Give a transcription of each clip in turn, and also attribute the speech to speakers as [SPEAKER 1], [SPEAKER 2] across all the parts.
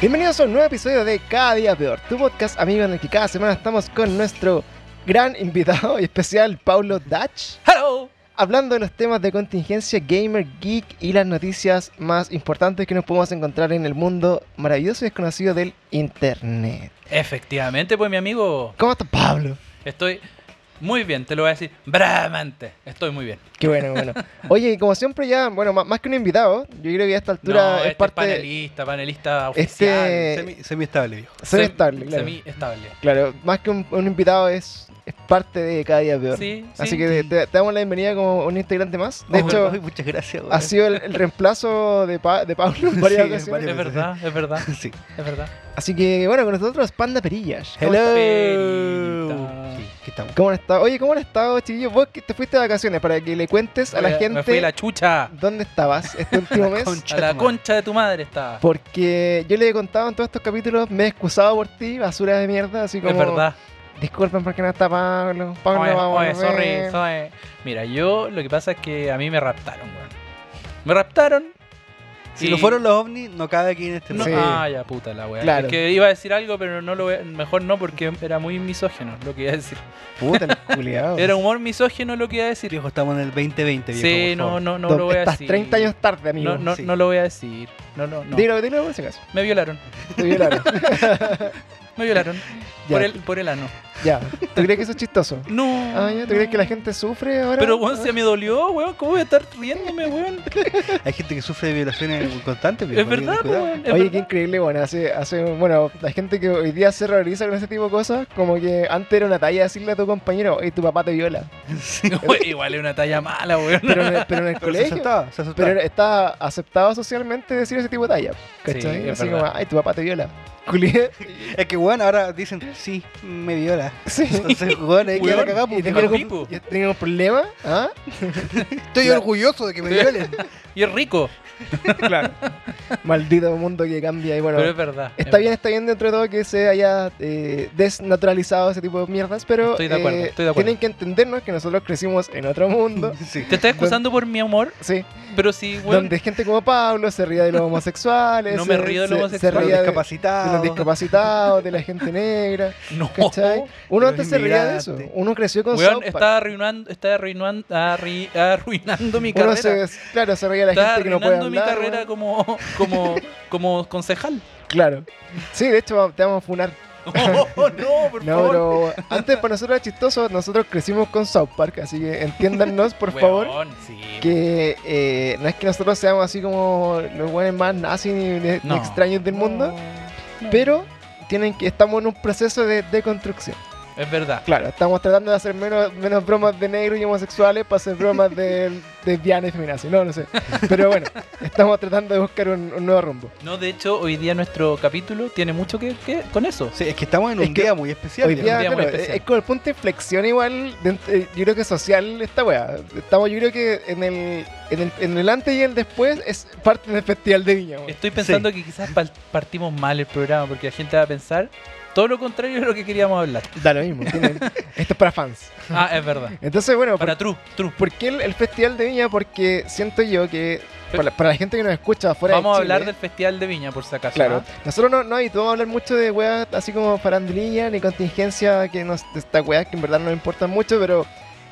[SPEAKER 1] Bienvenidos a un nuevo episodio de Cada Día Peor, tu podcast amigo en el que cada semana estamos con nuestro gran invitado y especial Paulo Dutch,
[SPEAKER 2] Hello.
[SPEAKER 1] hablando de los temas de contingencia gamer, geek y las noticias más importantes que nos podemos encontrar en el mundo maravilloso y desconocido del internet.
[SPEAKER 2] Efectivamente, pues mi amigo,
[SPEAKER 1] ¿Cómo estás Pablo?
[SPEAKER 2] estoy muy bien, te lo voy a decir bravamente. Estoy muy bien.
[SPEAKER 1] Qué bueno, bueno. Oye, y como siempre ya, bueno, ma- más que un invitado, yo creo que a esta altura
[SPEAKER 2] no,
[SPEAKER 1] es
[SPEAKER 2] este
[SPEAKER 1] parte...
[SPEAKER 2] panelista, panelista
[SPEAKER 1] este-
[SPEAKER 2] oficial.
[SPEAKER 1] Eh,
[SPEAKER 3] Semi, semi-estable, viejo.
[SPEAKER 1] Soy
[SPEAKER 2] Sem-
[SPEAKER 1] estable, claro.
[SPEAKER 2] Semi-estable.
[SPEAKER 1] Claro, más que un, un invitado es, es parte de cada día peor.
[SPEAKER 2] Sí, sí.
[SPEAKER 1] Así que te, te- te damos la bienvenida como un integrante más. De
[SPEAKER 3] Oh,
[SPEAKER 1] hecho,
[SPEAKER 3] ay, muchas gracias.
[SPEAKER 1] ha sido el, el reemplazo de, Pa- de Pablo en varias
[SPEAKER 3] Sí,
[SPEAKER 1] ocasiones.
[SPEAKER 3] en varias-
[SPEAKER 2] Es verdad, es verdad,
[SPEAKER 3] weón. Sí.
[SPEAKER 2] es verdad.
[SPEAKER 1] Así que bueno, con nosotros Panda Perillas. ¿Cómo
[SPEAKER 3] Hello.
[SPEAKER 2] Perita.
[SPEAKER 3] Sí, aquí estamos.
[SPEAKER 1] está- ¿Cómo han estado? Oye, ¿cómo han estado, chiquillos? Vos que te fuiste de vacaciones para que le cuentes a la
[SPEAKER 2] Oye, Me
[SPEAKER 1] gente
[SPEAKER 2] fui la chucha.
[SPEAKER 1] dónde estabas este último mes.
[SPEAKER 3] concha.
[SPEAKER 2] A la
[SPEAKER 3] tu madre.
[SPEAKER 2] concha de tu madre está.
[SPEAKER 1] Porque yo le he contado en todos estos capítulos, me he excusado por ti, basura de mierda, así como...
[SPEAKER 2] Es verdad.
[SPEAKER 1] Disculpen porque no está Pablo. Pablo
[SPEAKER 2] Oye,
[SPEAKER 1] no va a
[SPEAKER 2] oye, sorry,
[SPEAKER 1] volver".
[SPEAKER 2] sorry. Mira, yo lo que pasa es que a mí me raptaron, weón. Me raptaron.
[SPEAKER 3] Si
[SPEAKER 2] y-
[SPEAKER 3] no fueron los ovnis, no cabe aquí en este
[SPEAKER 2] No,
[SPEAKER 1] Sí.
[SPEAKER 3] lugar.
[SPEAKER 2] Ah, ya puta la weá.
[SPEAKER 1] Claro.
[SPEAKER 2] Es que iba a decir algo, pero no lo voy a- mejor no porque era muy misógeno lo que iba a decir.
[SPEAKER 1] Puta, el culiao.
[SPEAKER 2] Era humor misógeno lo que iba a decir.
[SPEAKER 3] Ah, Viejo, estamos en el 2020, viejo.
[SPEAKER 2] sí,
[SPEAKER 3] por
[SPEAKER 2] no,
[SPEAKER 3] favor.
[SPEAKER 2] no, no
[SPEAKER 1] Don-
[SPEAKER 2] lo voy a
[SPEAKER 1] Estás
[SPEAKER 2] decir.
[SPEAKER 1] 30 años tarde, amigo.
[SPEAKER 2] No, no,
[SPEAKER 3] sí.
[SPEAKER 2] no lo voy a decir. No, no, no.
[SPEAKER 1] Dilo, dilo por si acaso.
[SPEAKER 2] Me violaron.
[SPEAKER 1] Te violaron.
[SPEAKER 2] Me violaron.
[SPEAKER 1] ya,
[SPEAKER 2] por, el, por el ano.
[SPEAKER 1] ya. ¿Tú crees que eso es chistoso?
[SPEAKER 2] No.
[SPEAKER 1] Ah, ya. ¿Tú crees que la gente sufre ahora?
[SPEAKER 2] Pero weón, se me dolió, weón. ¿Cómo voy a estar riéndome, weón?
[SPEAKER 3] Hay gente que sufre de violaciones constantes, viejo.
[SPEAKER 2] Es
[SPEAKER 3] hay que
[SPEAKER 2] verdad,
[SPEAKER 3] tener cuidado.
[SPEAKER 2] weón.
[SPEAKER 1] Oye,
[SPEAKER 2] es verdad.
[SPEAKER 1] qué increíble, bueno, hace, hace, bueno, la gente que hoy día se realiza con ese tipo de cosas, como que antes era una talla decirle a tu compañero, oye, tu papá te viola.
[SPEAKER 2] Weón, Igual es una talla mala, weón.
[SPEAKER 1] Pero, en el- pero en el
[SPEAKER 3] Pero se
[SPEAKER 1] colegio,
[SPEAKER 3] asustaba, se asustaba.
[SPEAKER 1] pero era- está aceptado socialmente decir ese tipo de talla, ¿cachai?
[SPEAKER 2] Sí, es
[SPEAKER 1] Así como,
[SPEAKER 2] verdad.
[SPEAKER 1] ay, tu papá te viola. Culié.
[SPEAKER 3] Es que, weón, ahora dicen, sí, me viola.
[SPEAKER 1] Sí.
[SPEAKER 3] Entonces, weón, ahí queda la
[SPEAKER 2] Weón,
[SPEAKER 3] cagada.
[SPEAKER 1] Y
[SPEAKER 3] pues,
[SPEAKER 1] te
[SPEAKER 2] Con
[SPEAKER 1] quiero
[SPEAKER 3] viejo.
[SPEAKER 2] pipo.
[SPEAKER 1] comp- ¿Tengo un problema? ¿Ah?
[SPEAKER 3] Estoy
[SPEAKER 1] Claro.
[SPEAKER 3] orgulloso de que me violen.
[SPEAKER 2] Y es rico.
[SPEAKER 1] Claro. Maldito mundo que cambia. Y bueno,
[SPEAKER 2] Pero es verdad. es
[SPEAKER 1] está bien, está bien dentro de todo que se haya eh, desnaturalizado ese tipo de mierdas, pero
[SPEAKER 2] Estoy de acuerdo,
[SPEAKER 1] eh,
[SPEAKER 2] estoy de acuerdo.
[SPEAKER 1] tienen que entendernos que nosotros crecimos en otro mundo.
[SPEAKER 3] Sí.
[SPEAKER 2] Te estás excusando por mi amor,
[SPEAKER 1] Sí,
[SPEAKER 2] pero sí, weón.
[SPEAKER 1] donde gente como Pablo se ría de los homosexuales.
[SPEAKER 2] No me
[SPEAKER 1] se-
[SPEAKER 2] río de los
[SPEAKER 1] se-
[SPEAKER 3] Se
[SPEAKER 1] Se
[SPEAKER 2] homosexuales.
[SPEAKER 3] los
[SPEAKER 1] ría de, de los
[SPEAKER 3] discapacitados.
[SPEAKER 1] discapacitados, de la gente negra.
[SPEAKER 2] No.
[SPEAKER 1] ¿Cachai? Uno
[SPEAKER 3] los
[SPEAKER 1] antes se ría de eso.
[SPEAKER 3] inmigrantes.
[SPEAKER 1] Uno creció con
[SPEAKER 2] Weón,
[SPEAKER 1] South Park.
[SPEAKER 2] está arruinando, está arruinando, arri- arruinando mi
[SPEAKER 1] Uno
[SPEAKER 2] carrera.
[SPEAKER 1] se, claro, se ría de la
[SPEAKER 2] está
[SPEAKER 1] gente que no puede
[SPEAKER 2] arruinando mi
[SPEAKER 1] hablar.
[SPEAKER 2] carrera
[SPEAKER 1] weón.
[SPEAKER 2] como, como, como concejal.
[SPEAKER 1] Claro. Sí, de hecho te vamos a funar.
[SPEAKER 2] Oh, no, por
[SPEAKER 1] No,
[SPEAKER 2] favor.
[SPEAKER 1] pero antes para nosotros era chistoso, nosotros crecimos con South Park, así que entiéndanos, por favor,
[SPEAKER 2] Weón, sí.
[SPEAKER 1] que eh, no es que nosotros seamos así como los buenos más nazis ni, ni- ni
[SPEAKER 2] No.
[SPEAKER 1] extraños del mundo,
[SPEAKER 2] No, no.
[SPEAKER 1] pero tienen que estamos en un proceso de deconstrucción.
[SPEAKER 2] Es verdad.
[SPEAKER 1] Claro, estamos tratando de hacer menos, menos bromas de negros y homosexuales para hacer bromas de lesbianas y feminazis, no, no sé. Pero bueno, estamos tratando de buscar un, un nuevo rumbo.
[SPEAKER 2] No, de hecho, hoy día nuestro capítulo tiene mucho que, que con eso.
[SPEAKER 3] Sí, es que estamos en
[SPEAKER 1] Es
[SPEAKER 3] un
[SPEAKER 1] que
[SPEAKER 3] día muy especial.
[SPEAKER 1] Hoy
[SPEAKER 3] viejo.
[SPEAKER 1] día,
[SPEAKER 2] día muy
[SPEAKER 1] claro, es
[SPEAKER 2] especial.
[SPEAKER 1] es como el punto de inflexión igual, de ent- eh, yo creo que social esta weá. Estamos, yo creo que en el, en el, en el antes y el después es parte del festival de viña, weón.
[SPEAKER 2] Estoy pensando que quizás pal- partimos mal el programa porque la gente va a pensar todo lo contrario de lo que queríamos hablar.
[SPEAKER 1] Da lo mismo, tienen- esto es para fans.
[SPEAKER 2] Ah, es verdad.
[SPEAKER 1] Entonces, bueno,
[SPEAKER 2] Para
[SPEAKER 1] ¿por,
[SPEAKER 2] True, True.
[SPEAKER 1] por qué el, el festival de viña? Porque siento yo que para, la- para la gente que nos escucha afuera
[SPEAKER 2] Vamos a
[SPEAKER 1] de Chile,
[SPEAKER 2] hablar del Festival de Viña, por si acaso.
[SPEAKER 1] eh. Claro,
[SPEAKER 2] ¿ah?
[SPEAKER 1] nosotros no, no habituamos a hablar mucho de weas así como farandulilla ni contingencia, que nos, de estas weas que en verdad nos importan mucho, pero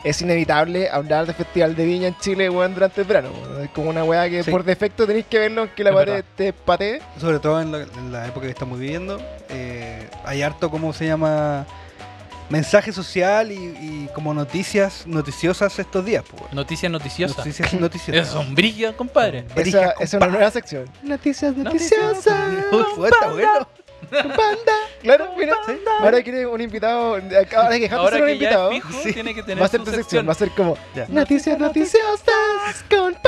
[SPEAKER 1] es inevitable hablar de Festival de Viña en Chile, weón, durante el verano. weón. Es como una wea que
[SPEAKER 3] Sí.
[SPEAKER 1] por defecto tenéis que verlo, aunque la
[SPEAKER 2] Es
[SPEAKER 1] wea te,
[SPEAKER 2] verdad.
[SPEAKER 1] te patee.
[SPEAKER 3] sobre todo en la, en la época que estamos viviendo, eh, hay harto, ¿cómo se llama? Mensaje social y, y como noticias noticiosas estos días. Pues, weón.
[SPEAKER 2] Noticia noticiosa.
[SPEAKER 3] noticias noticiosas.
[SPEAKER 2] Es sombría, compadre.
[SPEAKER 3] Brisca,
[SPEAKER 1] Esa, esa es una
[SPEAKER 3] compadre.
[SPEAKER 1] nueva sección. Noticias noticiosas.
[SPEAKER 3] Uy, fue, está bueno.
[SPEAKER 1] Banda. Claro, mira.
[SPEAKER 3] Sí.
[SPEAKER 1] Ahora quiere un invitado. eh, Ahora que dejaste
[SPEAKER 2] Ahora
[SPEAKER 1] ser un
[SPEAKER 2] que ya
[SPEAKER 1] invitado.
[SPEAKER 2] es fijo, tiene que tener
[SPEAKER 1] Va a ser
[SPEAKER 2] su
[SPEAKER 1] tu sección, va a ser como
[SPEAKER 3] Ya.
[SPEAKER 1] Noticias noticiosas con Panda.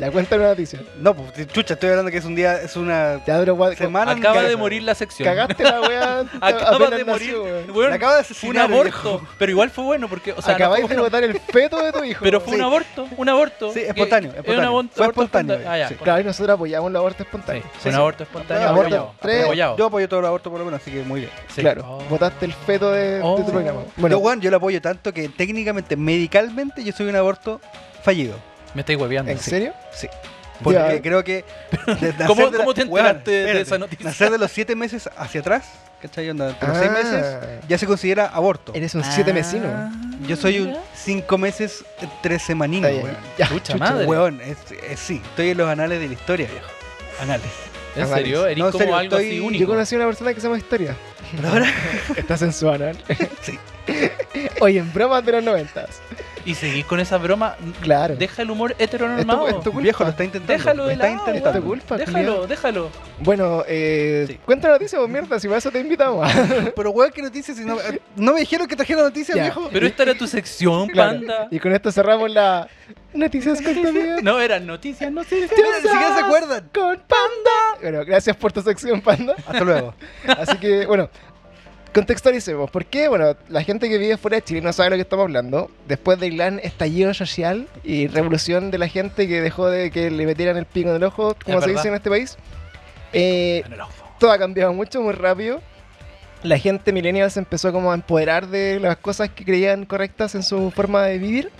[SPEAKER 1] Ya cuenta una noticia.
[SPEAKER 3] No, pues chucha, estoy hablando que es un día, es una
[SPEAKER 1] Ya, pero guad-
[SPEAKER 3] semana.
[SPEAKER 2] Acaba
[SPEAKER 3] cagada.
[SPEAKER 2] de morir la sección.
[SPEAKER 1] Cagaste la weá.
[SPEAKER 2] Acaba
[SPEAKER 1] apenas
[SPEAKER 2] de morir.
[SPEAKER 1] nació, weón.
[SPEAKER 2] weón,
[SPEAKER 3] La acaba de
[SPEAKER 2] fue un
[SPEAKER 3] asesinar.
[SPEAKER 2] aborto. Pero igual fue bueno porque, o sea, no
[SPEAKER 1] Acabáis
[SPEAKER 2] fue
[SPEAKER 1] de
[SPEAKER 2] bueno,
[SPEAKER 1] botar el feto de tu hijo.
[SPEAKER 2] pero fue un
[SPEAKER 1] Sí.
[SPEAKER 2] aborto, un aborto.
[SPEAKER 3] Sí,
[SPEAKER 2] que-
[SPEAKER 3] espontáneo,
[SPEAKER 2] que-
[SPEAKER 3] espontáneo.
[SPEAKER 2] un abor-
[SPEAKER 3] Fue
[SPEAKER 2] aborto
[SPEAKER 3] espontáneo,
[SPEAKER 2] espontáneo. Ah, ya,
[SPEAKER 3] sí.
[SPEAKER 2] espontáneo.
[SPEAKER 1] Claro, y nosotros apoyamos el aborto espontáneo.
[SPEAKER 2] Sí, fue
[SPEAKER 3] Sí,
[SPEAKER 2] un
[SPEAKER 3] sí.
[SPEAKER 2] aborto espontáneo
[SPEAKER 1] Aborto.
[SPEAKER 2] apoyado.
[SPEAKER 1] Tres,
[SPEAKER 2] apoyado.
[SPEAKER 3] weón. Yo apoyo todo el aborto por lo menos, así que muy bien.
[SPEAKER 2] Sí.
[SPEAKER 1] Claro,
[SPEAKER 2] Oh.
[SPEAKER 1] botaste el feto de, de
[SPEAKER 2] Oh.
[SPEAKER 1] tu programa.
[SPEAKER 3] Bueno,
[SPEAKER 1] Bueno,
[SPEAKER 3] yo, weón, yo lo apoyo tanto que técnicamente, medicalmente, yo soy un aborto fallido.
[SPEAKER 2] Me estáis hueveando.
[SPEAKER 1] ¿en serio?
[SPEAKER 3] Sí. Porque
[SPEAKER 1] Ya.
[SPEAKER 3] creo que. de- de
[SPEAKER 2] ¿Cómo,
[SPEAKER 3] nacer de
[SPEAKER 2] cómo
[SPEAKER 3] la-
[SPEAKER 2] te
[SPEAKER 3] weón,
[SPEAKER 2] enteraste de
[SPEAKER 3] espérate,
[SPEAKER 2] esa noticia?
[SPEAKER 3] Nacer de los 7 meses hacia atrás, ¿cachai? Onda, entre los 6
[SPEAKER 1] Ah.
[SPEAKER 3] meses ya se considera aborto.
[SPEAKER 1] Eres un
[SPEAKER 2] Ah.
[SPEAKER 1] siete vecino.
[SPEAKER 3] Yo soy un 5 meses, 3 semanino,
[SPEAKER 1] Está bien.
[SPEAKER 3] weón.
[SPEAKER 1] Ya,
[SPEAKER 2] Chucha
[SPEAKER 1] chucha.
[SPEAKER 2] madre.
[SPEAKER 3] Weón, es, es- sí, estoy en los anales de la historia, viejo. Anales.
[SPEAKER 2] ¿En
[SPEAKER 1] Análisis.
[SPEAKER 2] serio? Eres
[SPEAKER 3] No, en
[SPEAKER 2] como
[SPEAKER 3] serio,
[SPEAKER 2] algo así
[SPEAKER 3] estoy-
[SPEAKER 2] único.
[SPEAKER 1] Yo conocí a una persona que se llama Historia.
[SPEAKER 3] Ahora,
[SPEAKER 1] Estás en su anal.
[SPEAKER 3] Sí.
[SPEAKER 1] Oye, en bromas de los noventas.
[SPEAKER 2] Y seguís con esa broma.
[SPEAKER 1] Claro.
[SPEAKER 2] Deja el humor
[SPEAKER 1] Esto-
[SPEAKER 2] heteronormado.
[SPEAKER 1] esto- Tu culpa.
[SPEAKER 3] viejo lo está intentando.
[SPEAKER 2] Déjalo
[SPEAKER 3] lo
[SPEAKER 2] de
[SPEAKER 3] está
[SPEAKER 2] lado.
[SPEAKER 3] intentando.
[SPEAKER 1] Es tu culpa,
[SPEAKER 2] déjalo, déjalo.
[SPEAKER 1] Bueno, eh,
[SPEAKER 3] Sí.
[SPEAKER 1] cuenta la noticia, vos, mierda, si para eso te invitamos.
[SPEAKER 3] Pero weón, ¿qué noticias? Si no, eh, no me dijeron que trajera noticias,
[SPEAKER 1] Ya.
[SPEAKER 3] viejo.
[SPEAKER 2] Pero esta era tu sección,
[SPEAKER 1] Claro.
[SPEAKER 2] panda.
[SPEAKER 1] Y con esto cerramos la noticias con Panda.
[SPEAKER 2] No, eran noticias, noticias.
[SPEAKER 3] Mira, ni siquiera se acuerdan.
[SPEAKER 1] Con Panda. Bueno, gracias por tu sección, Panda.
[SPEAKER 3] Hasta luego.
[SPEAKER 1] Así que, bueno, contextualicemos. ¿Por qué? Bueno, la gente que vive fuera de Chile no sabe lo que estamos hablando. Después del gran estallido social y revolución de la gente que dejó de que le metieran el pico en el ojo, como
[SPEAKER 2] Es
[SPEAKER 1] se
[SPEAKER 2] verdad.
[SPEAKER 1] dice en este país, eh,
[SPEAKER 2] En el ojo.
[SPEAKER 1] todo ha cambiado mucho, muy rápido. La gente millennial se empezó como a empoderar de las cosas que creían correctas en su forma de vivir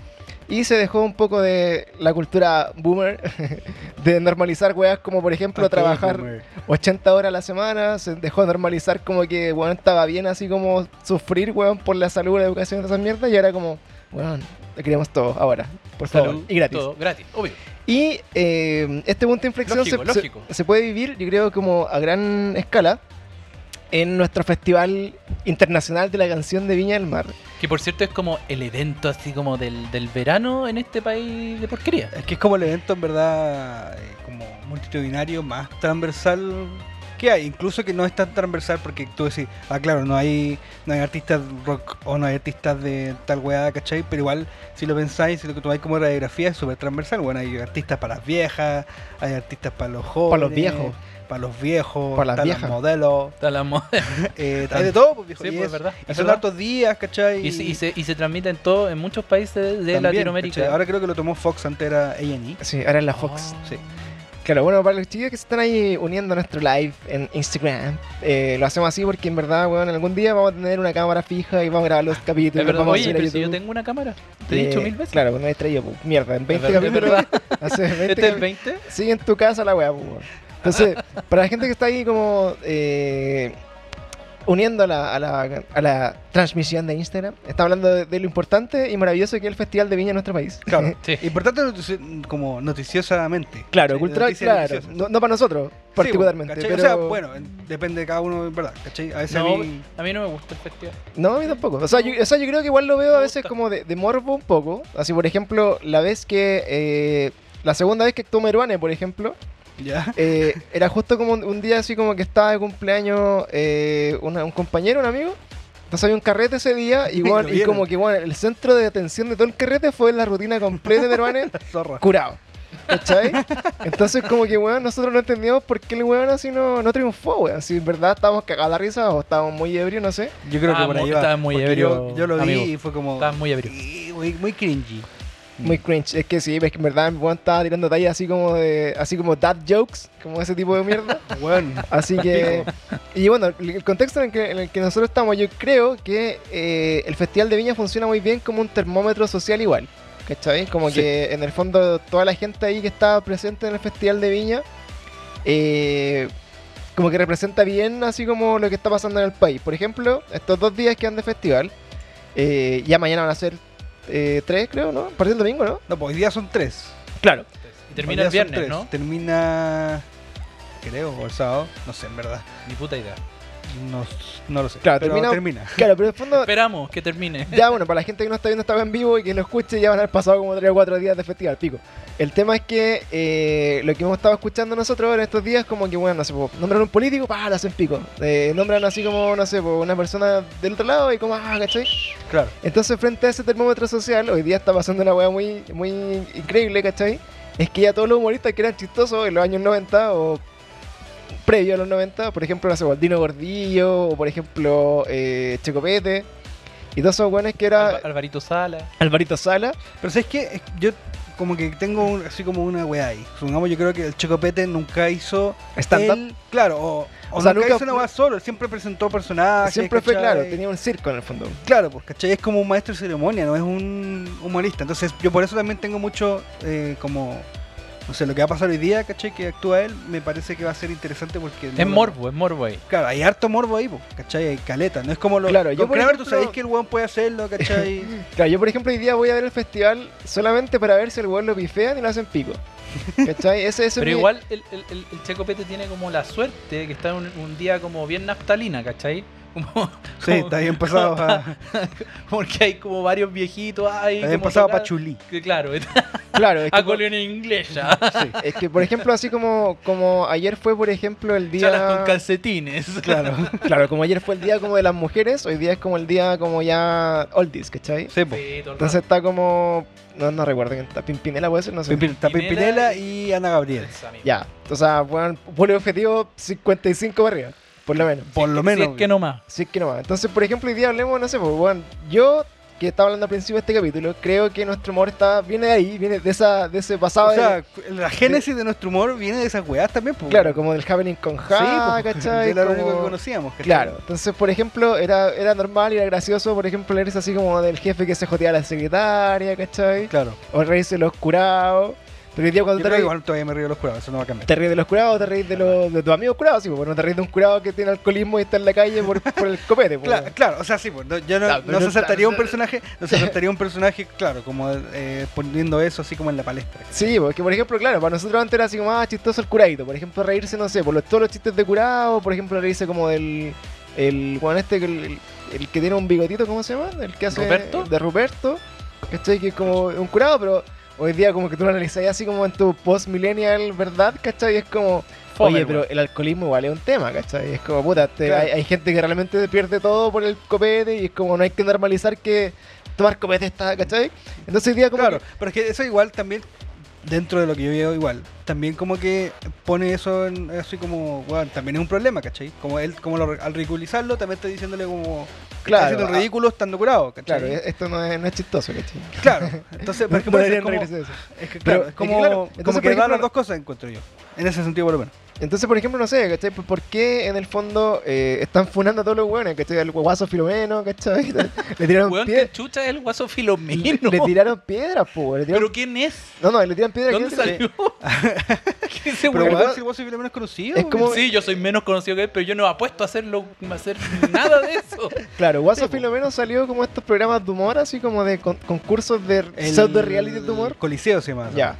[SPEAKER 1] y se dejó un poco de la cultura boomer, de normalizar weas como por ejemplo trabajar 80 horas a la semana, se dejó normalizar como que, weón, estaba bien así como sufrir, weón, por la salud, la educación de esas mierdas, y era como, weón, lo queremos todo ahora, por favor,
[SPEAKER 2] Salud,
[SPEAKER 1] y gratis.
[SPEAKER 2] Todo, gratis, obvio.
[SPEAKER 1] Y eh, este punto de inflexión
[SPEAKER 2] Lógico,
[SPEAKER 1] se, se-
[SPEAKER 2] lógico.
[SPEAKER 1] se puede vivir, yo creo, como a gran escala en nuestro Festival Internacional de la Canción de Viña del Mar.
[SPEAKER 2] Que por cierto es como el evento así como del, del verano en este país de porquería.
[SPEAKER 3] Es que es como el evento en verdad eh, como multitudinario más transversal que hay, incluso que no es tan transversal porque tú decís, ah claro, no hay no hay artistas rock o no hay artistas de tal weá, ¿cachai? Pero igual si lo pensáis, si lo tomáis como radiografía es súper transversal, bueno, hay artistas para las viejas, hay artistas para los jóvenes,
[SPEAKER 1] viejos.
[SPEAKER 3] para los viejos,
[SPEAKER 1] Para las
[SPEAKER 3] están
[SPEAKER 1] viejas.
[SPEAKER 3] los modelos,
[SPEAKER 2] Está la moda.
[SPEAKER 3] eh,
[SPEAKER 2] Tan-
[SPEAKER 3] hay de todo, pues, viejo,
[SPEAKER 2] Sí,
[SPEAKER 3] y,
[SPEAKER 2] pues,
[SPEAKER 3] es-
[SPEAKER 2] verdad,
[SPEAKER 3] y
[SPEAKER 2] es
[SPEAKER 3] son
[SPEAKER 2] verdad.
[SPEAKER 3] hartos días, ¿cachai?
[SPEAKER 2] Y, se, y, se, y se transmite en todo, en muchos países de
[SPEAKER 3] También,
[SPEAKER 2] Latinoamérica.
[SPEAKER 3] ¿cachai? Ahora creo que lo tomó Fox, antes era E. A&E.
[SPEAKER 1] Sí, ahora en la Fox.
[SPEAKER 2] Oh.
[SPEAKER 3] sí.
[SPEAKER 1] Claro, bueno, para los chicos que se están ahí uniendo a nuestro live en Instagram, eh, lo hacemos así porque en verdad, weón, algún día vamos a tener una cámara fija y vamos a grabar los capítulos.
[SPEAKER 2] Es verdad,
[SPEAKER 1] vamos
[SPEAKER 2] oye,
[SPEAKER 1] subir a
[SPEAKER 2] pero si yo
[SPEAKER 1] YouTube.
[SPEAKER 2] tengo una cámara, te he
[SPEAKER 1] Eh,
[SPEAKER 2] dicho mil veces.
[SPEAKER 1] Claro, no he traído, pu, mierda, en 20
[SPEAKER 2] Es verdad, es
[SPEAKER 1] capítulos.
[SPEAKER 2] verdad.
[SPEAKER 1] Hace 20
[SPEAKER 2] Este es el
[SPEAKER 1] capi-
[SPEAKER 2] 20.
[SPEAKER 1] Sigue en tu casa la weá, pu, weón. Entonces, para la gente que está ahí como eh, uniendo a la, a, la, a la transmisión de Instagram, está hablando de, de lo importante y maravilloso que es el Festival de Viña en nuestro país.
[SPEAKER 3] Claro.
[SPEAKER 2] Sí.
[SPEAKER 3] Importante notici- como noticiosamente.
[SPEAKER 1] Claro,
[SPEAKER 3] Sí,
[SPEAKER 1] cultural,
[SPEAKER 3] noticia
[SPEAKER 1] claro.
[SPEAKER 3] noticiosa.
[SPEAKER 1] No, no para nosotros,
[SPEAKER 2] pues,
[SPEAKER 1] particularmente.
[SPEAKER 3] Sí, ¿cachai?
[SPEAKER 1] pero...
[SPEAKER 3] O sea, bueno, en- depende de cada uno, en verdad, ¿cachai? A veces a
[SPEAKER 2] No,
[SPEAKER 3] mí-
[SPEAKER 2] a mí no me gusta el festival.
[SPEAKER 1] No, a mí tampoco. O sea, yo, o sea, yo creo que igual lo veo a
[SPEAKER 2] Me
[SPEAKER 1] veces
[SPEAKER 2] gusta.
[SPEAKER 1] como de, de morbo un poco. Así, por ejemplo, la vez que... eh, la segunda vez que actuó Meruane, por ejemplo,
[SPEAKER 3] ya.
[SPEAKER 1] eh, era justo como un, un día así como que estaba de cumpleaños eh, una- un compañero, un amigo. Entonces había un carrete ese día y,
[SPEAKER 3] Lo
[SPEAKER 1] bueno, y
[SPEAKER 3] vieron.
[SPEAKER 1] como que bueno, el centro de atención de todo el carrete fue la rutina completa de Meruane
[SPEAKER 3] Zorra.
[SPEAKER 1] curado. ¿Cachai? Entonces, como que, weón, nosotros no entendíamos por qué el weón así no, no triunfó, weón. Si en verdad estábamos cagados de la risa o estábamos muy ebrios, no sé.
[SPEAKER 3] Yo creo
[SPEAKER 2] Estaba
[SPEAKER 3] que por ahí
[SPEAKER 2] muy-
[SPEAKER 3] va.
[SPEAKER 2] estaba muy
[SPEAKER 3] porque
[SPEAKER 2] ebrio,
[SPEAKER 3] Yo, yo lo vi
[SPEAKER 2] amigo.
[SPEAKER 3] y fue como.
[SPEAKER 2] Estaba muy ebrio.
[SPEAKER 3] Sí, güey, muy cringy.
[SPEAKER 1] Muy cringe. Es que sí, es que en verdad el weón estaba tirando tallas así como de. así como dad jokes, como ese tipo de mierda.
[SPEAKER 3] Bueno.
[SPEAKER 1] Así que. Y bueno, el- el contexto en el que, en el que nosotros estamos, yo creo que eh, el Festival de Viña funciona muy bien como un termómetro social igual. ¿Cachai? Como
[SPEAKER 3] Sí.
[SPEAKER 1] que en el fondo toda la gente ahí que está presente en el Festival de Viña, eh, como que representa bien así como lo que está pasando en el país. Por ejemplo, estos dos días que han de festival, eh, ya mañana van a ser eh, tres, creo, ¿no? Parece el domingo, ¿no?
[SPEAKER 3] No, pues hoy día son tres.
[SPEAKER 1] Claro.
[SPEAKER 2] Y termina
[SPEAKER 3] Hoy
[SPEAKER 2] el
[SPEAKER 3] día son
[SPEAKER 2] viernes,
[SPEAKER 3] tres.
[SPEAKER 2] ¿no?
[SPEAKER 3] Termina. Creo, o el sábado. No sé, en verdad.
[SPEAKER 2] Ni puta idea.
[SPEAKER 3] No, no lo sé.
[SPEAKER 1] Claro,
[SPEAKER 3] pero
[SPEAKER 1] termina-
[SPEAKER 3] termina.
[SPEAKER 1] Claro, pero en el fondo
[SPEAKER 2] Esperamos que termine.
[SPEAKER 1] Ya, bueno, para la gente que no está viendo esta wea en vivo y que lo escuche, ya van a haber pasado como 3 o 4 días de festival, pico. El tema es que eh, lo que hemos estado escuchando nosotros en estos días, como que, bueno, no sé, po, nombran un político, pa, lo hacen pico. Eh, nombran así como, no sé, po, una persona del otro lado y como, ah, ¿cachai?
[SPEAKER 3] Claro.
[SPEAKER 1] Entonces, frente a ese termómetro social, hoy día está pasando una weá muy, muy increíble, ¿cachai? Es que ya todos los humoristas que eran chistosos en los años 90 o previo a los 90, por ejemplo, no sé, Waldino Gordillo, o por ejemplo, eh, Checopete, y todos esos weones que era
[SPEAKER 2] Alva- Alvarito Sala.
[SPEAKER 1] Alvarito Sala,
[SPEAKER 3] Pero ¿sabes qué? Es- Yo como que tengo un- así como una weá ahí. Supongamos, yo creo que el Chocopete nunca hizo
[SPEAKER 1] stand-up,
[SPEAKER 3] Él, claro, o, o,
[SPEAKER 1] O sea,
[SPEAKER 3] nunca
[SPEAKER 1] nunca
[SPEAKER 3] hizo una
[SPEAKER 1] fue-
[SPEAKER 3] weá solo, él siempre presentó personajes.
[SPEAKER 1] siempre fue
[SPEAKER 3] ¿cachai?
[SPEAKER 1] claro, tenía un circo en el fondo.
[SPEAKER 3] Claro, pues, ¿cachai? Es como un maestro de ceremonia, no es un humorista. Entonces, yo por eso también tengo mucho eh, como No sé, lo que va a pasar hoy día, ¿cachai? Que actúa él, me parece que va a ser interesante porque...
[SPEAKER 2] Es
[SPEAKER 3] no-
[SPEAKER 2] morbo, es morbo ahí.
[SPEAKER 3] Claro, hay harto morbo ahí, po, ¿cachai? Hay caleta, no es como lo...
[SPEAKER 1] Claro,
[SPEAKER 3] con
[SPEAKER 1] yo, por
[SPEAKER 3] Kramer tú
[SPEAKER 1] ejemplo-
[SPEAKER 3] sabés que el weón puede hacerlo, ¿cachai?
[SPEAKER 1] Claro, yo por ejemplo hoy día voy a ver el festival solamente para ver si el weón lo pifean y lo hacen pico. ¿Cachai? Ese, ese es
[SPEAKER 2] Pero
[SPEAKER 1] mi-
[SPEAKER 2] igual el, el, el- el Checo Pete tiene como la suerte que está en un, un día como bien naftalina, ¿cachai? Como-
[SPEAKER 3] sí, está bien pasado a,
[SPEAKER 2] porque hay como varios viejitos ahí.
[SPEAKER 3] está bien
[SPEAKER 2] como
[SPEAKER 3] pasado a
[SPEAKER 2] tocar-
[SPEAKER 3] Pachulí.
[SPEAKER 2] que Claro,
[SPEAKER 1] Claro, es
[SPEAKER 2] a
[SPEAKER 1] que, por,
[SPEAKER 2] colonia inglesa.
[SPEAKER 3] Sí,
[SPEAKER 1] es que, por ejemplo así como, como ayer fue por ejemplo el
[SPEAKER 2] Chalas con
[SPEAKER 1] día...
[SPEAKER 2] calcetines.
[SPEAKER 3] claro.
[SPEAKER 1] Claro, como ayer fue el día como de las mujeres, hoy día es como el día como ya oldies, ¿cachai?
[SPEAKER 3] Sí, pues. po.
[SPEAKER 2] Sí, todo el
[SPEAKER 1] Entonces está como... No, no recuerdo quién está. Pimpinela puede ser, no sé.
[SPEAKER 3] Pimpin- Está
[SPEAKER 2] Pimpinela
[SPEAKER 3] Pimpinela y Ana Gabriel.
[SPEAKER 2] rato. Amigo.
[SPEAKER 1] Ya, o sea, bueno, por el objetivo 55 para arriba, por lo menos.
[SPEAKER 3] Por lo
[SPEAKER 2] Si
[SPEAKER 3] menos.
[SPEAKER 2] es que no más.
[SPEAKER 1] Si es que no más. Entonces, por ejemplo, hoy día hablemos, no sé, pues, bueno, yo que estaba hablando al principio de este capítulo, creo que nuestro humor está, viene de ahí, viene de, esa, de ese pasado.
[SPEAKER 3] O
[SPEAKER 1] de-
[SPEAKER 3] sea, la génesis de nuestro humor viene de esas weas también, po.
[SPEAKER 1] claro, como del happening con Ja,
[SPEAKER 3] sí, po.
[SPEAKER 1] ¿cachai?
[SPEAKER 3] Era lo único
[SPEAKER 1] Como-
[SPEAKER 3] que conocíamos, ¿cachai?
[SPEAKER 1] Claro, entonces, por ejemplo, era, era normal y era gracioso, por ejemplo, leerse así como del jefe que se jodea a la secretaria, ¿cachai?
[SPEAKER 3] Claro.
[SPEAKER 1] O reírse de los curados. Pero hoy día
[SPEAKER 3] Yo
[SPEAKER 1] cuando te
[SPEAKER 3] creo que
[SPEAKER 1] reís,
[SPEAKER 3] igual todavía me río de los curados, eso no va a cambiar.
[SPEAKER 1] te reís de los curados, te reís de, los, de tus amigos curados, sí, pues, bueno, te reís de un curado que tiene alcoholismo y está en la calle por, por el copete, pues,
[SPEAKER 3] Claro,
[SPEAKER 1] bueno.
[SPEAKER 3] claro, o sea, sí, pues, no, yo no,
[SPEAKER 1] Ah,
[SPEAKER 3] no
[SPEAKER 1] pero
[SPEAKER 3] se
[SPEAKER 1] no-
[SPEAKER 3] aceptaría un personaje, no se aceptaría un personaje, claro, como eh, poniendo eso así como en la palestra.
[SPEAKER 1] Sí, porque por ejemplo, claro, para nosotros antes era así como más chistoso el curadito. Por ejemplo, reírse, no sé, por los, todos los chistes de curado, por ejemplo, reírse como del. El bueno, este, que el, el que tiene un bigotito, ¿cómo se llama? El que hace.
[SPEAKER 2] ¿Ruperto?
[SPEAKER 1] De Ruperto. ¿Cachai? Que es como un curado, pero hoy día como que tú lo analizas así como en tu post-millennial, ¿verdad? ¿Cachai? Y es como.
[SPEAKER 2] Fome,
[SPEAKER 1] Oye,
[SPEAKER 2] güey.
[SPEAKER 1] pero el alcoholismo igual es un tema, ¿cachai? Es como, puta, te-
[SPEAKER 3] Claro.
[SPEAKER 1] hay, hay gente que realmente pierde todo por el copete y es como, no hay que normalizar que tomar copete está, ¿cachai? Entonces hoy día como
[SPEAKER 3] Claro, pero es que eso igual también, dentro de lo que yo veo igual, también como que pone eso en- así como, bueno, también es un problema, ¿cachai? Como él, como lo- al ridiculizarlo, también está diciéndole como,
[SPEAKER 1] Claro,
[SPEAKER 3] está haciendo el
[SPEAKER 1] ah.
[SPEAKER 3] ridículo estando curado, ¿cachai?
[SPEAKER 1] Claro, e- esto no es, no es chistoso, ¿cachai?
[SPEAKER 3] Claro, entonces, pero es que
[SPEAKER 1] No
[SPEAKER 3] por eso es
[SPEAKER 1] deberían
[SPEAKER 3] como,
[SPEAKER 1] reírse de eso.
[SPEAKER 3] es que,
[SPEAKER 1] Pero
[SPEAKER 3] claro,
[SPEAKER 1] es
[SPEAKER 3] es
[SPEAKER 1] que
[SPEAKER 3] como,
[SPEAKER 1] claro,
[SPEAKER 3] como
[SPEAKER 1] entonces,
[SPEAKER 3] que
[SPEAKER 1] por
[SPEAKER 3] da
[SPEAKER 1] ejemplo,
[SPEAKER 3] las dos cosas, encuentro yo, en ese sentido por lo menos.
[SPEAKER 1] Entonces, por ejemplo, no sé, ¿cachai? Por- ¿Por qué en el fondo eh, están funando a todos los hueones? ¿Cachai? Al guaso filomeno, ¿cachai? Le tiraron,
[SPEAKER 2] Weón,
[SPEAKER 1] piedra,
[SPEAKER 2] que chucha es el guaso
[SPEAKER 1] le,
[SPEAKER 2] filomeno.
[SPEAKER 1] le tiraron piedras, po. Le tiraron,
[SPEAKER 2] ¿Pero quién es?
[SPEAKER 1] no, no, le tiran piedras.
[SPEAKER 2] ¿Dónde
[SPEAKER 1] ¿quién-
[SPEAKER 2] salió? ¿Qué es ese
[SPEAKER 1] Pero,
[SPEAKER 3] Pero,
[SPEAKER 2] weón?
[SPEAKER 1] weón,
[SPEAKER 3] si el vos menos conocido,
[SPEAKER 1] es como-
[SPEAKER 2] Sí, yo soy menos conocido que él, pero yo no apuesto a hacerlo, a hacer nada de eso.
[SPEAKER 1] Claro, guaso
[SPEAKER 3] Sí, po.
[SPEAKER 1] filomeno salió como estos programas de humor, así como de con- concursos de
[SPEAKER 3] El
[SPEAKER 1] pseudo reality de humor.
[SPEAKER 3] Coliseo se llama.
[SPEAKER 1] Ya.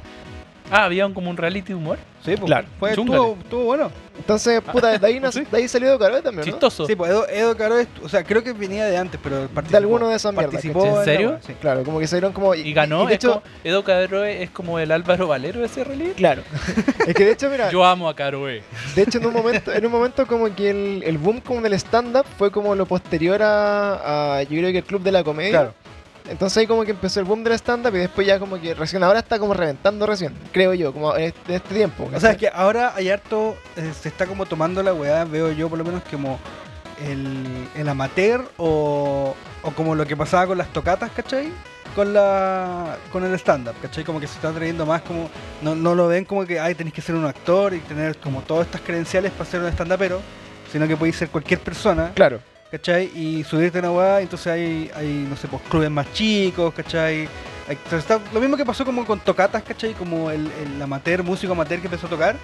[SPEAKER 2] Ah, había un- como un reality de humor.
[SPEAKER 3] Sí, pues.
[SPEAKER 1] Claro.
[SPEAKER 3] Fue,
[SPEAKER 2] Chúngale.
[SPEAKER 3] estuvo, estuvo bueno.
[SPEAKER 1] Entonces, puta, de ahí, nace-
[SPEAKER 2] Ah, Sí.
[SPEAKER 1] de ahí salió Caro también, ¿no?
[SPEAKER 2] Chistoso.
[SPEAKER 3] Sí, pues Edo, Edo Caro, estu- o sea, creo que venía de antes, pero participó.
[SPEAKER 1] De alguno de esas mierdas,
[SPEAKER 3] participó
[SPEAKER 2] ¿cachai? ¿En
[SPEAKER 3] la
[SPEAKER 2] serio?
[SPEAKER 3] wea, sí.
[SPEAKER 1] Claro, como que salieron como...
[SPEAKER 2] Y ganó.
[SPEAKER 1] de
[SPEAKER 2] es
[SPEAKER 1] hecho,
[SPEAKER 2] como- Edo Caroe es como el Álvaro Valero de ese reality.
[SPEAKER 1] claro. es que de hecho, mira,
[SPEAKER 2] Yo amo a Caroe.
[SPEAKER 1] De hecho, en un momento, en un momento como que el, el boom como del stand-up fue como lo posterior a, a, yo creo que el club de la comedia.
[SPEAKER 3] Claro.
[SPEAKER 1] Entonces ahí como que empezó el boom del stand-up y después ya como que recién, ahora está como reventando recién, creo yo, como en este, de este tiempo.
[SPEAKER 3] O sea, es que ahora hay harto, eh, se está como tomando la weá, veo yo por lo menos como el, el amateur o, o como lo que pasaba con las tocatas, ¿cachai? Con la con el stand-up, ¿cachai? Como que se está trayendo más como, no, no lo ven como que, ay, tenés que ser un actor y tener como todas estas credenciales para ser un stand-upero, sino que podéis ser cualquier persona,
[SPEAKER 1] Claro,
[SPEAKER 3] ¿cachai? Y subirte a una weá, entonces hay, hay, no sé, pues clubes más chicos, ¿cachai? Hay- entonces está- lo mismo que pasó como con tocatas, ¿cachai? Como el, el amateur, músico amateur que empezó a tocar.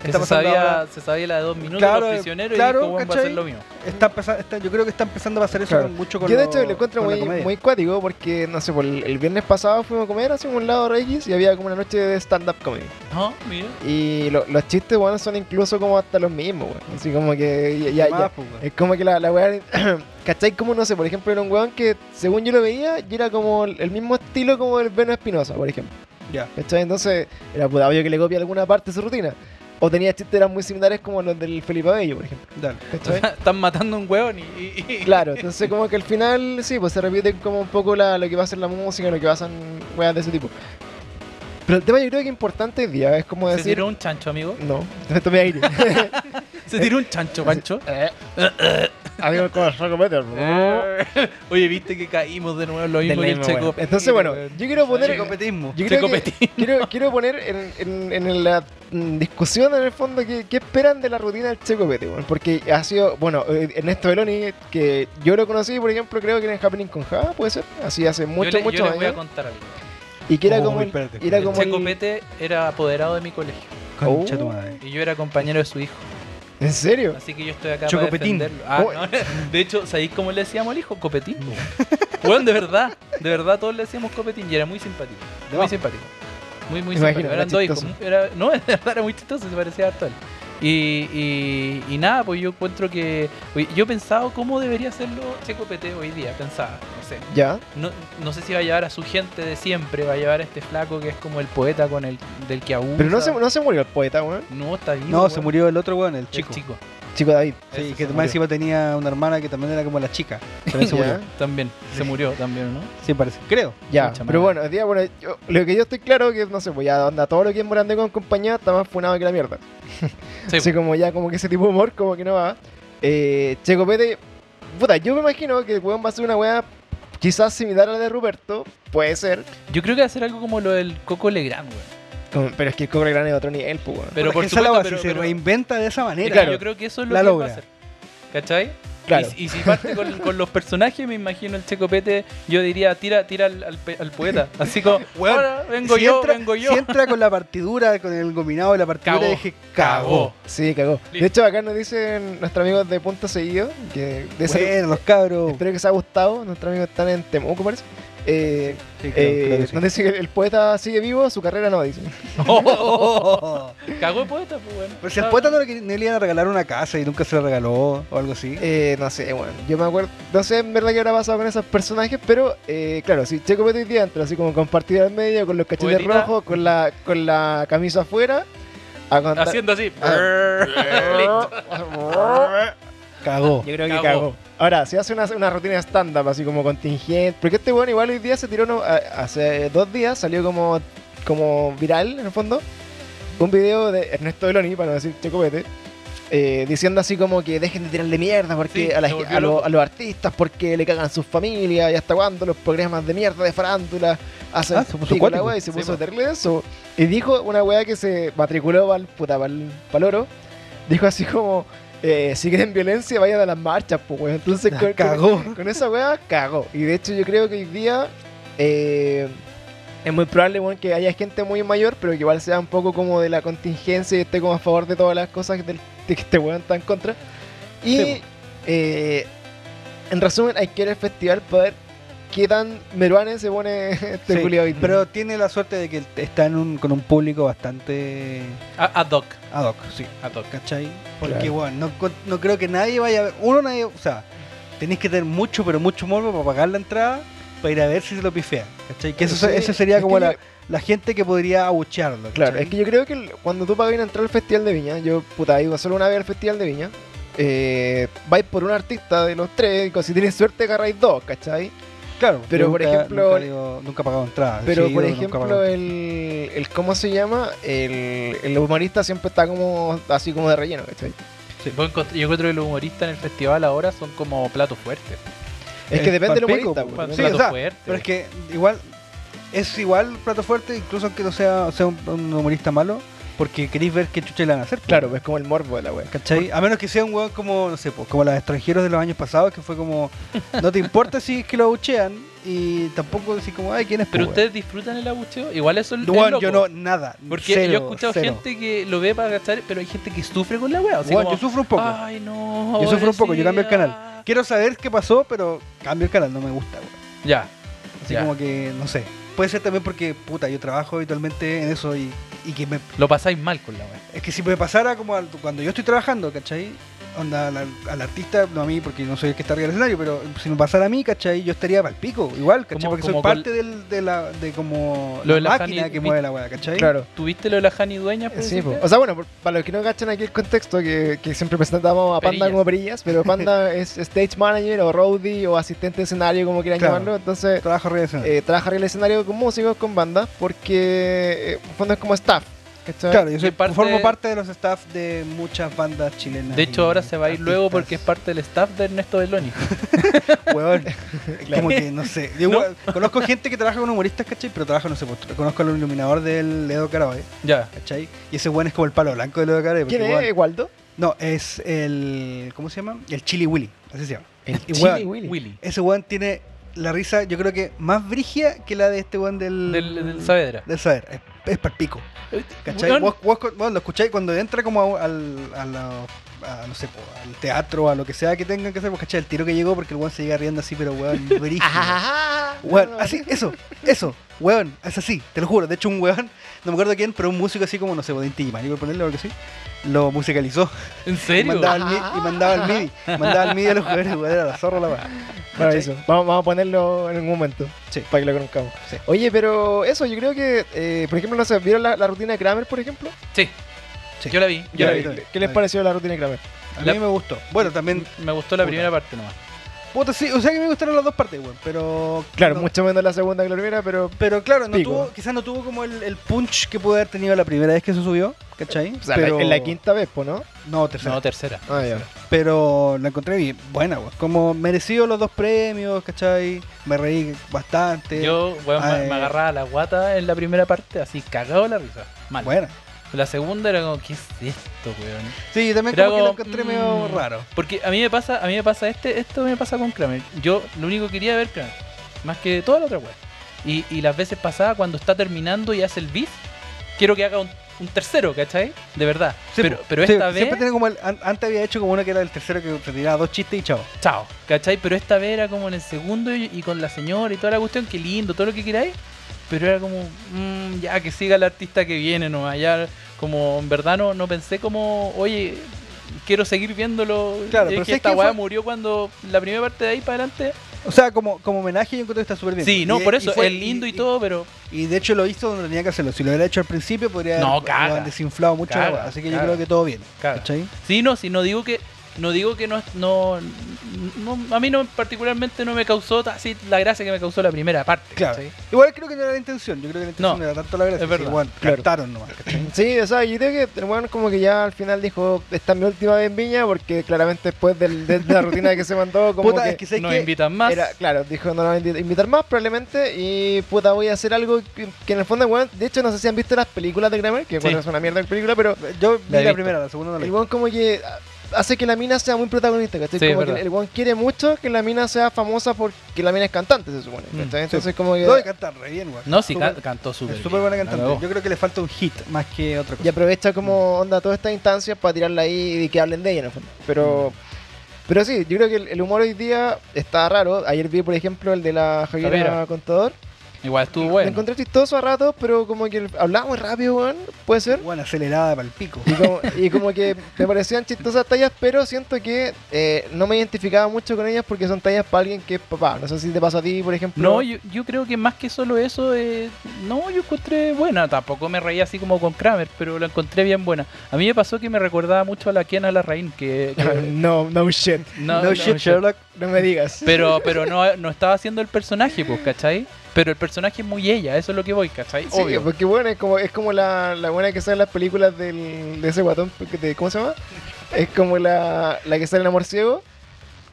[SPEAKER 2] Que se, sabía, se sabía la de dos minutos,
[SPEAKER 3] Claro,
[SPEAKER 2] los prisioneros,
[SPEAKER 3] claro,
[SPEAKER 2] y dijo, "Bueno, va a
[SPEAKER 3] ¿cachai?
[SPEAKER 2] ser lo mío.
[SPEAKER 3] está empeza- está- yo creo que está empezando a pasar eso
[SPEAKER 1] Claro.
[SPEAKER 3] mucho con
[SPEAKER 1] yo de
[SPEAKER 3] lo-
[SPEAKER 1] hecho lo encuentro
[SPEAKER 3] con la
[SPEAKER 1] muy,
[SPEAKER 3] comedia.
[SPEAKER 1] muy cuático porque, no sé, por el, el viernes pasado fuimos a comer hacia un lado Regis y había como una noche de stand-up comedy.
[SPEAKER 2] No, mira.
[SPEAKER 1] Y lo- los chistes, bueno, son incluso como hasta los mismos, bueno. así como que ya- ya,
[SPEAKER 3] Más,
[SPEAKER 1] ya, Eh,
[SPEAKER 3] pues, weón.
[SPEAKER 1] Es como que la, la weá. ¿Cachai? Como no sé, por ejemplo, era un weón que, según yo lo veía, y era como el el mismo estilo como el Beno Espinosa, por ejemplo.
[SPEAKER 3] Ya.
[SPEAKER 1] ¿Cachai? Entonces, era puta obvio que le copia alguna parte de su rutina. O tenía chistes eran muy similares como los del Felipe Abello, por ejemplo.
[SPEAKER 3] Dale.
[SPEAKER 1] ¿Cachai?
[SPEAKER 2] Están matando a un weón y... y- y-
[SPEAKER 1] Claro, entonces como que al final, sí, pues se repiten como un poco la, lo que pasa en la música, lo que pasa en weas de ese tipo. Pero el tema yo creo que importante hoy día es como
[SPEAKER 2] Se
[SPEAKER 1] decir...
[SPEAKER 2] tiró un chancho, amigo.
[SPEAKER 1] No, me tomé aire.
[SPEAKER 2] Se tiró un chancho, Pancho.
[SPEAKER 1] Eh, eh, Amigo, ¿cómo se comete?
[SPEAKER 2] Ah. Oye, viste que caímos de nuevo en lo mismo
[SPEAKER 1] Eh. Del
[SPEAKER 2] que el
[SPEAKER 1] mismo,
[SPEAKER 2] Checo.
[SPEAKER 1] weón. Entonces, bueno,
[SPEAKER 2] Pete,
[SPEAKER 1] yo quiero poner.
[SPEAKER 2] Checo
[SPEAKER 3] Chicopetismo.
[SPEAKER 1] Yo creo
[SPEAKER 2] Checo
[SPEAKER 1] que-
[SPEAKER 2] Pete.
[SPEAKER 1] quiero, quiero poner en, en- en la mm, discusión, en el fondo, ¿qué, qué esperan de la rutina del Checo Pete? weón? Porque ha sido, bueno, eh, Ernesto Beloni, que yo lo conocí, por ejemplo, creo que en el Happening con Ja, puede ser, así hace
[SPEAKER 2] yo le-
[SPEAKER 1] mucho,
[SPEAKER 2] yo
[SPEAKER 1] mucho
[SPEAKER 2] les voy a
[SPEAKER 1] años.
[SPEAKER 2] contar algo.
[SPEAKER 1] Y que era
[SPEAKER 3] Uy,
[SPEAKER 1] como. el-
[SPEAKER 3] espérate,
[SPEAKER 1] era
[SPEAKER 3] espérate.
[SPEAKER 1] como
[SPEAKER 2] Ese
[SPEAKER 1] el-
[SPEAKER 2] copete era apoderado de mi colegio.
[SPEAKER 3] Concha
[SPEAKER 1] Oh.
[SPEAKER 3] tu madre.
[SPEAKER 2] Y yo era compañero de su hijo.
[SPEAKER 1] ¿En serio?
[SPEAKER 2] Así que yo estoy acá
[SPEAKER 3] Chocopetín.
[SPEAKER 2] para defenderlo. Ah,
[SPEAKER 1] Oh.
[SPEAKER 2] no. De hecho, ¿sabéis cómo le decíamos al hijo? Copetín. po. Weón, de verdad. De verdad, todos le decíamos copetín y era muy simpático.
[SPEAKER 3] No.
[SPEAKER 2] Muy simpático. Muy, muy
[SPEAKER 1] Imagino,
[SPEAKER 2] simpático.
[SPEAKER 1] era
[SPEAKER 2] Eran dos hijos.
[SPEAKER 1] chistoso.
[SPEAKER 2] Era- no, de verdad era muy chistoso, se parecía harto a él. Y, y, y nada, pues yo encuentro que. oye, Yo pensaba cómo debería hacerlo Checopete hoy día, pensaba, no sé.
[SPEAKER 1] Ya.
[SPEAKER 2] No, no sé si va a llevar a su gente de siempre, va a llevar a este flaco que es como el poeta con el del que abusa.
[SPEAKER 1] Pero no se, no se murió el poeta, weón.
[SPEAKER 2] No, está vivo.
[SPEAKER 3] No, se
[SPEAKER 2] weón.
[SPEAKER 3] murió el otro weón, el
[SPEAKER 2] El
[SPEAKER 3] chico.
[SPEAKER 2] chico.
[SPEAKER 1] Chico David.
[SPEAKER 3] Sí,
[SPEAKER 2] Ese
[SPEAKER 3] que
[SPEAKER 2] se
[SPEAKER 3] más
[SPEAKER 2] murió.
[SPEAKER 3] encima tenía una hermana que también era como la chica. También se murió.
[SPEAKER 1] Ya.
[SPEAKER 2] También, se murió también, ¿no?
[SPEAKER 3] Sí, parece. Creo.
[SPEAKER 1] Ya, pero
[SPEAKER 2] Mucha madre.
[SPEAKER 1] bueno, hoy día, bueno, yo- lo que yo estoy claro que, no sé, pues ya onda, todo lo que es Morandé con compañía está más funado que la mierda.
[SPEAKER 2] Sí.
[SPEAKER 1] Así como ya, como que ese tipo de humor, como que no va. Eh, Checo Pete, puta, yo me imagino que el weón va a ser una weá quizás similar a la de Ruperto, puede ser,
[SPEAKER 2] Yo creo que va a ser algo como lo del Coco Legrand, güey.
[SPEAKER 1] como- pero es que el Cobra Gran es otro nivel, pues weón.
[SPEAKER 2] Pero
[SPEAKER 3] Porque
[SPEAKER 2] por
[SPEAKER 3] esa es la
[SPEAKER 2] supuesto,
[SPEAKER 3] base,
[SPEAKER 2] pero,
[SPEAKER 3] se
[SPEAKER 2] pero-
[SPEAKER 3] reinventa de esa manera.
[SPEAKER 1] Claro.
[SPEAKER 2] yo creo que eso es lo
[SPEAKER 3] La
[SPEAKER 2] que
[SPEAKER 3] logra.
[SPEAKER 2] va a hacer. ¿Cachai?
[SPEAKER 1] Claro,
[SPEAKER 2] Y, y si parte con, con los personajes, me imagino el Checopete, yo diría, tira, tira al, al pe- al poeta. Así como,
[SPEAKER 3] Weón,
[SPEAKER 2] ahora vengo
[SPEAKER 3] si
[SPEAKER 2] yo,
[SPEAKER 3] entra,
[SPEAKER 2] vengo yo.
[SPEAKER 3] Si entra con la partidura, con el combinado de la partidura,
[SPEAKER 2] Cagó.
[SPEAKER 3] dije, cagó.
[SPEAKER 1] sí, cagó. De
[SPEAKER 2] Listo.
[SPEAKER 1] hecho, acá nos dicen nuestros amigos de Punto Seguido, que de ese-
[SPEAKER 3] Bueno, los cabros.
[SPEAKER 1] espero que os haya gustado, nuestros amigos están en Temuco, parece. Eh,
[SPEAKER 3] Sí, creo-
[SPEAKER 1] eh,
[SPEAKER 3] creo que sí.
[SPEAKER 1] Nos dice que el poeta sigue vivo, su carrera no, dice.
[SPEAKER 2] Oh, Cagó el poeta, pues bueno.
[SPEAKER 3] Pero si al poeta no le, quer- no le iban a regalar una casa y nunca se la regaló o algo así.
[SPEAKER 1] Eh, no sé, bueno, yo me acuerdo, no sé en verdad qué habrá pasado con esos personajes, pero eh, claro, si Checo Pete hoy día entra así como compartido al medio, con los cachetes
[SPEAKER 2] Poetita.
[SPEAKER 1] rojos, con la, con la camisa afuera, a contar...
[SPEAKER 2] Haciendo así.
[SPEAKER 1] Ah.
[SPEAKER 2] Listo.
[SPEAKER 3] Cagó. Ah,
[SPEAKER 1] Yo creo que cagó.
[SPEAKER 2] Cagó.
[SPEAKER 1] Ahora, si hace una, una rutina de stand-up así como contingente, porque este bueno igual hoy día se tiró, uno- a- hace dos días salió como, como viral en el fondo, un video de Ernesto Beloni, para no decir Checo Pete, eh, diciendo así como que dejen de tirarle mierda porque
[SPEAKER 2] Sí,
[SPEAKER 1] a, la
[SPEAKER 2] se
[SPEAKER 1] gen-
[SPEAKER 2] volvió
[SPEAKER 1] a lo-
[SPEAKER 2] loco.
[SPEAKER 1] a los artistas, porque le cagan sus familias y hasta cuándo los programas de mierda de farándula hacen
[SPEAKER 3] Ah, se puso
[SPEAKER 1] pico la
[SPEAKER 3] cuático.
[SPEAKER 1] wea y se
[SPEAKER 2] Sí,
[SPEAKER 1] puso
[SPEAKER 2] po.
[SPEAKER 1] terrible denso. Y dijo una weá que se matriculó al puta, pa'l- pa'l oro, dijo así como... Eh, si quieren violencia, vayan a las marchas, pues, weón. Entonces,
[SPEAKER 3] La
[SPEAKER 1] con,
[SPEAKER 3] cagó.
[SPEAKER 1] con- con esa weá, cagó. Y de hecho, yo creo que hoy día eh, es muy probable, weón, que haya gente muy mayor, pero que igual sea un poco como de la contingencia y esté como a favor de todas las cosas del- de que este weón está en contra. Y,
[SPEAKER 3] Sí, weón.
[SPEAKER 1] eh, en resumen, hay que ir al festival para ver qué tan meruane se pone este
[SPEAKER 3] Sí,
[SPEAKER 1] culiao hoy día.
[SPEAKER 3] pero tiene la suerte de que está en un, con un público bastante
[SPEAKER 2] A- Ad hoc,
[SPEAKER 3] ad hoc, sí.
[SPEAKER 2] ad hoc.
[SPEAKER 3] ¿Cachai? Porque,
[SPEAKER 1] Claro.
[SPEAKER 3] bueno, no, con- no creo que nadie vaya a ver. Uno, nadie. O sea, tenéis que tener mucho, pero mucho morbo para pagar la entrada para ir a ver si se lo pifea. ¿Cachai? Que eso,
[SPEAKER 1] Sí,
[SPEAKER 3] eso sería
[SPEAKER 1] es
[SPEAKER 3] como
[SPEAKER 1] que
[SPEAKER 3] la,
[SPEAKER 1] yo-
[SPEAKER 3] la gente que podría abuchearlo.
[SPEAKER 1] Claro,
[SPEAKER 3] ¿cachai?
[SPEAKER 1] es que yo creo que el- cuando tú pagas a entrar al Festival de Viña, yo puta, iba solo una vez al Festival de Viña, eh, vais por un artista de los tres, y si tienes suerte agarráis dos, ¿cachai?
[SPEAKER 3] Claro,
[SPEAKER 1] Pero,
[SPEAKER 3] yo
[SPEAKER 1] por
[SPEAKER 3] nunca-
[SPEAKER 1] ejemplo,
[SPEAKER 3] Nunca, digo- nunca he pagado entrada.
[SPEAKER 1] Pero
[SPEAKER 3] Ah, sí,
[SPEAKER 1] por
[SPEAKER 3] yo nunca he
[SPEAKER 1] ejemplo, eh,
[SPEAKER 3] pagado.
[SPEAKER 1] el, el ¿cómo se llama? El, el humorista siempre está como así como de relleno, ¿cachai?
[SPEAKER 2] Vos encont- Yo encuentro que los humoristas en el festival ahora son como platos fuertes.
[SPEAKER 1] Es que
[SPEAKER 3] Es
[SPEAKER 1] depende del
[SPEAKER 3] palpico,
[SPEAKER 1] humorista,
[SPEAKER 3] pues,
[SPEAKER 1] pues,
[SPEAKER 3] sí,
[SPEAKER 1] depende-
[SPEAKER 2] plato
[SPEAKER 3] o sea,
[SPEAKER 2] fuerte.
[SPEAKER 3] Pero es que igual. Es igual plato fuerte, incluso aunque no sea, sea un, un humorista malo, porque queréis ver qué chucha le van a hacer. pues.
[SPEAKER 1] Claro, pues es como el morbo de la wea.
[SPEAKER 3] ¿Cachai? A menos que sea un weón como, no sé, pues, como los extranjeros de los años pasados, que fue como, no te importa si es que lo abuchean y tampoco decir como, ay, ¿quién es
[SPEAKER 2] Pero
[SPEAKER 3] po,
[SPEAKER 2] ustedes disfrutan el abucheo. Igual eso es
[SPEAKER 3] weón?".
[SPEAKER 2] es
[SPEAKER 3] Weón,
[SPEAKER 2] loco.
[SPEAKER 3] yo no, nada.
[SPEAKER 2] Porque
[SPEAKER 3] cero,
[SPEAKER 2] yo he escuchado
[SPEAKER 3] cero.
[SPEAKER 2] gente que lo ve para gastar, pero hay gente que sufre con la wea. así
[SPEAKER 3] Weón,
[SPEAKER 2] como, "Ah".
[SPEAKER 3] yo sufro un poco.
[SPEAKER 2] Ay, no.
[SPEAKER 3] Yo sufro
[SPEAKER 2] ahora
[SPEAKER 3] un poco, yo
[SPEAKER 2] sí,
[SPEAKER 3] cambio el canal.
[SPEAKER 2] ah".
[SPEAKER 3] Quiero saber qué pasó, pero cambio el canal, no me gusta, weón.
[SPEAKER 2] Ya.
[SPEAKER 3] Así
[SPEAKER 2] Ya.
[SPEAKER 3] como que, no sé. Puede ser también porque, puta, yo trabajo habitualmente en eso y, y que me
[SPEAKER 2] Lo pasáis mal con la wea.
[SPEAKER 3] Es que si me pasara como al- cuando yo estoy trabajando, ¿cachai? Onda, al, al artista, no a mí, porque no soy el que está arriba del escenario, pero si me pasara a mí, ¿cachai? Yo estaría pal pico, igual, ¿cachai?
[SPEAKER 2] Como-
[SPEAKER 3] porque soy
[SPEAKER 2] como
[SPEAKER 3] parte del, de la de como
[SPEAKER 2] Lo de
[SPEAKER 3] la
[SPEAKER 2] la
[SPEAKER 3] máquina
[SPEAKER 2] Fanny-
[SPEAKER 3] que mueve la weá, ¿cachai?
[SPEAKER 1] Claro.
[SPEAKER 2] ¿Tuviste lo de la Jani Dueña?
[SPEAKER 1] Sí,
[SPEAKER 3] pues.
[SPEAKER 1] po. O sea, bueno, por- para los que no cachan aquí el contexto, que, que siempre presentamos a Panda
[SPEAKER 2] Perillas.
[SPEAKER 1] como perillas, pero Panda es stage manager o roadie o asistente de escenario, como quieran
[SPEAKER 3] Claro.
[SPEAKER 1] llamarlo, entonces
[SPEAKER 3] Trabajo arriba del escenario.
[SPEAKER 1] eh, trabaja en el escenario con músicos, con bandas, porque eh, en el fondo es como staff. ¿cachai?
[SPEAKER 3] claro, yo soy,
[SPEAKER 2] y parte-
[SPEAKER 3] formo parte de los staff de muchas bandas chilenas.
[SPEAKER 2] De hecho,
[SPEAKER 3] y
[SPEAKER 2] ahora se va a ir luego porque es
[SPEAKER 3] artistas.
[SPEAKER 2] parte del staff de Ernesto Belloni.
[SPEAKER 3] Weón, Como que, no sé. Yo,
[SPEAKER 2] ¿No?
[SPEAKER 3] weón, Conozco gente que trabaja con humoristas, ¿cachai? Pero trabaja, no sé, pues, conozco al iluminador del Edo Caraboy,
[SPEAKER 2] ya.
[SPEAKER 3] ¿cachai? Y ese weón es como el palo blanco del Edo Caraboy. porque,
[SPEAKER 1] ¿Quién
[SPEAKER 3] weón,
[SPEAKER 1] es Waldo?
[SPEAKER 3] No, es el. ¿Cómo se llama? El Chili Willy. Así se llama.
[SPEAKER 1] El
[SPEAKER 3] Y weón,
[SPEAKER 2] Willy.
[SPEAKER 3] Ese weón tiene la risa, yo creo que más brigia que la de este weón del.
[SPEAKER 2] Del, del Saavedra.
[SPEAKER 3] del Saavedra. Es, es pa'l pico. ¿Cachai?
[SPEAKER 2] Weón,
[SPEAKER 3] Vos- vos co- bueno, lo escucháis cuando entra como a- al, a la- a, no sé, po, al teatro, a lo que sea que tengan que hacer, vos cachai el tiro que llegó porque el weón se llega riendo así, pero weón, brígido. Weón, así, eso, eso, weón, es así, te lo juro. De hecho, un weón, no me acuerdo quién, pero un músico así como, no sé, po, de Inti Illimani, por ponerlo o algo así, lo musicalizó.
[SPEAKER 2] ¿En
[SPEAKER 3] Y
[SPEAKER 2] serio?
[SPEAKER 3] mandaba, al mi- y mandaba al MIDI, mandaba al MIDI a los jugadores, weón, era la zorra la weá.
[SPEAKER 1] Bueno,
[SPEAKER 3] ¿Cachai?
[SPEAKER 1] eso. Vamos, vamos a ponerlo en algún momento.
[SPEAKER 3] Sí.
[SPEAKER 1] Para que lo conozcamos.
[SPEAKER 3] Sí.
[SPEAKER 1] Oye, pero eso, yo creo que, eh, por ejemplo, no sé, ¿vieron la, la rutina de Kramer, por ejemplo? Eh,
[SPEAKER 2] Sí.
[SPEAKER 3] Sí.
[SPEAKER 2] Yo la vi.
[SPEAKER 3] Yo
[SPEAKER 2] Yo la
[SPEAKER 3] la vi
[SPEAKER 2] vi.
[SPEAKER 3] también.
[SPEAKER 1] ¿Qué les
[SPEAKER 3] La vi.
[SPEAKER 1] pareció la rutina de Kramer?
[SPEAKER 3] A
[SPEAKER 2] La-
[SPEAKER 3] mí me gustó. Bueno, también,
[SPEAKER 2] Me gustó la
[SPEAKER 3] Puta.
[SPEAKER 2] primera parte nomás.
[SPEAKER 3] puta, sí, o sea que me gustaron las dos partes, weón, pero.
[SPEAKER 1] Claro,
[SPEAKER 3] no-
[SPEAKER 1] mucho menos la segunda que la primera, pero
[SPEAKER 3] Pero claro, no
[SPEAKER 1] Pico.
[SPEAKER 3] tuvo, quizás no tuvo como el, el punch que pudo haber tenido la primera vez que se subió, ¿cachai?
[SPEAKER 1] O sea, la-
[SPEAKER 3] pero,
[SPEAKER 1] en la quinta vez, pues, ¿no?
[SPEAKER 3] No, tercera.
[SPEAKER 2] No, tercera.
[SPEAKER 1] Ah, ya.
[SPEAKER 3] pero la encontré bien buena, weón. Como merecido los dos premios, ¿cachai? Me reí bastante.
[SPEAKER 2] Yo, weón, me-
[SPEAKER 3] Ah, eh.
[SPEAKER 2] me agarraba la guata en la primera parte, así cagado la risa. Mal.
[SPEAKER 3] Buena.
[SPEAKER 2] La segunda era como, ¿qué es esto, weón?
[SPEAKER 3] Sí, yo también
[SPEAKER 2] Pero
[SPEAKER 3] como que lo
[SPEAKER 2] como,
[SPEAKER 3] encontré medio
[SPEAKER 2] mm.
[SPEAKER 3] raro.
[SPEAKER 2] Porque a mí me pasa, a mí me pasa este, esto me pasa con Kramer. Yo lo único que quería ver Kramer, más que toda la otra web. Y, y las veces pasadas cuando está terminando y hace el beat, quiero que haga un, un tercero, ¿cachai? De verdad.
[SPEAKER 3] Sí,
[SPEAKER 2] pero,
[SPEAKER 3] po.
[SPEAKER 2] pero
[SPEAKER 3] Sí,
[SPEAKER 2] esta vez,
[SPEAKER 3] Siempre tiene como el, an- antes había hecho como uno que era el tercero que te tiraba dos chistes y chao.
[SPEAKER 2] chao, ¿cachai? Pero esta vez era como en el segundo y, y con la señora y toda la cuestión, que lindo, todo lo que queráis. Pero era como, mm, ya que siga el artista que viene nomás. Ya, como en verdad no, no pensé como, oye, quiero seguir viéndolo.
[SPEAKER 3] Claro,
[SPEAKER 2] Y
[SPEAKER 3] pero
[SPEAKER 2] es
[SPEAKER 3] si
[SPEAKER 2] que
[SPEAKER 3] es
[SPEAKER 2] esta
[SPEAKER 3] que
[SPEAKER 2] weá
[SPEAKER 3] fue-
[SPEAKER 2] murió cuando la primera parte de ahí para adelante.
[SPEAKER 3] O sea, como, como homenaje yo encuentro que está súper bien.
[SPEAKER 2] Sí, no,
[SPEAKER 3] Y-
[SPEAKER 2] por
[SPEAKER 3] y
[SPEAKER 2] eso,
[SPEAKER 3] fue-
[SPEAKER 2] es lindo y, todo, pero
[SPEAKER 3] Y de hecho lo hizo donde tenía que hacerlo. Si lo hubiera hecho al principio podría
[SPEAKER 2] No,
[SPEAKER 3] haber- lo
[SPEAKER 2] caga.
[SPEAKER 3] han desinflado mucho. la
[SPEAKER 2] Caga,
[SPEAKER 3] weá. Así que yo
[SPEAKER 2] caga.
[SPEAKER 3] creo que todo bien.
[SPEAKER 2] caga.
[SPEAKER 3] ¿Cachai?
[SPEAKER 2] Sí, no, sí, no digo que no digo que no, no, no- a mí no particularmente no me causó ta- así la gracia que me causó la primera parte,
[SPEAKER 3] Claro.
[SPEAKER 2] ¿cachai?
[SPEAKER 3] Igual creo que no era la intención, yo creo que la intención
[SPEAKER 2] No,
[SPEAKER 3] era tanto la gracia.
[SPEAKER 2] es verdad,
[SPEAKER 3] que, bueno,
[SPEAKER 1] claro.
[SPEAKER 3] captaron nomás, ¿cachai?
[SPEAKER 1] Sí, o sea, yo creo que el weón como que ya al final dijo, esta es mi última vez en Viña, porque claramente después del- de la rutina que se mandó, como
[SPEAKER 3] Puta,
[SPEAKER 1] que...
[SPEAKER 3] es que sé
[SPEAKER 2] Nos
[SPEAKER 3] que
[SPEAKER 2] invitan más.
[SPEAKER 1] Era, claro, dijo no la voy a invi- invitar más probablemente y puta voy a hacer algo que, que en el fondo, weón, de hecho no sé si han visto las películas de Kramer, que
[SPEAKER 2] Sí.
[SPEAKER 1] bueno, es una mierda de película, pero
[SPEAKER 3] yo vi
[SPEAKER 2] La
[SPEAKER 3] la,
[SPEAKER 2] he visto.
[SPEAKER 3] primera, la segunda no la
[SPEAKER 1] el
[SPEAKER 3] vi.
[SPEAKER 1] weón como que ah, hace que la mina sea muy protagonista, ¿cachai?
[SPEAKER 2] Sí, es
[SPEAKER 1] como que
[SPEAKER 2] verdad.
[SPEAKER 1] el weón quiere mucho que la mina sea famosa porque la mina es cantante, se supone,
[SPEAKER 2] Mm,
[SPEAKER 1] ¿cachai? Entonces como que...
[SPEAKER 3] No, y cantar re bien, weón.
[SPEAKER 2] No, sí,
[SPEAKER 3] Súper-
[SPEAKER 2] ca- cantó súper.
[SPEAKER 3] es súper buena
[SPEAKER 2] bien, la
[SPEAKER 3] cantante.
[SPEAKER 2] cagó.
[SPEAKER 3] Yo creo que le falta un hit más que otra cosa.
[SPEAKER 1] Y aprovecha como onda todas estas instancias para tirarla ahí y que hablen de ella en el fondo. Pero,
[SPEAKER 2] Mm.
[SPEAKER 1] pero sí, yo creo que el, el humor hoy día está raro. Ayer vi, por ejemplo, el de la Javiera,
[SPEAKER 2] Javiera.
[SPEAKER 1] Contador.
[SPEAKER 2] Igual estuvo
[SPEAKER 1] Lo
[SPEAKER 2] bueno.
[SPEAKER 1] encontré chistoso a ratos, pero como que hablaba muy rápido, weón. Puede ser.
[SPEAKER 3] Bueno, acelerada para el pico.
[SPEAKER 1] Y como, y como que me parecían chistosas tallas, pero siento que eh, no me identificaba mucho con ellas porque son tallas para alguien que es papá. No sé si te pasa a ti, por ejemplo.
[SPEAKER 2] No, yo, yo creo que más que solo eso, eh, no, yo encontré buena. Tampoco me reía así como con Kramer, pero la encontré bien buena. A mí me pasó que me recordaba mucho a la Kiana Larraín, que, que-
[SPEAKER 1] no, no shit.
[SPEAKER 2] no, no, yo-
[SPEAKER 1] No me digas.
[SPEAKER 2] Pero, pero no, no estaba haciendo el personaje, pues, ¿cachai? Pero el personaje es muy ella, eso es lo que voy, ¿cachai?
[SPEAKER 1] Sí, pues.
[SPEAKER 2] Obvio.
[SPEAKER 1] porque bueno, es como, es como la, la buena que sale en las películas del, de ese guatón, porque de- ¿cómo se llama? Es como la, la que sale en Amor Ciego,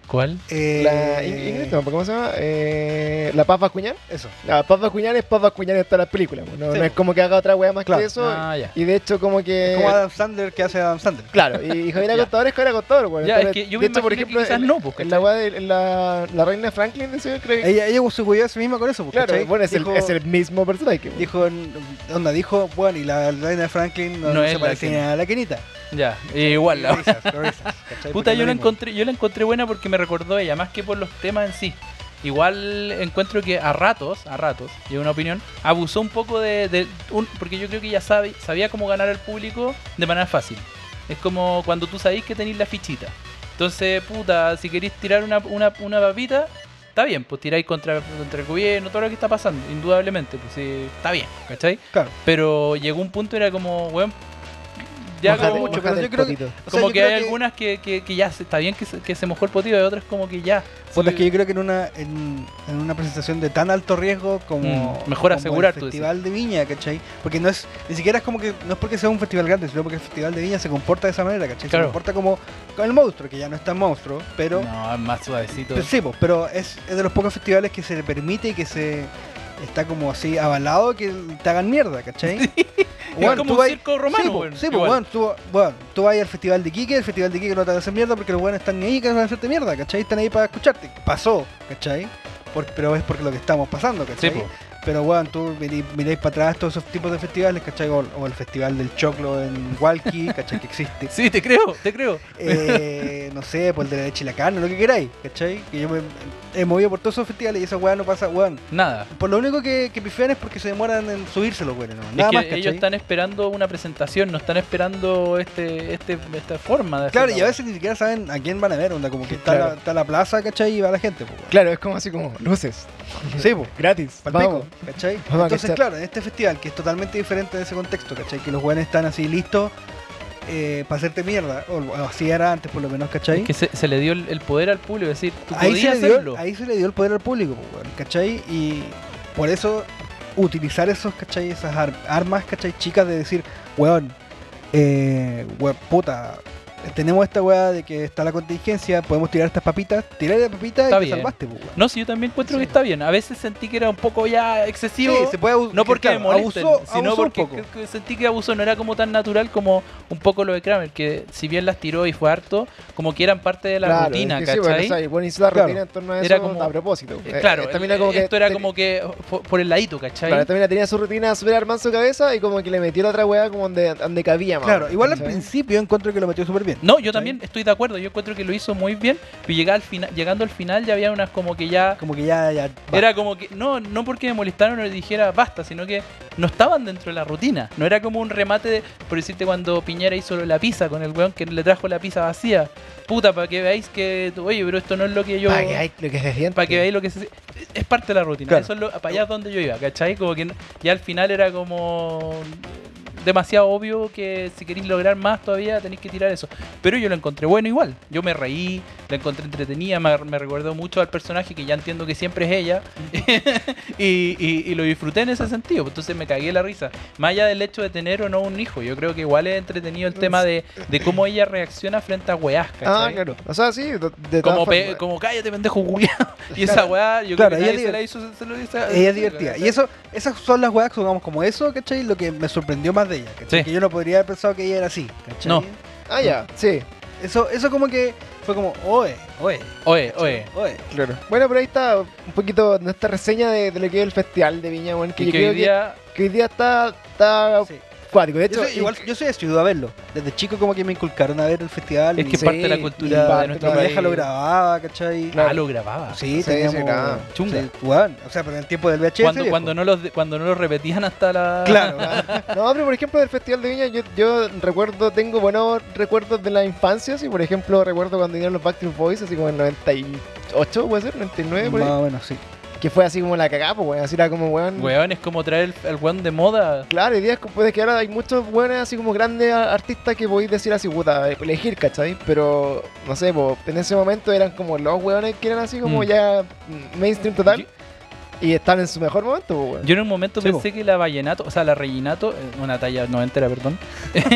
[SPEAKER 2] ¿Cuál?
[SPEAKER 3] Eh,
[SPEAKER 1] la In- Ingrid, no, ¿cómo se llama? Eh, la Paz Bascuñán.
[SPEAKER 3] Eso.
[SPEAKER 1] La Paz Bascuñán es Paz Bascuñán está en las películas, no,
[SPEAKER 3] Sí.
[SPEAKER 1] no es como que haga otra wea más
[SPEAKER 3] Claro.
[SPEAKER 1] que eso.
[SPEAKER 2] Ah, ya.
[SPEAKER 1] Y de hecho como que...
[SPEAKER 3] Como Adam Sandler que hace Adam Sandler.
[SPEAKER 1] Claro, y Javier
[SPEAKER 2] Ya.
[SPEAKER 1] Contador es Javier Contador, bueno.
[SPEAKER 2] Ya, es que yo me
[SPEAKER 1] de hecho, por
[SPEAKER 2] imaginé que
[SPEAKER 1] ejemplo,
[SPEAKER 2] quizás
[SPEAKER 1] en-
[SPEAKER 2] no, pues,
[SPEAKER 1] en la, wea de- en la, la reina Franklin, de ese, creo que...
[SPEAKER 3] Ella, ella se cuidó a sí misma con eso. porque
[SPEAKER 1] claro, bueno, es,
[SPEAKER 3] dijo,
[SPEAKER 1] el, es el mismo personaje. bueno.
[SPEAKER 3] Dijo, onda, dijo, bueno, y la reina Franklin no,
[SPEAKER 2] No es
[SPEAKER 3] se
[SPEAKER 2] la
[SPEAKER 3] parece ni
[SPEAKER 2] Kena.
[SPEAKER 3] a la quenita.
[SPEAKER 2] Ya, igual la
[SPEAKER 3] Risas, risas, ¿cachai?
[SPEAKER 2] Puta, yo la,
[SPEAKER 3] Porque no es lo mismo.
[SPEAKER 2] encontré, yo la encontré buena porque me recordó ella, más que por los temas en sí. Igual encuentro que a ratos, a ratos, y es una opinión, abusó un poco de... de un- porque yo creo que ya sabe, sabía cómo ganar al público de manera fácil. Es como cuando tú sabís que tenéis la fichita. Entonces, puta, si queréis tirar una, una, una papita, está bien, pues tiráis contra, contra el gobierno, todo lo que está pasando, indudablemente, pues sí, está bien, ¿cachai?
[SPEAKER 3] Claro.
[SPEAKER 2] Pero llegó un punto era como, weón, ya
[SPEAKER 1] Mójate-
[SPEAKER 2] como
[SPEAKER 3] mucho,
[SPEAKER 1] mójate
[SPEAKER 3] pero yo
[SPEAKER 1] el
[SPEAKER 3] creo que-
[SPEAKER 1] potito.
[SPEAKER 3] O sea,
[SPEAKER 2] como
[SPEAKER 3] yo
[SPEAKER 2] que
[SPEAKER 3] creo
[SPEAKER 2] hay algunas que, que, que ya se- está bien que se, que se mojó el potito, hay otras como que ya.
[SPEAKER 3] Puta, es
[SPEAKER 2] Sí.
[SPEAKER 3] que yo creo que en una, en, en una presentación de tan alto riesgo como,
[SPEAKER 2] Mm, mejor
[SPEAKER 3] como
[SPEAKER 2] asegurar,
[SPEAKER 3] el
[SPEAKER 2] tú decís.
[SPEAKER 3] Festival de Viña, ¿cachai? Porque no es, ni siquiera es como que, no es porque sea un festival grande, sino porque el Festival de Viña se comporta de esa manera, ¿cachai?
[SPEAKER 2] Claro.
[SPEAKER 3] Se comporta como con el monstruo, que ya no es tan monstruo, pero,
[SPEAKER 2] No, es más suavecito.
[SPEAKER 3] pero sí, po, pero es, es de los pocos festivales que se le permite y que se está como así avalado que te hagan mierda, ¿cachai? Weón,
[SPEAKER 2] es como
[SPEAKER 3] tú
[SPEAKER 2] un
[SPEAKER 3] vas-
[SPEAKER 2] circo romano,
[SPEAKER 3] Sí, po,
[SPEAKER 2] weón,
[SPEAKER 3] sí, po,
[SPEAKER 2] igual.
[SPEAKER 3] weón, tú, weón, tú vas al festival de Quique, el festival de Quique no te hacen mierda porque los buenos están ahí que van a hacerte mierda, ¿cachai? Están ahí para escucharte. Pasó, ¿cachai? por- pero es porque lo que estamos pasando, ¿cachai?
[SPEAKER 2] po.
[SPEAKER 3] Pero weón, tú mirí- miráis para atrás todos esos tipos de festivales, ¿cachai? O, o el festival del choclo en Walkie, ¿cachai? Que existe.
[SPEAKER 2] Sí, te creo, te creo.
[SPEAKER 3] Eh, no sé, por el de la leche y la carne, lo que queráis, ¿cachai? Que yo me he movido por todos esos festivales y esa weá no pasa, weón.
[SPEAKER 2] Nada.
[SPEAKER 3] Por lo único que, que pifean es porque se demoran en subirse los weones, ¿no?
[SPEAKER 2] es
[SPEAKER 3] Nada
[SPEAKER 2] que
[SPEAKER 3] más,
[SPEAKER 2] ellos
[SPEAKER 3] ¿cachai?
[SPEAKER 2] están esperando una presentación, no están esperando este, este, esta forma de
[SPEAKER 3] Claro,
[SPEAKER 2] hacerlo.
[SPEAKER 3] y a veces ni siquiera saben a quién van a ver, onda, como que está,
[SPEAKER 1] Claro.
[SPEAKER 3] la, está la plaza, ¿cachai? Y va la gente, pues,
[SPEAKER 1] Claro, es como así como luces,
[SPEAKER 3] weón. Sí, pues.
[SPEAKER 1] gratis,
[SPEAKER 3] Palpico,
[SPEAKER 1] vamos.
[SPEAKER 3] ¿cachai?
[SPEAKER 1] Vamos a
[SPEAKER 3] Entonces,
[SPEAKER 1] cachar.
[SPEAKER 3] claro, en este festival que es totalmente diferente de ese contexto, ¿cachai? Que los weones están así listos eh, para hacerte mierda, o, o así era antes por lo menos, ¿cachai?
[SPEAKER 2] Que se, se le dio el, el poder al público, es decir, tú
[SPEAKER 3] ahí, se
[SPEAKER 2] podías
[SPEAKER 3] le dio,
[SPEAKER 2] hacerlo.
[SPEAKER 3] ahí se le dio el poder al público, pues, weón, ¿cachai? Y por eso utilizar esos, ¿cachai? Esas ar- armas, ¿cachai? Chicas de decir, weón, eh, weón, puta, tenemos esta weá de que está la contingencia, podemos tirar estas papitas, tirar la papita
[SPEAKER 2] Está
[SPEAKER 3] y te
[SPEAKER 2] bien.
[SPEAKER 3] salvaste, pues, weón.
[SPEAKER 2] No, sí, yo también encuentro
[SPEAKER 3] Sí.
[SPEAKER 2] que está bien. A veces sentí que era un poco ya excesivo.
[SPEAKER 3] Sí, se puede abus-
[SPEAKER 2] No porque
[SPEAKER 3] claro,
[SPEAKER 2] me molesten,
[SPEAKER 3] abusó-
[SPEAKER 2] sino
[SPEAKER 3] abusó un
[SPEAKER 2] porque
[SPEAKER 3] poco.
[SPEAKER 2] que- que sentí que abusó, no era como tan natural como un poco lo de Kramer, que si bien las tiró y fue harto, como que eran parte de la
[SPEAKER 1] Claro,
[SPEAKER 2] rutina,
[SPEAKER 1] es que sí,
[SPEAKER 2] ¿cachai?
[SPEAKER 1] bueno, o sea, y bueno, hizo la
[SPEAKER 3] Claro.
[SPEAKER 1] rutina en torno a eso
[SPEAKER 2] Era como-
[SPEAKER 1] a propósito.
[SPEAKER 2] Eh,
[SPEAKER 1] Eh,
[SPEAKER 2] claro,
[SPEAKER 1] eh, también era como que
[SPEAKER 2] esto era
[SPEAKER 1] ten-
[SPEAKER 2] como que fo- por el ladito, ¿cachai?
[SPEAKER 1] Claro, también tenía su rutina súper armada en su cabeza y como que le metió la otra weá como donde, donde cabía más.
[SPEAKER 3] Claro, igual al
[SPEAKER 1] ¿cachai?
[SPEAKER 3] principio encuentro que lo metió súper bien.
[SPEAKER 2] No, yo también estoy de acuerdo, yo encuentro que lo hizo muy bien, pero llegaba al final, llegando al final ya había unas como que ya...
[SPEAKER 3] Como que ya, ya va.
[SPEAKER 2] Era como que, no, no porque me molestaron o le dijera basta, sino que no estaban dentro de la rutina. No era como un remate, de, por decirte, cuando Piñera hizo la pizza con el weón que le trajo la pizza vacía. Puta, para que veáis que, oye, pero esto no es lo que yo...
[SPEAKER 1] Para que hay lo que se siente.
[SPEAKER 2] Para que veáis lo que se... Es parte de la rutina.
[SPEAKER 3] Claro.
[SPEAKER 2] Eso es lo, para allá es donde yo iba, ¿cachai? Como que no- ya al final era como demasiado obvio que si queréis lograr más todavía tenéis que tirar eso. Pero yo lo encontré bueno igual. Yo me reí, la encontré entretenida, me, me recordó mucho al personaje que ya entiendo que siempre es ella. y, y- y lo disfruté en ese sentido. pues Entonces me cagué la risa. Más allá del hecho de tener o no un hijo, yo creo que igual es entretenido el tema de, de cómo ella reacciona frente a weás,
[SPEAKER 1] Ah,
[SPEAKER 2] ¿cachai?
[SPEAKER 1] claro. O sea, sí, de, de todas
[SPEAKER 2] Como, pe-
[SPEAKER 1] formas.
[SPEAKER 2] como cállate, pendejo, culiao. Y esa
[SPEAKER 3] Claro,
[SPEAKER 2] weá, yo
[SPEAKER 3] claro,
[SPEAKER 2] creo que
[SPEAKER 3] ella
[SPEAKER 2] nadie
[SPEAKER 3] es
[SPEAKER 2] se la hizo, se lo hizo.
[SPEAKER 3] Ella es divertida. Y eso, esas son las weas, digamos, como eso, ¿cachai? Lo que me sorprendió más de ella, ¿cachai?
[SPEAKER 2] Sí.
[SPEAKER 3] Que yo no podría haber pensado que ella era así, ¿cachai?
[SPEAKER 2] No.
[SPEAKER 1] Ah, ya, sí,
[SPEAKER 3] Eso, eso como que fue como, oe, oe,
[SPEAKER 2] Oye, oye.
[SPEAKER 3] oe.
[SPEAKER 1] claro. Bueno, pero ahí está un poquito nuestra reseña de, de lo que es el festival de Viña, weón, que
[SPEAKER 2] Y
[SPEAKER 1] yo
[SPEAKER 2] que
[SPEAKER 1] creo
[SPEAKER 2] hoy día.
[SPEAKER 1] que, que hoy día está, está
[SPEAKER 3] Sí.
[SPEAKER 1] cuático. De
[SPEAKER 3] Yo
[SPEAKER 1] hecho,
[SPEAKER 3] soy, igual, yo soy asiduo a verlo. Desde chico como que me inculcaron a ver el festival.
[SPEAKER 2] Es que
[SPEAKER 3] y,
[SPEAKER 1] Sí,
[SPEAKER 2] parte de la
[SPEAKER 1] y
[SPEAKER 2] cultura
[SPEAKER 1] parte
[SPEAKER 2] de nuestro
[SPEAKER 3] mi
[SPEAKER 1] de
[SPEAKER 2] país.
[SPEAKER 1] la-
[SPEAKER 3] vieja lo grababa, ¿cachai?
[SPEAKER 2] Ah, lo grababa.
[SPEAKER 3] Sí,
[SPEAKER 1] Sí,
[SPEAKER 3] teníamos...
[SPEAKER 1] sí, grababa.
[SPEAKER 2] Chunga.
[SPEAKER 3] sí, weón. O sea, pero en el tiempo del VHS.
[SPEAKER 2] Cuando,
[SPEAKER 3] viejo.
[SPEAKER 2] cuando, no los, de- cuando no los repetían hasta la.
[SPEAKER 3] Claro.
[SPEAKER 1] No, pero por ejemplo del Festival de Viña yo, yo recuerdo, tengo buenos recuerdos de la infancia, sí, por ejemplo recuerdo cuando vinieron los Backstreet Boys, así como en 98, puede ser, 99, por ahí,
[SPEAKER 3] Más o menos, sí.
[SPEAKER 1] que fue así como la cagada, pues, weón, así era como, weón,
[SPEAKER 2] Weón, es como traer el, el weón de moda.
[SPEAKER 1] Claro, y días puede que ahora hay muchos buenos, así como grandes a- artistas que podéis decir así, puta, elegir, ¿cachai? Pero, no sé, po, en ese momento eran como los hueones que eran así como
[SPEAKER 2] Mm.
[SPEAKER 1] ya mm, mainstream total y estaban en su mejor momento, po, weón.
[SPEAKER 2] Yo en un momento
[SPEAKER 3] Sí,
[SPEAKER 2] pensé que la vallenato, o sea, la rellinato, eh, una talla noventera, perdón,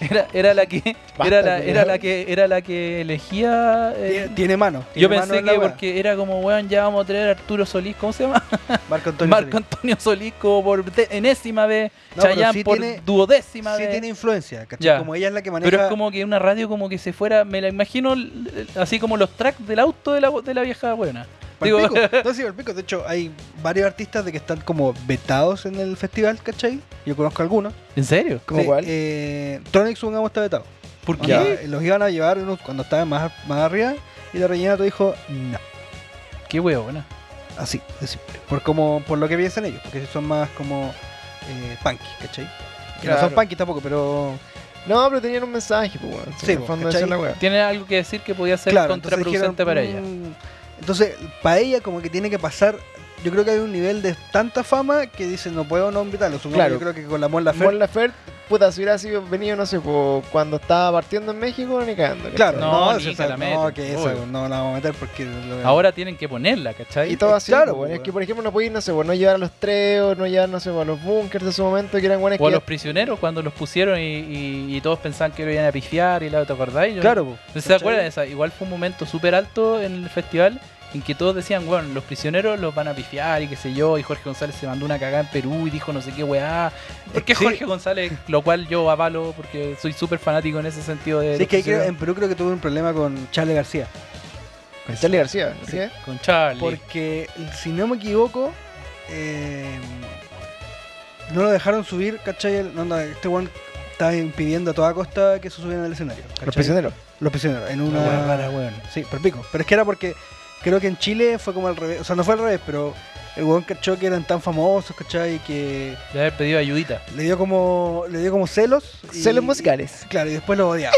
[SPEAKER 2] era, era la que era la, era la que era la que elegía. eh,
[SPEAKER 3] Tiene, tiene mano.
[SPEAKER 2] yo
[SPEAKER 3] tiene mano
[SPEAKER 2] pensé
[SPEAKER 3] en la
[SPEAKER 2] que
[SPEAKER 3] wea.
[SPEAKER 2] porque era como weón, ya vamos a traer a Arturo Solís, ¿cómo se llama?
[SPEAKER 3] Marco Antonio.
[SPEAKER 2] Marco
[SPEAKER 3] Solís.
[SPEAKER 2] Antonio Solís como por de- enésima vez,
[SPEAKER 3] No, pero
[SPEAKER 2] Chayanne
[SPEAKER 3] sí
[SPEAKER 2] por
[SPEAKER 3] tiene-
[SPEAKER 2] duodécima
[SPEAKER 3] Sí
[SPEAKER 2] vez.
[SPEAKER 3] tiene influencia, ¿cachai?
[SPEAKER 2] Ya.
[SPEAKER 3] Como ella es la que maneja...
[SPEAKER 2] Pero es como que una radio como que se fuera, me la imagino l- así como los tracks del auto de la, de la vieja buena. Digo,
[SPEAKER 3] Palpico. No, sí, palpico. De hecho, hay varios artistas de que están como vetados en el festival, ¿cachai? Yo conozco algunos.
[SPEAKER 2] ¿en serio?
[SPEAKER 1] ¿Cómo
[SPEAKER 3] Sí,
[SPEAKER 1] cuál?
[SPEAKER 3] Eh, Tronic, supongamos, está vetado.
[SPEAKER 2] ¿Por
[SPEAKER 3] Onda,
[SPEAKER 2] qué?
[SPEAKER 3] Los iban a llevar unos- cuando estaban más, más arriba y la rellena dijo, no,
[SPEAKER 2] Qué huevona.
[SPEAKER 3] así, de simple. Por, como, por lo que piensan ellos, porque son más como eh, punky, ¿cachai? Que no
[SPEAKER 1] Claro.
[SPEAKER 3] son punky tampoco, pero...
[SPEAKER 1] No, pero tenían un mensaje, pues, weón.
[SPEAKER 3] Sí,
[SPEAKER 1] en el
[SPEAKER 3] po,
[SPEAKER 1] fondo
[SPEAKER 3] ¿cachai?
[SPEAKER 1] esa es la weá.
[SPEAKER 2] Tiene algo que decir que podía ser
[SPEAKER 3] claro, entonces
[SPEAKER 2] contraproducente
[SPEAKER 3] dijeron,
[SPEAKER 2] para ella.
[SPEAKER 3] "Mm". Entonces, para ella como que tiene que pasar... Yo creo que hay un nivel de tanta fama que dicen, no puedo no invitarlo. Supongo
[SPEAKER 1] Claro.
[SPEAKER 3] yo creo que con la Mon Laferte
[SPEAKER 1] Mon Laferte, puta, si hubiera sido venido, no sé, po, cuando estaba partiendo en México, ni cagando. ¿cachai?
[SPEAKER 3] Claro,
[SPEAKER 2] No,
[SPEAKER 3] no,
[SPEAKER 2] ni
[SPEAKER 3] sí,
[SPEAKER 2] que
[SPEAKER 3] o sea,
[SPEAKER 2] la
[SPEAKER 3] no,
[SPEAKER 2] metan,
[SPEAKER 3] que esa,
[SPEAKER 2] obvio.
[SPEAKER 3] no la vamos a meter porque lo-
[SPEAKER 2] Ahora tienen que ponerla, ¿cachai?
[SPEAKER 1] Y todo
[SPEAKER 3] Eh,
[SPEAKER 1] así,
[SPEAKER 3] claro,
[SPEAKER 1] po, weón. Es
[SPEAKER 3] weón.
[SPEAKER 1] que, por ejemplo, no podías, no sé, po, no llevar a los tres, o no llevar, no sé, po, a los bunkers de su momento, que eran buenos
[SPEAKER 2] O a
[SPEAKER 1] que
[SPEAKER 2] los prisioneros cuando los pusieron y, y- y todos pensaban que lo iban a pifiar y la ¿te acordáis? Yo-
[SPEAKER 3] claro, po.
[SPEAKER 2] ¿No se
[SPEAKER 3] ¿cachai?
[SPEAKER 2] acuerdan de esa? Igual fue un momento súper alto en el festival en que todos decían, bueno, los prisioneros los van a pifiar y qué sé yo, y Jorge González se mandó una cagada en Perú y dijo no sé qué weá. ¿Por qué
[SPEAKER 3] Sí.
[SPEAKER 2] Jorge González? Lo cual yo avalo porque soy súper fanático en ese sentido de...
[SPEAKER 3] Sí,
[SPEAKER 2] los
[SPEAKER 3] es que ahí creo-
[SPEAKER 2] prisioneros.
[SPEAKER 3] en Perú creo que tuve un problema con Charlie García.
[SPEAKER 1] Con Charlie García, ¿sí? eh?
[SPEAKER 2] Con Charlie.
[SPEAKER 3] Porque, si no me equivoco, eh, no lo dejaron subir, ¿cachai? El- no, no, este one está impidiendo a toda costa que se subieran al escenario. ¿cachai?
[SPEAKER 1] Los prisioneros.
[SPEAKER 3] Los prisioneros, en
[SPEAKER 2] Una
[SPEAKER 3] una...
[SPEAKER 1] Ah.
[SPEAKER 2] weá rara, weón.
[SPEAKER 3] Sí, por pico. Pero es que era porque creo que en Chile fue como al revés. O sea, no fue al revés, pero el weón cachó que eran tan famosos, ¿cachai? Que
[SPEAKER 2] De haber pedido ayudita.
[SPEAKER 3] le dio como, le dio como celos. y-
[SPEAKER 1] Celos musicales.
[SPEAKER 3] y- Claro, y después lo odiaba.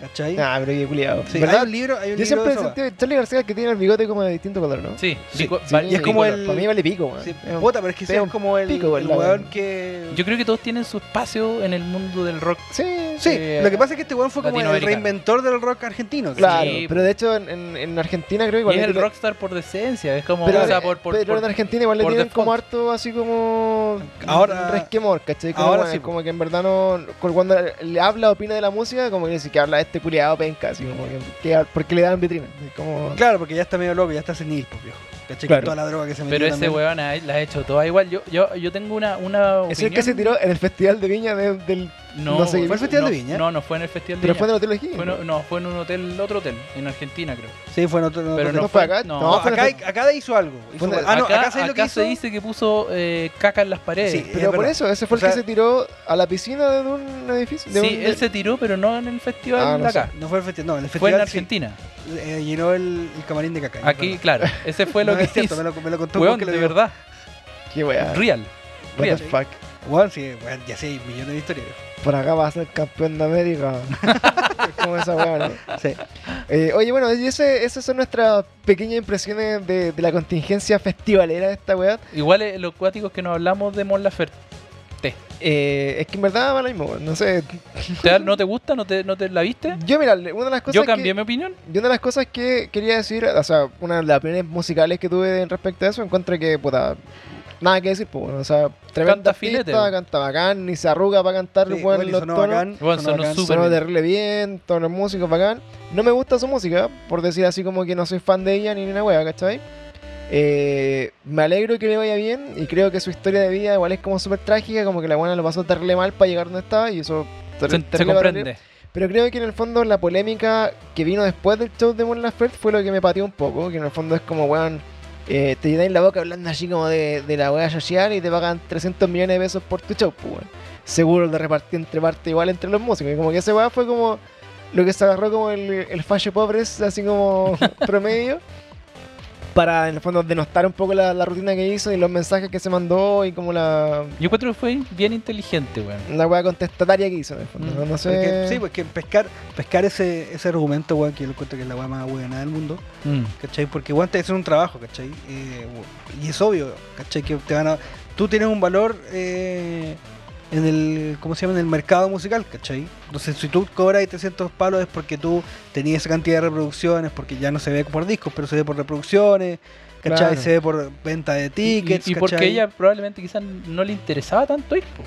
[SPEAKER 3] ¿Cachai?
[SPEAKER 1] Ah, pero qué culiado.
[SPEAKER 3] Sí, hay
[SPEAKER 1] ¿Verdad?
[SPEAKER 3] un libro, hay un
[SPEAKER 1] Yo
[SPEAKER 3] libro
[SPEAKER 1] siempre
[SPEAKER 3] de esa
[SPEAKER 1] sentí Charlie García que tiene el bigote como de distinto color, ¿no?
[SPEAKER 2] Sí,
[SPEAKER 3] Sí,
[SPEAKER 2] bico-
[SPEAKER 1] Sí,
[SPEAKER 2] val-
[SPEAKER 1] y es como
[SPEAKER 2] bicolor.
[SPEAKER 1] el. Para mí vale pico, weón.
[SPEAKER 3] Sí,
[SPEAKER 1] Es un-
[SPEAKER 3] puta, pero es que ese
[SPEAKER 1] es
[SPEAKER 3] es,
[SPEAKER 1] un
[SPEAKER 3] como el,
[SPEAKER 1] pico,
[SPEAKER 3] el
[SPEAKER 1] ¿verdad?
[SPEAKER 3] weón que...
[SPEAKER 2] Yo creo que todos tienen su espacio en el mundo del rock.
[SPEAKER 1] Sí,
[SPEAKER 3] Sí,
[SPEAKER 2] eh,
[SPEAKER 3] lo que pasa es que este weón fue como el
[SPEAKER 2] latinoamericano.
[SPEAKER 3] reinventor del rock argentino. ¿cachai?
[SPEAKER 1] claro.
[SPEAKER 2] Sí,
[SPEAKER 1] pero de hecho en, en, en Argentina creo que
[SPEAKER 2] Y
[SPEAKER 1] igual.
[SPEAKER 2] es
[SPEAKER 1] le
[SPEAKER 2] el
[SPEAKER 1] tiene-
[SPEAKER 2] rockstar por decencia. Es como.
[SPEAKER 1] Pero, eh,
[SPEAKER 2] o sea, por. por-
[SPEAKER 1] pero en
[SPEAKER 2] por-
[SPEAKER 1] Argentina igual le
[SPEAKER 2] por
[SPEAKER 1] tienen
[SPEAKER 2] default.
[SPEAKER 1] como harto así como.
[SPEAKER 3] Ahora-
[SPEAKER 1] Un resquemor, ¿cachai? Como,
[SPEAKER 3] ahora
[SPEAKER 1] bueno,
[SPEAKER 3] sí, po.
[SPEAKER 1] como que en verdad no. con- Cuando le habla, opina de la música, como que dice que habla de este culiado penca, así como que. que- porque le dan vitrina. Es Como.
[SPEAKER 3] Claro, porque ya está medio loco, ya está senil, po, viejo. ¿Cachai?
[SPEAKER 1] Claro.
[SPEAKER 3] Con toda la droga que se metió
[SPEAKER 2] pero ese
[SPEAKER 3] también.
[SPEAKER 2] weón ha- la ha hecho toda igual. Yo, yo, yo tengo una. una
[SPEAKER 1] Es el
[SPEAKER 2] opinión.
[SPEAKER 1] que se tiró en el Festival de Viña de- del.
[SPEAKER 2] No,
[SPEAKER 1] no sé,
[SPEAKER 2] weón,
[SPEAKER 1] ¿fue
[SPEAKER 3] el Festival
[SPEAKER 2] no,
[SPEAKER 3] de Viña?
[SPEAKER 2] No, no fue en el Festival de
[SPEAKER 1] Pero
[SPEAKER 2] Viña.
[SPEAKER 1] fue de la teología.
[SPEAKER 2] Fue en- no, fue en un hotel, otro hotel, en Argentina creo.
[SPEAKER 3] Sí, fue en otro... en
[SPEAKER 2] Pero
[SPEAKER 3] otro-
[SPEAKER 1] no fue acá.
[SPEAKER 2] no.
[SPEAKER 3] No,
[SPEAKER 1] fue en el
[SPEAKER 3] acá, acá hizo algo. Hizo-
[SPEAKER 1] Fue-
[SPEAKER 3] ah, no, acá,
[SPEAKER 2] acá
[SPEAKER 3] ¿sabes lo que
[SPEAKER 2] acá
[SPEAKER 3] hizo?
[SPEAKER 2] se dice que puso eh, caca en las paredes.
[SPEAKER 3] Sí.
[SPEAKER 1] Pero
[SPEAKER 3] es
[SPEAKER 1] por
[SPEAKER 3] verdad.
[SPEAKER 1] eso, ese fue
[SPEAKER 3] O
[SPEAKER 1] el que
[SPEAKER 3] sea-
[SPEAKER 1] se tiró a la piscina de un edificio. de
[SPEAKER 2] Sí,
[SPEAKER 1] un-
[SPEAKER 2] él se tiró, pero no en el festival
[SPEAKER 1] Ah, no
[SPEAKER 2] de acá.
[SPEAKER 3] No fue el festival, no, el
[SPEAKER 2] Fue
[SPEAKER 3] festival
[SPEAKER 2] en
[SPEAKER 3] sí,
[SPEAKER 2] Argentina.
[SPEAKER 3] eh, llenó el, el camarín de caca.
[SPEAKER 2] Aquí,
[SPEAKER 3] es verdad.
[SPEAKER 2] claro. Ese fue lo
[SPEAKER 3] No,
[SPEAKER 2] que
[SPEAKER 3] es cierto,
[SPEAKER 2] hizo.
[SPEAKER 3] me lo, me lo contó
[SPEAKER 2] Weón,
[SPEAKER 3] porque Ah. lo
[SPEAKER 2] de
[SPEAKER 3] vio.
[SPEAKER 2] verdad.
[SPEAKER 1] Qué wea.
[SPEAKER 2] Real.
[SPEAKER 1] What the
[SPEAKER 2] Real.
[SPEAKER 1] fuck.
[SPEAKER 3] Weón, sí, weón, ya sé, hay millones de historias.
[SPEAKER 1] Por acá vas a ser campeón de América. Es como esa wea, ¿no?
[SPEAKER 3] Sí.
[SPEAKER 1] Eh, oye, bueno, y ese, esas son nuestras pequeñas impresiones de, de la contingencia festivalera de esta weá.
[SPEAKER 2] Igual eh, los cuáticos que nos hablamos de Mon Laferte.
[SPEAKER 1] Eh, es que en verdad, va lo mismo, no sé.
[SPEAKER 2] ¿Te- ¿No te gusta? ¿No te, no te la viste?
[SPEAKER 1] Yo, mira, una de las cosas.
[SPEAKER 2] Yo cambié
[SPEAKER 1] que,
[SPEAKER 2] mi opinión.
[SPEAKER 1] y una de las cosas que quería decir, o sea, una de las opiniones musicales que tuve respecto a eso, encuentro que, puta, nada que decir, pues, bueno, o sea, tremenda
[SPEAKER 2] Canta
[SPEAKER 1] artista,
[SPEAKER 2] filete.
[SPEAKER 1] canta bacán, ni se arruga para cantar,
[SPEAKER 3] Sí,
[SPEAKER 1] weón,
[SPEAKER 3] weón, y
[SPEAKER 1] los
[SPEAKER 3] sonó
[SPEAKER 1] tonos.
[SPEAKER 3] bacán,
[SPEAKER 2] Weón,
[SPEAKER 3] sonó
[SPEAKER 2] sonó
[SPEAKER 3] bacán.
[SPEAKER 2] súper
[SPEAKER 1] Sonó
[SPEAKER 2] bien.
[SPEAKER 1] terrible bien, todos los músicos bacán. No me gusta su música, por decir así como que no soy fan de ella ni una wea, ¿cachai? Eh, me alegro que le vaya bien y creo que su historia de vida igual es como súper trágica, como que la buena lo pasó terrible mal para llegar donde estaba y eso ter-
[SPEAKER 2] Se, se
[SPEAKER 1] terrible va a doler.
[SPEAKER 2] comprende.
[SPEAKER 1] Pero creo que en el fondo la polémica que vino después del show de Mon Laferte fue lo que me pateó un poco, que en el fondo es como, weón, eh, te llenáis la boca hablando así como de, de la wea social y te pagan 300 millones de pesos por tu show, pues, weón. Seguro lo repartí entre parte igual entre los músicos. Y como que ese weá fue como lo que se agarró como el, el fallo pobres, así como promedio. Para en el fondo denostar un poco la, la rutina que hizo y los mensajes que se mandó y como la,
[SPEAKER 2] Yo encuentro que fue bien inteligente, weón.
[SPEAKER 1] la weá contestataria que hizo en el fondo.
[SPEAKER 2] Mm,
[SPEAKER 1] No, No sé.
[SPEAKER 3] Porque- sí, pues que pescar, pescar ese, ese argumento, weón, que yo lo encuentro que es la weá más nada del mundo,
[SPEAKER 2] Mm.
[SPEAKER 3] ¿cachai? Porque weón, te hacen un trabajo, ¿cachai? Eh, y es obvio, ¿cachai? Que te van a. Tú tienes un valor eh, en el. ¿Cómo se llama? En el mercado musical, ¿cachai? Entonces, si tú cobras 300 palos es porque tú tenías esa cantidad de reproducciones, porque ya no se ve por discos, pero se ve por reproducciones, ¿cachai?
[SPEAKER 1] Claro.
[SPEAKER 3] Se ve por venta de tickets,
[SPEAKER 2] y, y porque
[SPEAKER 3] ¿cachai?
[SPEAKER 2] ella probablemente quizás no le interesaba tanto ir. po.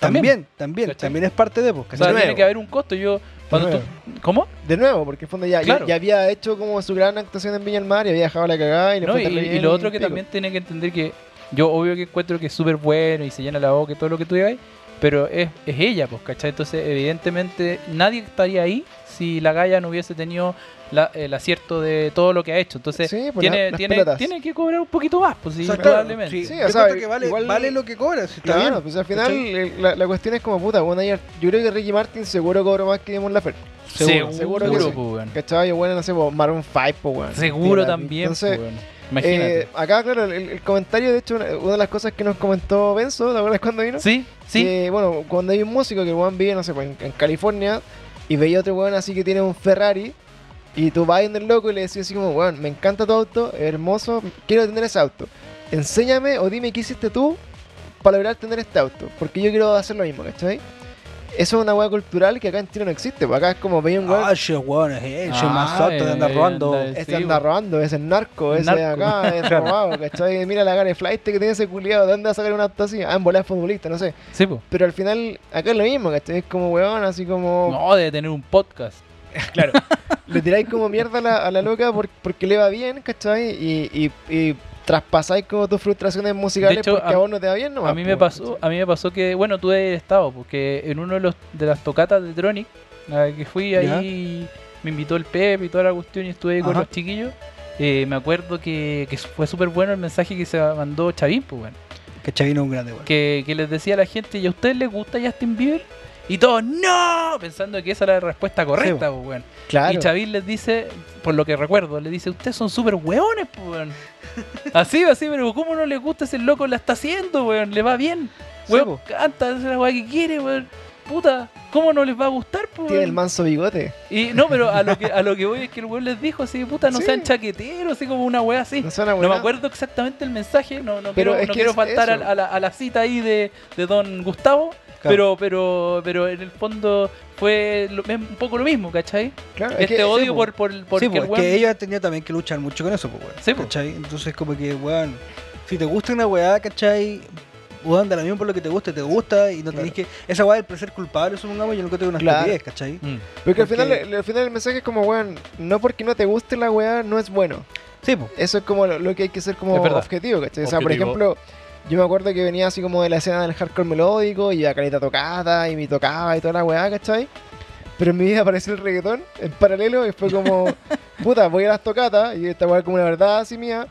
[SPEAKER 3] También, también,
[SPEAKER 2] ¿cachai?
[SPEAKER 3] también es parte de, pues,
[SPEAKER 2] O
[SPEAKER 3] ¿cachai?
[SPEAKER 2] sea,
[SPEAKER 1] Nuevo.
[SPEAKER 2] tiene que haber un costo. Yo, cuando tú- ¿Cómo?
[SPEAKER 1] De nuevo, porque en fondo ya, ya-
[SPEAKER 2] Claro.
[SPEAKER 1] ya, había hecho como su gran actuación en Viña del Mar y había dejado la cagada y le
[SPEAKER 2] No,
[SPEAKER 1] fue
[SPEAKER 2] y,
[SPEAKER 1] terrible
[SPEAKER 2] y lo otro que
[SPEAKER 1] pico.
[SPEAKER 2] también tiene que entender que yo obvio que encuentro que es súper bueno y se llena la boca y todo lo que tú digas, pero es, es ella, pues, ¿cachai? Entonces, evidentemente, nadie estaría ahí si la Gaia no hubiese tenido la- el acierto de todo lo que ha hecho. Entonces,
[SPEAKER 1] Sí, pues,
[SPEAKER 2] tiene,
[SPEAKER 1] la- las
[SPEAKER 2] tiene,
[SPEAKER 1] pelotas.
[SPEAKER 2] tiene que cobrar un poquito más, pues, sí,
[SPEAKER 3] O sea, claro,
[SPEAKER 2] probablemente.
[SPEAKER 3] sí,
[SPEAKER 1] Sí, o
[SPEAKER 3] yo
[SPEAKER 1] sea,
[SPEAKER 3] creo que vale,
[SPEAKER 1] igual-
[SPEAKER 3] vale lo que cobras, está
[SPEAKER 1] Claro,
[SPEAKER 3] bien.
[SPEAKER 1] pues al final
[SPEAKER 3] ¿Cachai?
[SPEAKER 1] el- la, la cuestión es como puta, bueno, ayer, yo creo que Ricky Martin seguro cobró más que Mon Laferte. seguro,
[SPEAKER 2] Seguro, seguro,
[SPEAKER 1] que sí.
[SPEAKER 2] pues, weón.
[SPEAKER 1] ¿Cachai? Bueno, no sé, pues, Maroon 5, pues, bueno.
[SPEAKER 2] Seguro
[SPEAKER 1] Tira,
[SPEAKER 2] también,
[SPEAKER 1] Entonces,
[SPEAKER 2] pues, weón.
[SPEAKER 1] eh,
[SPEAKER 2] Imagínate.
[SPEAKER 1] acá, claro, el, el comentario, de hecho, una, una de las cosas que nos comentó Benzo, ¿te acuerdas cuando vino?
[SPEAKER 2] sí, sí.
[SPEAKER 1] que, bueno, cuando hay un músico que el weón vive, no sé, pues, en, en California y veía otro weón así que tiene un Ferrari y tú vas en el loco y le decís así como, weón, me encanta tu auto, es hermoso, quiero tener ese auto. Enséñame o dime qué hiciste tú para lograr tener este auto, porque yo quiero hacer lo mismo, ¿cachai? Eso es una weá cultural que acá en Chile no existe, pues acá es como veía un weón,
[SPEAKER 3] Ah, ese weón es ese,
[SPEAKER 2] Ah,
[SPEAKER 3] más alto
[SPEAKER 2] eh,
[SPEAKER 3] te anda robando.
[SPEAKER 2] anda ese.
[SPEAKER 1] este
[SPEAKER 2] sí,
[SPEAKER 1] anda
[SPEAKER 2] weón.
[SPEAKER 1] robando, ese es narco, ese
[SPEAKER 2] Narco.
[SPEAKER 1] acá es robado, ¿cachai? Mira la cara de flight este que tiene ese culiado, ¿de dónde va a sacar un auto así? Ah, en volar futbolista, no sé.
[SPEAKER 2] sí, pues.
[SPEAKER 1] Pero al final, acá es lo mismo, ¿cachai? Es como weón, así como.
[SPEAKER 2] No, debe tener un podcast.
[SPEAKER 1] Claro. Le tiráis como mierda a la, a la loca por- porque le va bien, ¿cachai? Y, y, y traspasáis como tus frustraciones musicales
[SPEAKER 2] De hecho,
[SPEAKER 1] porque a,
[SPEAKER 2] a-
[SPEAKER 1] vos no te va bien, nomás,
[SPEAKER 2] a mí me
[SPEAKER 1] po,
[SPEAKER 2] pasó,
[SPEAKER 1] ¿cachai?
[SPEAKER 2] a mí me pasó que, bueno, tú debes haber estado, porque en uno de los de las tocatas de Tronic, a la que fui
[SPEAKER 3] Ya.
[SPEAKER 2] ahí me invitó el Pep y toda la cuestión y estuve ahí con
[SPEAKER 3] Ajá.
[SPEAKER 2] los chiquillos. Eh, me acuerdo que, que fue súper bueno el mensaje que se mandó Chavín, pues, bueno,
[SPEAKER 3] Que Chavino es un grande, weón.
[SPEAKER 2] que, que les decía a la gente, ¿y a ustedes les gusta Justin Bieber? Y todos, ¡no! Pensando que esa era la respuesta correcta, pues, bueno. Y
[SPEAKER 1] Claro.
[SPEAKER 2] Chavín les dice, por lo que recuerdo, le dice, ustedes son súper hueones, pues, weón. Así, así, pero ¿cómo no le gusta ese loco? La está haciendo, weón, le va bien.
[SPEAKER 3] Sí,
[SPEAKER 2] Weón,
[SPEAKER 3] po.
[SPEAKER 2] canta, es la weá que quiere, weón. Puta, ¿cómo no les va a gustar, pues?
[SPEAKER 1] Tiene el manso bigote.
[SPEAKER 2] Y no, pero a lo que a lo que voy es que el weón les dijo así, puta, no
[SPEAKER 1] Sí.
[SPEAKER 2] sean chaqueteros, así como una weá así.
[SPEAKER 1] No suena
[SPEAKER 2] No me
[SPEAKER 1] buena.
[SPEAKER 2] acuerdo exactamente el mensaje, no, no
[SPEAKER 1] Pero
[SPEAKER 2] quiero,
[SPEAKER 1] es
[SPEAKER 2] no
[SPEAKER 1] que
[SPEAKER 2] quiero
[SPEAKER 1] es
[SPEAKER 2] faltar a,
[SPEAKER 1] eso.
[SPEAKER 2] a la, a la cita ahí de, de don Gustavo, pero, pero, pero en el fondo fue lo- es un poco lo mismo, ¿cachai?
[SPEAKER 1] Claro, es
[SPEAKER 2] este
[SPEAKER 1] que-
[SPEAKER 2] odio
[SPEAKER 1] sí, po.
[SPEAKER 2] por, por, por
[SPEAKER 3] sí,
[SPEAKER 2] que el
[SPEAKER 3] pues,
[SPEAKER 2] weón-
[SPEAKER 3] que ellos han tenido también que luchar mucho con eso, pues, weón.
[SPEAKER 2] Sí, po.
[SPEAKER 3] ¿Cachai? Entonces, como que, weón, si te gusta una weá, ¿cachai? Weón, da la misma por lo que te guste, te gusta y no
[SPEAKER 1] Claro.
[SPEAKER 3] tenés que. Esa weá del placer culpable, eso no yo nunca tengo una
[SPEAKER 1] Claro.
[SPEAKER 3] estupidez, ¿cachai?
[SPEAKER 2] Mm.
[SPEAKER 1] Porque al
[SPEAKER 3] porque-
[SPEAKER 1] final, al final el mensaje es como, weón, no porque no te guste la weá, no es bueno.
[SPEAKER 3] Sí, pues.
[SPEAKER 1] Eso es como lo, lo que hay que ser como
[SPEAKER 2] Es verdad.
[SPEAKER 1] objetivo, ¿cachai? O sea, por
[SPEAKER 2] Objetivo.
[SPEAKER 1] ejemplo, yo me acuerdo que venía así como de la escena del hardcore melódico y a caleta tocada y me tocaba y toda la weá, ¿cachai? Pero en mi vida apareció el reggaetón en paralelo y fue como, puta, voy a las tocatas y esta weá es como una verdad así mía.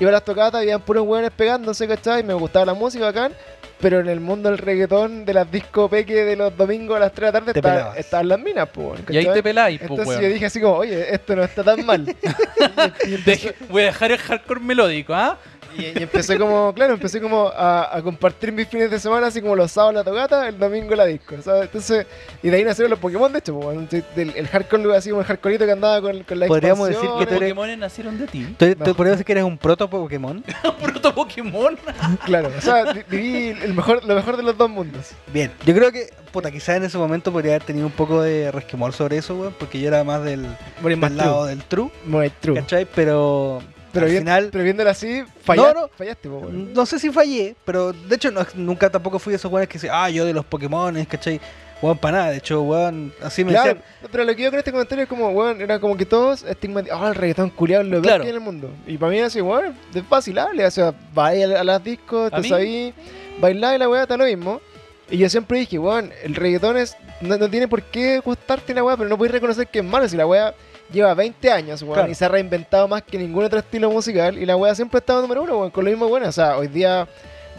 [SPEAKER 1] Iba a las tocatas y habían puros weones pegándose, ¿cachai? Me gustaba la música bacán, pero en el mundo del reggaetón, de las discopeques de los domingos a las 3 de la tarde,
[SPEAKER 3] Te
[SPEAKER 1] estaban-
[SPEAKER 3] pelabas.
[SPEAKER 1] estaban las minas, pues, weón,
[SPEAKER 2] Y ahí
[SPEAKER 1] ¿cachai?
[SPEAKER 2] te peláis, pues,
[SPEAKER 1] Entonces
[SPEAKER 2] weón.
[SPEAKER 1] yo dije así como, oye, esto no está tan mal. Y- y empecé-
[SPEAKER 2] Deje- voy a dejar el hardcore melódico, ¿ah?
[SPEAKER 1] y, y empecé como, claro, empecé como a, a compartir mis fines de semana, así como los sábados la tocata, el domingo la disco, ¿sabes? Entonces, y de ahí nacieron los Pokémon, de hecho, po, bueno, entonces, del- el hardcore, lo- así como el hardcoreito que andaba con, con la
[SPEAKER 3] Podríamos decir
[SPEAKER 2] Los
[SPEAKER 3] que tú
[SPEAKER 1] expansión,
[SPEAKER 3] eres-
[SPEAKER 2] Pokémones nacieron de ti.
[SPEAKER 3] ¿Te,
[SPEAKER 1] No.
[SPEAKER 3] te podría decir que eres un proto Pokémon?
[SPEAKER 2] Proto Pokémon.
[SPEAKER 1] Claro, o sea, vi- viví el mejor, lo mejor de los dos mundos.
[SPEAKER 3] Bien, yo creo que, puta, quizás en ese momento podría haber tenido un poco de resquemor sobre eso, weón, porque yo era más del, del lado del true,
[SPEAKER 1] Muy true.
[SPEAKER 3] ¿cachai? Pero,
[SPEAKER 1] Pero,
[SPEAKER 3] al
[SPEAKER 1] bien-
[SPEAKER 3] final,
[SPEAKER 1] pero viéndolo así, fallaste,
[SPEAKER 3] No, no.
[SPEAKER 1] fallaste, po, bueno.
[SPEAKER 3] no sé si fallé, pero de hecho no- nunca tampoco fui de esos weones que dicen, ah, yo de los Pokémon, ¿cachai? Weón, para nada, de hecho, weón, así me
[SPEAKER 1] Claro,
[SPEAKER 3] decían,
[SPEAKER 1] no, pero lo que yo con este comentario es como, weón, era como que todos estigmatizaban, oh, el reggaetón culiado es lo peor
[SPEAKER 3] Claro.
[SPEAKER 1] que hay en el mundo. Y para mí era así, weón, es fácil, hable, o sea, vais a, a las discos,
[SPEAKER 2] ¿A
[SPEAKER 1] te
[SPEAKER 2] mí?
[SPEAKER 1] sabí, bailás y la weá está lo mismo. Y yo siempre dije, weón, el reggaetón es, no, no tiene por qué gustarte la weá, pero no puedes reconocer que es malo si la weá lleva 20 años, weón,
[SPEAKER 3] Claro.
[SPEAKER 1] y se ha reinventado más que ningún otro estilo musical. Y la weá siempre ha estado número uno, weón, con lo mismo, weón. O sea, hoy día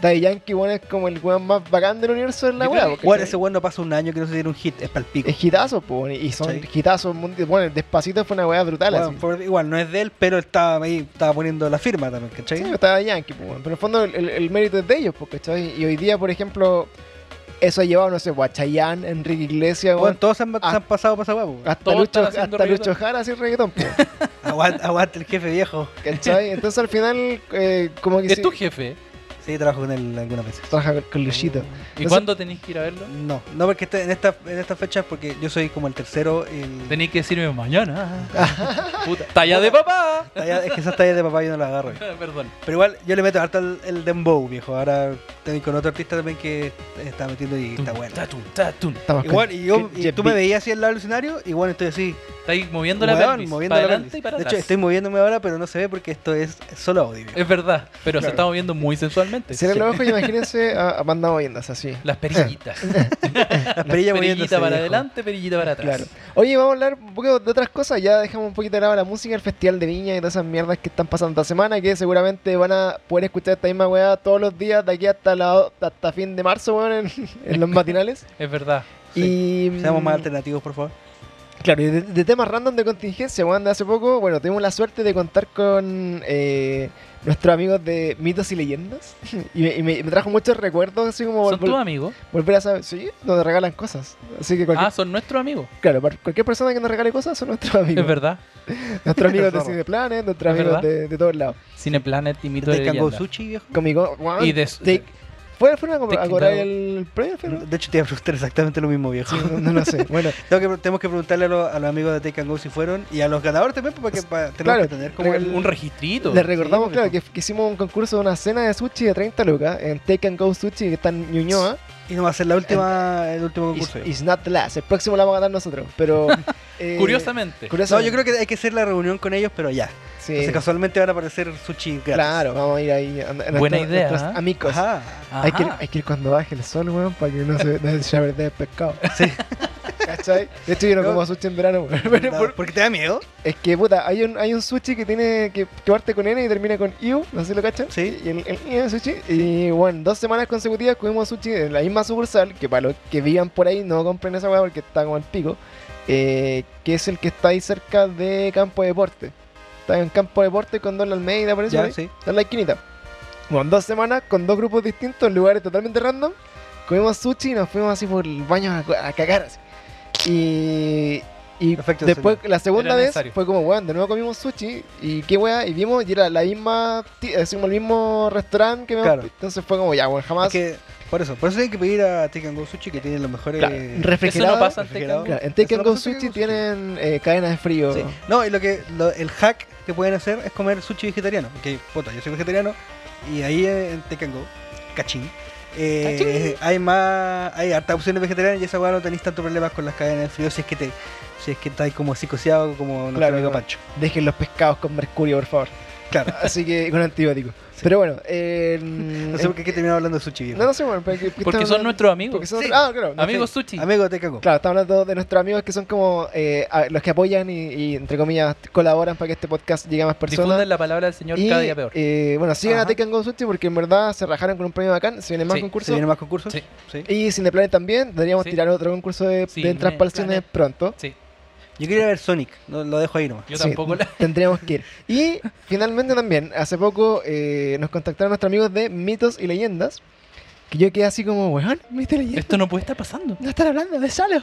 [SPEAKER 1] Daddy Yankee, weón, es como el weón más bacán del universo en la
[SPEAKER 2] Yo
[SPEAKER 1] weá.
[SPEAKER 2] creo que-
[SPEAKER 1] ¿cachai?
[SPEAKER 3] weón, ese weón no pasa un año que no se tiene un hit, es palpico.
[SPEAKER 1] Es hitazo, po, y son
[SPEAKER 3] Sí.
[SPEAKER 1] hitazos mundi- Bueno, el despacito fue una weá brutal.
[SPEAKER 3] Weón,
[SPEAKER 1] así.
[SPEAKER 3] por- igual, no es de él, pero él estaba ahí, estaba poniendo la firma también, ¿cachai?
[SPEAKER 1] Sí, este estaba Yankee, po, weón. pero en el fondo el, el- el mérito es de ellos, porque Y hoy día, por ejemplo, eso ha llevado, no sé, po, a Chayanne, Enrique Iglesias,
[SPEAKER 3] Weón,
[SPEAKER 1] weón,
[SPEAKER 3] todos se han, se
[SPEAKER 1] Ah.
[SPEAKER 3] han pasado para esa weá, weón.
[SPEAKER 1] hasta,
[SPEAKER 2] todos
[SPEAKER 1] Lucho,
[SPEAKER 2] están haciendo
[SPEAKER 1] hasta
[SPEAKER 2] reggaetón.
[SPEAKER 1] Lucho Jara así reggaetón, po,
[SPEAKER 3] Aguanta, aguanta el jefe viejo.
[SPEAKER 1] ¿cachai? Entonces al final, eh, como que
[SPEAKER 2] Es
[SPEAKER 1] sí,
[SPEAKER 2] tu jefe.
[SPEAKER 3] Sí, trabajo con él algunas veces.
[SPEAKER 1] trabaja con, con Luchito.
[SPEAKER 2] ¿Y
[SPEAKER 1] Entonces-
[SPEAKER 2] cuándo tenéis que ir a verlo?
[SPEAKER 3] No, no porque este- en esta en estas fechas porque yo soy como el tercero el
[SPEAKER 2] Tenéis que decirme mañana. Puta. Talla de papá.
[SPEAKER 3] talla- es que esas tallas de papá yo no las agarro.
[SPEAKER 2] Perdón.
[SPEAKER 3] Pero igual yo le meto harto el, el dembow, viejo. Ahora estoy con otro artista también que está metiendo y está bueno.
[SPEAKER 2] Tatun, tatun.
[SPEAKER 1] Estamos con-
[SPEAKER 3] Igual, y yo
[SPEAKER 1] con
[SPEAKER 3] y
[SPEAKER 1] Mm. Jet
[SPEAKER 3] tú me
[SPEAKER 1] Beat.
[SPEAKER 3] veías así al lado del escenario, igual estoy así,
[SPEAKER 2] Estáis moviendo la
[SPEAKER 3] weón,
[SPEAKER 2] pelvis,
[SPEAKER 3] moviendo
[SPEAKER 2] para
[SPEAKER 3] la
[SPEAKER 2] adelante
[SPEAKER 3] pelvis.
[SPEAKER 2] y para
[SPEAKER 3] De
[SPEAKER 2] atrás.
[SPEAKER 3] hecho, estoy moviéndome ahora, pero no se ve porque esto es solo audio. viejo.
[SPEAKER 2] Es verdad, pero se
[SPEAKER 1] Claro.
[SPEAKER 2] está moviendo muy sensualmente.
[SPEAKER 1] Cierren los ojos y imagínense a, a Panda Moviendas, así.
[SPEAKER 2] Las perillitas.
[SPEAKER 3] Las perillas moviéndose,
[SPEAKER 2] perillita para
[SPEAKER 3] viejo.
[SPEAKER 2] adelante, perillita para atrás.
[SPEAKER 1] Claro. Oye, vamos a hablar un poco de otras cosas. Ya dejamos un poquito de lado la música, el festival de viña y todas esas mierdas que están pasando esta semana. Que seguramente van a poder escuchar esta misma weá todos los días de aquí hasta, la, hasta fin de marzo, weón, en, en los matinales.
[SPEAKER 2] Es verdad.
[SPEAKER 1] Y.
[SPEAKER 3] Seamos más
[SPEAKER 1] mm,
[SPEAKER 3] alternativos, por favor.
[SPEAKER 1] Claro, y de, de temas random de contingencia, weón, de hace poco, bueno, tuvimos la suerte de contar con eh, nuestros amigos de Mitos y Leyendas. y me, y me- me trajo muchos recuerdos, así como vol-
[SPEAKER 2] ¿Son tus
[SPEAKER 1] vol-
[SPEAKER 2] amigos?
[SPEAKER 1] volver a saber. Sí, donde regalan cosas. Así que cualquier,
[SPEAKER 2] Ah, son nuestros amigos.
[SPEAKER 1] claro, para cualquier persona que nos regale cosas son nuestros amigos.
[SPEAKER 2] Es verdad.
[SPEAKER 1] Nuestros amigos de
[SPEAKER 3] Zorro.
[SPEAKER 1] Cineplanet, nuestros
[SPEAKER 2] ¿Es
[SPEAKER 1] amigos
[SPEAKER 2] verdad?
[SPEAKER 1] de, de todos lados.
[SPEAKER 2] Cineplanet y Mito
[SPEAKER 3] De
[SPEAKER 2] de
[SPEAKER 3] Kango
[SPEAKER 2] Leyenda.
[SPEAKER 3] Sushi, viejo.
[SPEAKER 1] Conmigo, Juan,
[SPEAKER 2] Y de-
[SPEAKER 1] Jake- ¿Fueron, fueron a, co-
[SPEAKER 2] Take
[SPEAKER 1] a cobrar
[SPEAKER 2] Down.
[SPEAKER 1] el premio? fueron?
[SPEAKER 3] De hecho, te iba a preguntar exactamente lo mismo, viejo.
[SPEAKER 1] Sí, no, no lo sé. Bueno,
[SPEAKER 3] Tengo que pre- tenemos que preguntarle a, lo- a los amigos de Take and Go si fueron y a los ganadores también, pues, porque para, tenemos
[SPEAKER 1] claro,
[SPEAKER 3] que tener como
[SPEAKER 1] regal-
[SPEAKER 3] el-
[SPEAKER 2] Un registrito.
[SPEAKER 1] les recordamos,
[SPEAKER 3] Sí,
[SPEAKER 1] claro, que, que hicimos un concurso de una cena de sushi de 30 lucas en Take and Go Sushi, que está en Ñuñoa.
[SPEAKER 3] Y no va a ser la última, el último
[SPEAKER 1] It's,
[SPEAKER 3] concurso. viejo.
[SPEAKER 1] it's not the last. El próximo lo vamos a ganar nosotros. Pero. eh,
[SPEAKER 2] Curiosamente.
[SPEAKER 3] no,
[SPEAKER 1] curiosamente.
[SPEAKER 3] yo creo que hay que hacer la reunión con ellos, pero ya.
[SPEAKER 1] Sí,
[SPEAKER 3] Entonces, casualmente van a aparecer sushi gratis.
[SPEAKER 1] claro, vamos a ir ahí. a- a nuestros-
[SPEAKER 2] idea,
[SPEAKER 1] nuestros
[SPEAKER 2] ¿eh?
[SPEAKER 1] amigos.
[SPEAKER 3] Ajá.
[SPEAKER 1] Hay que,
[SPEAKER 2] Ajá.
[SPEAKER 1] hay que ir cuando baje el sol, weón, para que no se, no se vea perder el pescado.
[SPEAKER 3] Sí.
[SPEAKER 1] ¿Cachai? De hecho, yo no
[SPEAKER 3] No.
[SPEAKER 1] como sushi en verano, weón. Pero por-
[SPEAKER 3] ¿Porque te da miedo?
[SPEAKER 1] Es que, puta, hay un, hay un sushi que tiene que, que parte con N y termina con IU, no sé si lo cachan.
[SPEAKER 3] Sí.
[SPEAKER 1] Y el, el, el sushi. Y bueno, dos semanas consecutivas comimos sushi en la misma sucursal, que para los que vivan por ahí no compren esa weá porque está como el pico, eh, que es el que está ahí cerca de Campo de Deporte. Está en Campo de Deporte con Don Almeida, por eso.
[SPEAKER 3] Ya,
[SPEAKER 1] ahí.
[SPEAKER 3] sí.
[SPEAKER 1] Está en la esquinita. Bueno, dos semanas con dos grupos distintos, en lugares totalmente random. Comimos sushi y nos fuimos así por el baño a, a cagar así. Y, y
[SPEAKER 3] Perfecto,
[SPEAKER 1] después, la segunda
[SPEAKER 2] Era
[SPEAKER 1] vez
[SPEAKER 2] necesario.
[SPEAKER 1] fue como, weón, de nuevo comimos sushi y qué weá, y vimos, y era la misma, ti- así como el mismo restaurante que me
[SPEAKER 3] Claro.
[SPEAKER 1] Entonces fue como, ya, weón, jamás.
[SPEAKER 3] Es que, por eso, por eso hay que pedir a Take and Go Sushi que tienen los mejores.
[SPEAKER 1] Claro,
[SPEAKER 2] Eso no
[SPEAKER 1] refrigerado.
[SPEAKER 2] pasa en
[SPEAKER 3] eh, refrigerado.
[SPEAKER 2] Tekken.
[SPEAKER 1] Claro, en Take
[SPEAKER 3] Eso
[SPEAKER 1] and
[SPEAKER 3] no
[SPEAKER 1] Go
[SPEAKER 3] pasa en Take
[SPEAKER 1] Sushi
[SPEAKER 3] and Go
[SPEAKER 1] tienen eh, cadenas de frío.
[SPEAKER 3] Sí. No, y lo que lo- el hack que pueden hacer es comer sushi vegetariano. Que puta, yo soy vegetariano y ahí eh, en Take and Go, cachín, eh, hay más, hay hartas opciones vegetarianas y esa weá no tenéis tanto problemas con las cadenas de frío si es que te, si es que estáis como psicoseado como nuestro
[SPEAKER 1] Claro,
[SPEAKER 3] amigo
[SPEAKER 1] claro.
[SPEAKER 3] Pancho.
[SPEAKER 1] Dejen los pescados con mercurio, por favor.
[SPEAKER 3] Claro.
[SPEAKER 1] Así que con antibióticos. Pero bueno, eh,
[SPEAKER 3] No sé por qué terminamos hablando de sushi, viejo.
[SPEAKER 1] No, no sé, bueno, porque,
[SPEAKER 2] Porque son nuestros amigos.
[SPEAKER 1] Porque son
[SPEAKER 3] Sí.
[SPEAKER 1] otros- Ah, claro. no sé.
[SPEAKER 2] Amigos sushi.
[SPEAKER 3] Amigo de Take and Go.
[SPEAKER 1] Claro, estamos hablando de nuestros amigos que son como eh, a- los que apoyan y, y, entre comillas, colaboran para que este podcast llegue a más personas.
[SPEAKER 2] Difunden la palabra del señor
[SPEAKER 1] y,
[SPEAKER 2] cada día peor.
[SPEAKER 1] eh, bueno, sigan a
[SPEAKER 3] Ajá.
[SPEAKER 1] Tekken Go Sushi porque en verdad se rajaron con un premio bacán, se vienen más
[SPEAKER 2] Sí,
[SPEAKER 3] ¿Se
[SPEAKER 1] concursos.
[SPEAKER 3] vienen más concursos?
[SPEAKER 2] Sí.
[SPEAKER 3] sí.
[SPEAKER 1] Y Cineplanet también, deberíamos
[SPEAKER 2] Sí.
[SPEAKER 1] tirar otro concurso de,
[SPEAKER 2] Sí,
[SPEAKER 1] de entradas para el cine
[SPEAKER 2] Cineplanet.
[SPEAKER 1] pronto.
[SPEAKER 2] Sí,
[SPEAKER 3] Yo quería ver Sonic, no, lo dejo ahí nomás.
[SPEAKER 2] yo
[SPEAKER 1] Sí,
[SPEAKER 2] tampoco la.
[SPEAKER 1] Tendríamos que ir. Y finalmente también, hace poco eh, nos contactaron nuestros amigos de Mitos y Leyendas. Que yo quedé así como, weón, mitos y leyendas.
[SPEAKER 2] Esto no puede estar pasando.
[SPEAKER 1] No están hablando de Salo.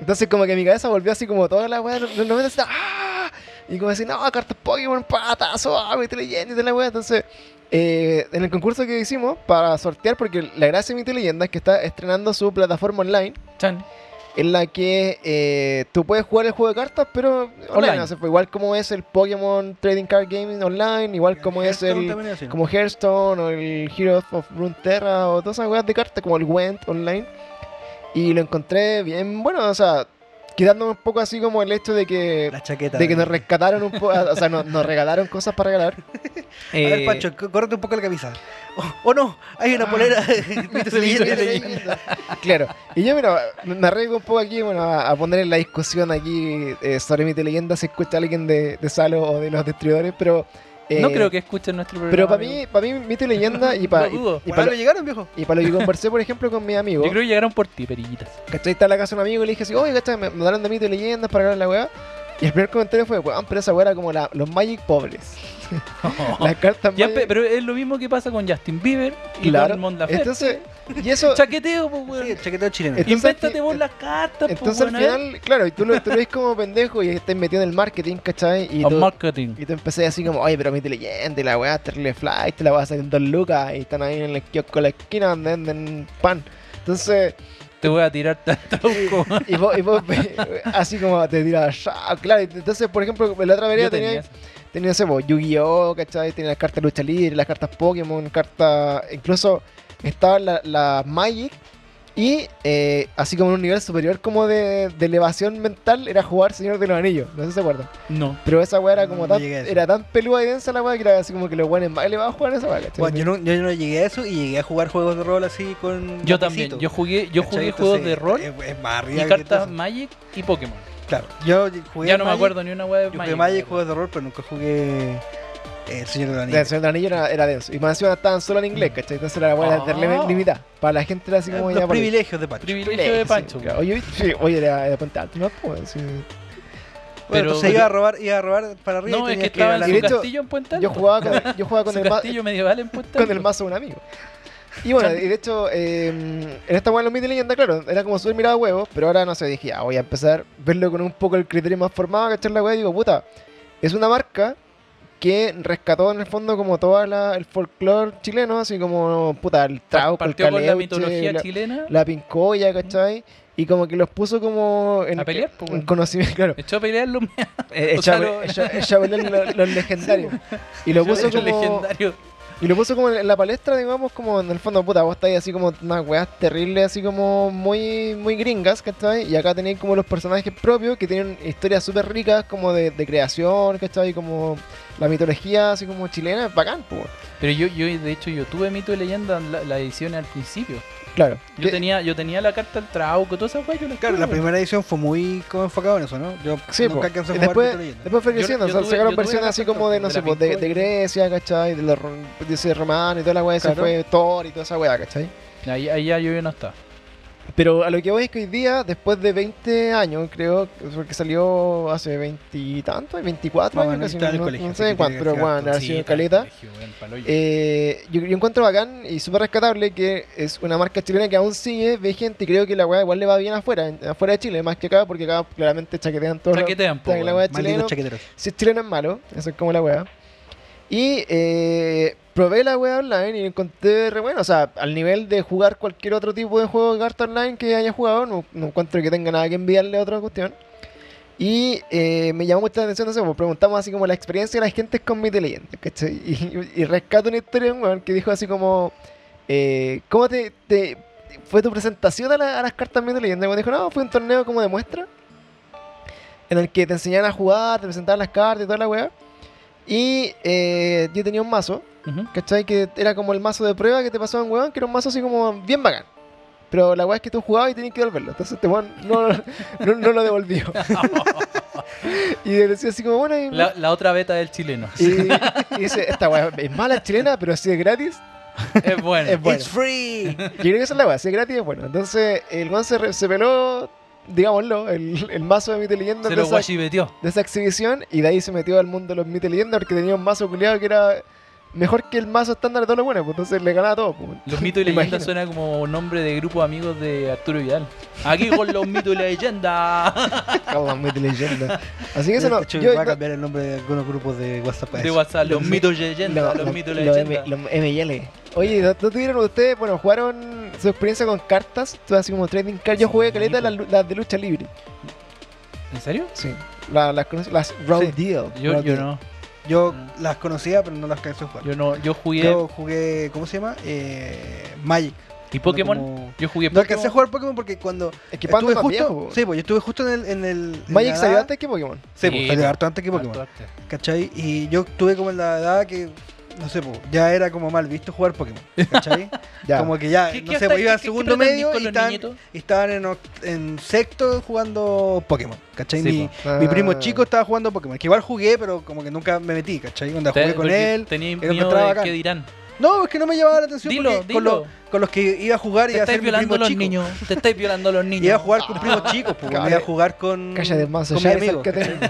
[SPEAKER 1] Entonces como que mi cabeza volvió así como toda la weá, los 90 así, ¡ah! Y como así, no, cartas Pokémon, patazo, ah, mi leyenda y toda la weá. Entonces, eh, en el concurso que hicimos para sortear, porque la gracia de mi leyenda es que está estrenando su plataforma online,
[SPEAKER 2] Chan.
[SPEAKER 1] en la que eh, tú puedes jugar el juego de cartas, pero online.
[SPEAKER 2] Online.
[SPEAKER 1] o sea, pues igual como es el Pokémon Trading Card Gaming online, igual como es
[SPEAKER 3] Hearthstone
[SPEAKER 1] el
[SPEAKER 3] también así, ¿no?
[SPEAKER 1] como Hearthstone o el Heroes of Runeterra o todas esas weas de cartas como el Went online. Y lo encontré bien bueno, o sea, quitándome un poco así como el hecho de que,
[SPEAKER 3] La chaqueta. eh.
[SPEAKER 1] de que nos
[SPEAKER 3] A
[SPEAKER 1] rescataron un poco, o sea, nos, nos regalaron cosas para regalar.
[SPEAKER 2] Eh,
[SPEAKER 1] Eh,
[SPEAKER 3] ver, Pancho, c- córrete un poco la camisa. Oh, oh, no, hay una
[SPEAKER 1] Ah.
[SPEAKER 3] polera. Mitos y leyendas.
[SPEAKER 1] claro, y yo mira, me arriesgo un poco aquí bueno, a, a poner en la discusión aquí eh, sobre mi leyenda si escucha alguien de, de Salo o de los destruidores, pero... eh,
[SPEAKER 2] No creo que escuchen nuestro programa.
[SPEAKER 1] Pero para
[SPEAKER 2] amigo.
[SPEAKER 1] mí, para mí, mito y leyenda y para
[SPEAKER 2] Lo dudo.
[SPEAKER 1] y,
[SPEAKER 3] Bueno,
[SPEAKER 1] para
[SPEAKER 3] lo llegaron, viejo.
[SPEAKER 1] y para lo que conversé, por ejemplo, con mi amigo.
[SPEAKER 2] Yo creo que llegaron por ti, perillitas.
[SPEAKER 1] ¿Cachai? Está en la casa de un amigo y le dije así, oye, ¿cachai? Me mandaron de mito y leyendas para ganar la weá. Y el primer comentario fue, weón, pero esa weá era como la- los Magic pobres. Las cartas
[SPEAKER 2] Ya,
[SPEAKER 1] Magic.
[SPEAKER 2] pe- pero es lo mismo que pasa con Justin Bieber y
[SPEAKER 1] Claro.
[SPEAKER 2] con Mon Laferte.
[SPEAKER 1] Entonces, y eso.
[SPEAKER 2] Chaqueteo, pues, weón.
[SPEAKER 3] Sí, el chaqueteo chileno.
[SPEAKER 1] Entonces,
[SPEAKER 2] Invéntate
[SPEAKER 1] al
[SPEAKER 2] vos
[SPEAKER 1] fi-
[SPEAKER 2] las cartas,
[SPEAKER 1] Entonces al
[SPEAKER 2] pues, weón, a ver.
[SPEAKER 1] final, claro, y tú lo, tú lo ves como pendejo y estás metido en el marketing, ¿cachai? Y
[SPEAKER 2] Al
[SPEAKER 1] tú,
[SPEAKER 2] marketing.
[SPEAKER 1] y tú empecé así como, oye, pero mito y leyenda y la weá, terrible flight, te la vas a hacer en dos lucas y están ahí en el kiosco de la esquina donde venden pan. Entonces,
[SPEAKER 2] Te voy a tirar tanto como.
[SPEAKER 1] y vos, y vos ve- así como te tiras, "Ah, claro. y Entonces, por ejemplo, en la otra vereda
[SPEAKER 2] Yo
[SPEAKER 1] tenía,
[SPEAKER 2] tenía
[SPEAKER 1] tenía, no sé, vos, Yu-Gi-Oh, ¿cachai? Tenía las cartas de lucha libre, las cartas Pokémon, cartas. Incluso estaban las la Magic. Y eh, así como en un nivel superior como de, de elevación mental era jugar Señor de los Anillos, no sé si se acuerdan.
[SPEAKER 2] No.
[SPEAKER 1] Pero esa weá era como
[SPEAKER 3] No
[SPEAKER 1] tan,
[SPEAKER 3] llegué a eso.
[SPEAKER 1] era tan peluda y densa la weá que era así como que los weones más elevados jugaban esa weá, ¿cachai?
[SPEAKER 3] Bueno, yo, no, yo no llegué a eso y llegué a jugar juegos de rol así con.
[SPEAKER 2] Yo
[SPEAKER 3] lapicito,
[SPEAKER 2] también. Yo jugué, yo
[SPEAKER 3] ¿cachai?
[SPEAKER 2] jugué juegos de
[SPEAKER 3] Entonces,
[SPEAKER 2] rol
[SPEAKER 1] eh,
[SPEAKER 3] Es, es más
[SPEAKER 2] y
[SPEAKER 3] arriba que
[SPEAKER 2] cartas
[SPEAKER 3] todo eso.
[SPEAKER 2] Magic y Pokémon.
[SPEAKER 3] Claro, yo jugué.
[SPEAKER 2] Ya no me
[SPEAKER 3] Magic,
[SPEAKER 2] acuerdo ni una weá de
[SPEAKER 3] Yo
[SPEAKER 2] Magic.
[SPEAKER 3] jugué Magic, juegos de rol, pero nunca jugué. eh, El Señor de la
[SPEAKER 1] El
[SPEAKER 3] Anillos.
[SPEAKER 1] Señor de los Anillos era, era denso. Y más encima estaban solo en inglés, ¿cachai? Entonces la weá era
[SPEAKER 2] Ah.
[SPEAKER 1] terrible limitada. Para la gente era así como
[SPEAKER 3] Eh, Los
[SPEAKER 1] por ahí.
[SPEAKER 3] privilegios de Pacho.
[SPEAKER 2] Privilegio de
[SPEAKER 1] Sí,
[SPEAKER 2] Pancho.
[SPEAKER 1] claro. Oye, sí, oye, era, era Puente Alto, ¿no? Pues, sí.
[SPEAKER 2] Pero-
[SPEAKER 3] Pero se iba a robar, iba a robar para arriba
[SPEAKER 2] No, es
[SPEAKER 3] y tenía
[SPEAKER 2] que estaba en
[SPEAKER 1] Y
[SPEAKER 2] su
[SPEAKER 1] de
[SPEAKER 3] que
[SPEAKER 1] hecho,
[SPEAKER 2] castillo en Puente
[SPEAKER 1] Yo
[SPEAKER 2] Alto.
[SPEAKER 1] jugaba con, yo jugaba con
[SPEAKER 2] Su
[SPEAKER 1] el, ma-
[SPEAKER 2] castillo medieval en Puente
[SPEAKER 1] con
[SPEAKER 2] Alto.
[SPEAKER 1] el mazo de un amigo. Y bueno, y de hecho, eh, en esta weá de los mitos y leyenda, claro, era como subir mirada a huevos, pero ahora no sé, dije, ah, voy a empezar a verlo con un poco el criterio más formado, cachar la weá, y digo, puta, es una marca que rescató en el fondo como todo el folclore chileno, así como, puta, el trauco, el
[SPEAKER 2] Partió con la
[SPEAKER 1] caleuche,
[SPEAKER 2] mitología
[SPEAKER 1] la-
[SPEAKER 2] chilena.
[SPEAKER 1] la pincoya, ¿cachai? Y como que los puso como en,
[SPEAKER 2] A pelear, po,
[SPEAKER 1] en
[SPEAKER 2] weón.
[SPEAKER 1] conocimiento, claro.
[SPEAKER 2] Echó a pelear los
[SPEAKER 1] Eh, eh,
[SPEAKER 2] O sea,
[SPEAKER 1] Chabe-
[SPEAKER 2] lo-
[SPEAKER 1] Cha- eh, Chabelán, lo- los legendarios.
[SPEAKER 2] pues.
[SPEAKER 1] Y lo puso como.
[SPEAKER 2] legendario.
[SPEAKER 1] Y lo puso como en la palestra, digamos, como en el fondo, puta, vos estáis así como unas weas terribles, así como muy, muy gringas, ¿cachai? Y acá tenéis como los personajes propios que tienen historias súper ricas, como de, de creación, ¿cachai? Como la mitología, así como chilena, es bacán, po.
[SPEAKER 2] Pero yo, yo, de hecho, yo tuve mito y leyenda la, la edición al principio.
[SPEAKER 1] Claro. Eh,
[SPEAKER 2] Yo
[SPEAKER 1] Que-
[SPEAKER 2] tenía, yo tenía la carta del Trauco, todas esas weas yo las
[SPEAKER 3] Claro,
[SPEAKER 2] tuve,
[SPEAKER 3] la
[SPEAKER 2] weón.
[SPEAKER 3] primera edición fue muy como enfocado en eso, ¿no? Yo
[SPEAKER 1] Sí, po.
[SPEAKER 3] nunca alcancé a
[SPEAKER 1] Y
[SPEAKER 3] jugar
[SPEAKER 1] después,
[SPEAKER 3] Mito Leyenda.
[SPEAKER 1] después fue
[SPEAKER 2] Yo-
[SPEAKER 1] creciendo.
[SPEAKER 2] yo
[SPEAKER 1] o sea,
[SPEAKER 2] tuve- yo
[SPEAKER 1] sacaron
[SPEAKER 2] tuve
[SPEAKER 1] versiones
[SPEAKER 2] la
[SPEAKER 1] así
[SPEAKER 2] carta
[SPEAKER 1] como de, no
[SPEAKER 2] de
[SPEAKER 1] sé,
[SPEAKER 2] la
[SPEAKER 1] pues, de,
[SPEAKER 2] Pincoy.
[SPEAKER 1] de Grecia, ¿cachai? De los rom- dice romano y toda la weá, se
[SPEAKER 3] Claro.
[SPEAKER 1] fue Thor y toda esa weá, ¿cachai?
[SPEAKER 2] Ahí, ahí ya yo ya no estaba.
[SPEAKER 1] Pero a lo que voy es que hoy día, después de 20 años, creo, porque salió hace 20 y tanto, 24
[SPEAKER 3] Ah, bueno,
[SPEAKER 1] años, casi,
[SPEAKER 3] estaba en el
[SPEAKER 1] no,
[SPEAKER 3] colegio,
[SPEAKER 1] no
[SPEAKER 3] así
[SPEAKER 1] sé
[SPEAKER 3] que
[SPEAKER 1] cuánto,
[SPEAKER 3] tiene que
[SPEAKER 1] pero
[SPEAKER 3] ser harto.
[SPEAKER 1] bueno, ha sido
[SPEAKER 2] Sí,
[SPEAKER 1] caleta.
[SPEAKER 2] colegio, weón, pa'l hoyo.
[SPEAKER 1] Eh, yo, yo encuentro bacán y súper rescatable que es una marca chilena que aún sigue vigente y creo que la weá igual le va bien afuera, en- afuera de Chile, más que acá, porque acá claramente chaquetean todo. lo-
[SPEAKER 2] Chaquetean, po,
[SPEAKER 1] está que la
[SPEAKER 2] weón.
[SPEAKER 1] weá
[SPEAKER 3] Malditos
[SPEAKER 1] chileno.
[SPEAKER 3] chaqueteros.
[SPEAKER 1] Si es chileno es malo, eso es como la weá. Y eh, probé la weá online y encontré re bueno, o sea, al nivel de jugar cualquier otro tipo de juego de carta online que haya jugado, no, no encuentro que tenga nada que enviarle a otra cuestión. Y eh, me llamó mucho la atención, no sé, pues preguntamos así como la experiencia de las gentes con Mito y Leyenda, ¿cachai? Y, y rescato una historia de un weón que dijo así como, eh, ¿cómo te, te- fue tu presentación a, la- a las cartas Mito y Leyenda? Y me dijo, no, fue un torneo como de muestra, en el que te enseñaban a jugar, te presentaban las cartas y toda la weá. Y eh, yo tenía un mazo,
[SPEAKER 2] Ujú.
[SPEAKER 1] ¿cachai? Que era como el mazo de prueba que te pasó en weón, que era un mazo así como bien bacán. Pero la weá es que tú jugabas y tenías que devolverlo. Entonces este weón no, no, no lo devolvió. y le decía así como, bueno, y,
[SPEAKER 2] La, la otra beta del chileno.
[SPEAKER 1] y- y dice, esta weá es mala chilena, pero así es gratis.
[SPEAKER 2] Es bueno.
[SPEAKER 1] Es bueno.
[SPEAKER 3] It's free.
[SPEAKER 1] Yo creo que esa es la weá, si es gratis es bueno. Entonces el weón se, re- se peló, digámoslo, el, el mazo de mi leyenda
[SPEAKER 2] Se
[SPEAKER 1] de
[SPEAKER 2] lo
[SPEAKER 1] esa-
[SPEAKER 2] guachibetió.
[SPEAKER 1] de esa exhibición y de ahí se metió al mundo de los mitos y leyendas porque tenía un mazo culiado que era mejor que el mazo estándar de todos los buenos, pues entonces le ganaba todo. Pues.
[SPEAKER 2] Los mitos y
[SPEAKER 1] Me
[SPEAKER 2] leyendas
[SPEAKER 1] imagino.
[SPEAKER 2] suena como nombre de grupo de amigos de Arturo Vidal. Aquí con los mitos y leyendas
[SPEAKER 1] Cabrón, los mitos y leyendas. Así que eso
[SPEAKER 3] De
[SPEAKER 1] no.
[SPEAKER 3] hecho,
[SPEAKER 1] yo-
[SPEAKER 3] va a
[SPEAKER 1] no-
[SPEAKER 3] cambiar el nombre de algunos grupos de WhatsApp. a
[SPEAKER 2] de
[SPEAKER 3] eso.
[SPEAKER 2] WhatsApp. Los
[SPEAKER 1] Los
[SPEAKER 2] mitos y
[SPEAKER 1] no,
[SPEAKER 2] leyendas,
[SPEAKER 1] no,
[SPEAKER 2] los mitos y
[SPEAKER 1] los M-
[SPEAKER 2] leyendas.
[SPEAKER 1] los ML. Oye, ¿no no tuvieron ustedes, bueno, jugaron su experiencia con cartas? Tú así como trading card. Yo jugué
[SPEAKER 2] Sí,
[SPEAKER 1] caleta
[SPEAKER 2] pues.
[SPEAKER 1] las lu- las de lucha libre.
[SPEAKER 2] ¿En serio?
[SPEAKER 1] Sí. La- las conoces, las Raw
[SPEAKER 3] Sí.
[SPEAKER 1] Deal.
[SPEAKER 2] Yo,
[SPEAKER 1] Raw
[SPEAKER 2] yo
[SPEAKER 1] Deal.
[SPEAKER 2] no,
[SPEAKER 3] Yo las conocía, pero no las alcancé a jugar. Yo,
[SPEAKER 2] yo no, yo jugué
[SPEAKER 3] jugué, ¿cómo se llama? Eh, Magic.
[SPEAKER 2] y Pokémon,
[SPEAKER 3] Como-
[SPEAKER 2] yo jugué
[SPEAKER 3] No
[SPEAKER 2] Pokémon.
[SPEAKER 3] alcancé a jugar Pokémon porque cuando
[SPEAKER 1] Es que Pando
[SPEAKER 3] estuve
[SPEAKER 1] es
[SPEAKER 3] justo,
[SPEAKER 1] más viejo.
[SPEAKER 3] sí, pues yo estuve justo en el en el en
[SPEAKER 1] Magic
[SPEAKER 3] la
[SPEAKER 1] salió
[SPEAKER 3] edad-
[SPEAKER 1] antes que Pokémon.
[SPEAKER 3] Sí, pues
[SPEAKER 2] Sí,
[SPEAKER 3] salió
[SPEAKER 2] po.
[SPEAKER 3] harto antes que Pokémon.
[SPEAKER 2] Harto arte.
[SPEAKER 3] ¿Cachai? Y yo estuve como en la edad que, no sé, pues, ya era como mal visto jugar Pokémon. ¿Cachai?
[SPEAKER 1] Ya.
[SPEAKER 3] Como que ya,
[SPEAKER 2] ¿Qué-
[SPEAKER 3] no
[SPEAKER 2] qué
[SPEAKER 3] sé,
[SPEAKER 2] hasta-
[SPEAKER 3] pues, iba
[SPEAKER 2] qué-
[SPEAKER 3] a
[SPEAKER 2] qué
[SPEAKER 3] segundo
[SPEAKER 2] pretendís
[SPEAKER 3] medio
[SPEAKER 2] con
[SPEAKER 3] y
[SPEAKER 2] los
[SPEAKER 3] estaban,
[SPEAKER 2] niñitos?
[SPEAKER 3] y estaban en, oct- en sexto jugando Pokémon. ¿Cachai?
[SPEAKER 2] Sí,
[SPEAKER 3] mi,
[SPEAKER 2] po.
[SPEAKER 1] Ah.
[SPEAKER 3] mi primo chico estaba jugando Pokémon. Que igual jugué, pero como que nunca me metí, ¿cachai? Onda,
[SPEAKER 2] Te-
[SPEAKER 3] jugué con
[SPEAKER 2] porque
[SPEAKER 3] él.
[SPEAKER 2] Tenía
[SPEAKER 3] lo
[SPEAKER 2] miedo
[SPEAKER 3] encontraba
[SPEAKER 2] de
[SPEAKER 3] bacán.
[SPEAKER 2] qué dirán.
[SPEAKER 3] No, es que no me llamaba la atención
[SPEAKER 2] Dilo,
[SPEAKER 3] porque Con,
[SPEAKER 2] dilo.
[SPEAKER 3] los, con los que iba a jugar
[SPEAKER 2] Te
[SPEAKER 3] iba a
[SPEAKER 2] estáis
[SPEAKER 3] ser mi primo
[SPEAKER 2] violando a los
[SPEAKER 3] chico.
[SPEAKER 2] niños, Ah, te estáis violando a los niños.
[SPEAKER 3] Iba a jugar con primos chicos, pues,
[SPEAKER 1] Claro.
[SPEAKER 3] iba a jugar con,
[SPEAKER 1] Calla de mazo,
[SPEAKER 3] con mi
[SPEAKER 1] ya
[SPEAKER 3] amigo.
[SPEAKER 1] que te...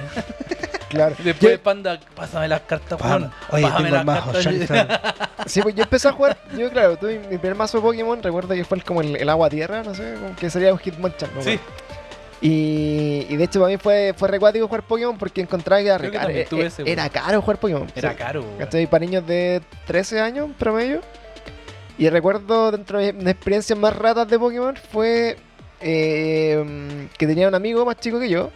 [SPEAKER 1] Claro.
[SPEAKER 2] Después
[SPEAKER 1] Yo-
[SPEAKER 2] Panda, pásame las cartas,
[SPEAKER 3] Pam,
[SPEAKER 2] Juan.
[SPEAKER 3] Oye,
[SPEAKER 2] pásame
[SPEAKER 3] tengo
[SPEAKER 2] las
[SPEAKER 3] el mazo,
[SPEAKER 2] cartas.
[SPEAKER 3] Charizard.
[SPEAKER 1] Sí, pues yo empecé a jugar, yo claro, tuve mi mi primer mazo de Pokémon, recuerdo que fue el- como el, el agua tierra, no sé, como que sería un Hitmonchan, ¿no?
[SPEAKER 2] Sí,
[SPEAKER 1] Y, y de hecho para mí fue, fue recuático jugar Pokémon porque encontraba que era,
[SPEAKER 2] Creo que
[SPEAKER 1] re caro,
[SPEAKER 2] también
[SPEAKER 1] eh,
[SPEAKER 2] tuve
[SPEAKER 1] eh,
[SPEAKER 2] ese, weón.
[SPEAKER 1] era caro jugar Pokémon.
[SPEAKER 2] era
[SPEAKER 1] sí.
[SPEAKER 2] caro. weón.
[SPEAKER 1] ¿Cachai? Para niños de 13 años promedio. Y recuerdo dentro de mis experiencias más ratas de Pokémon fue eh, que tenía un amigo más chico que yo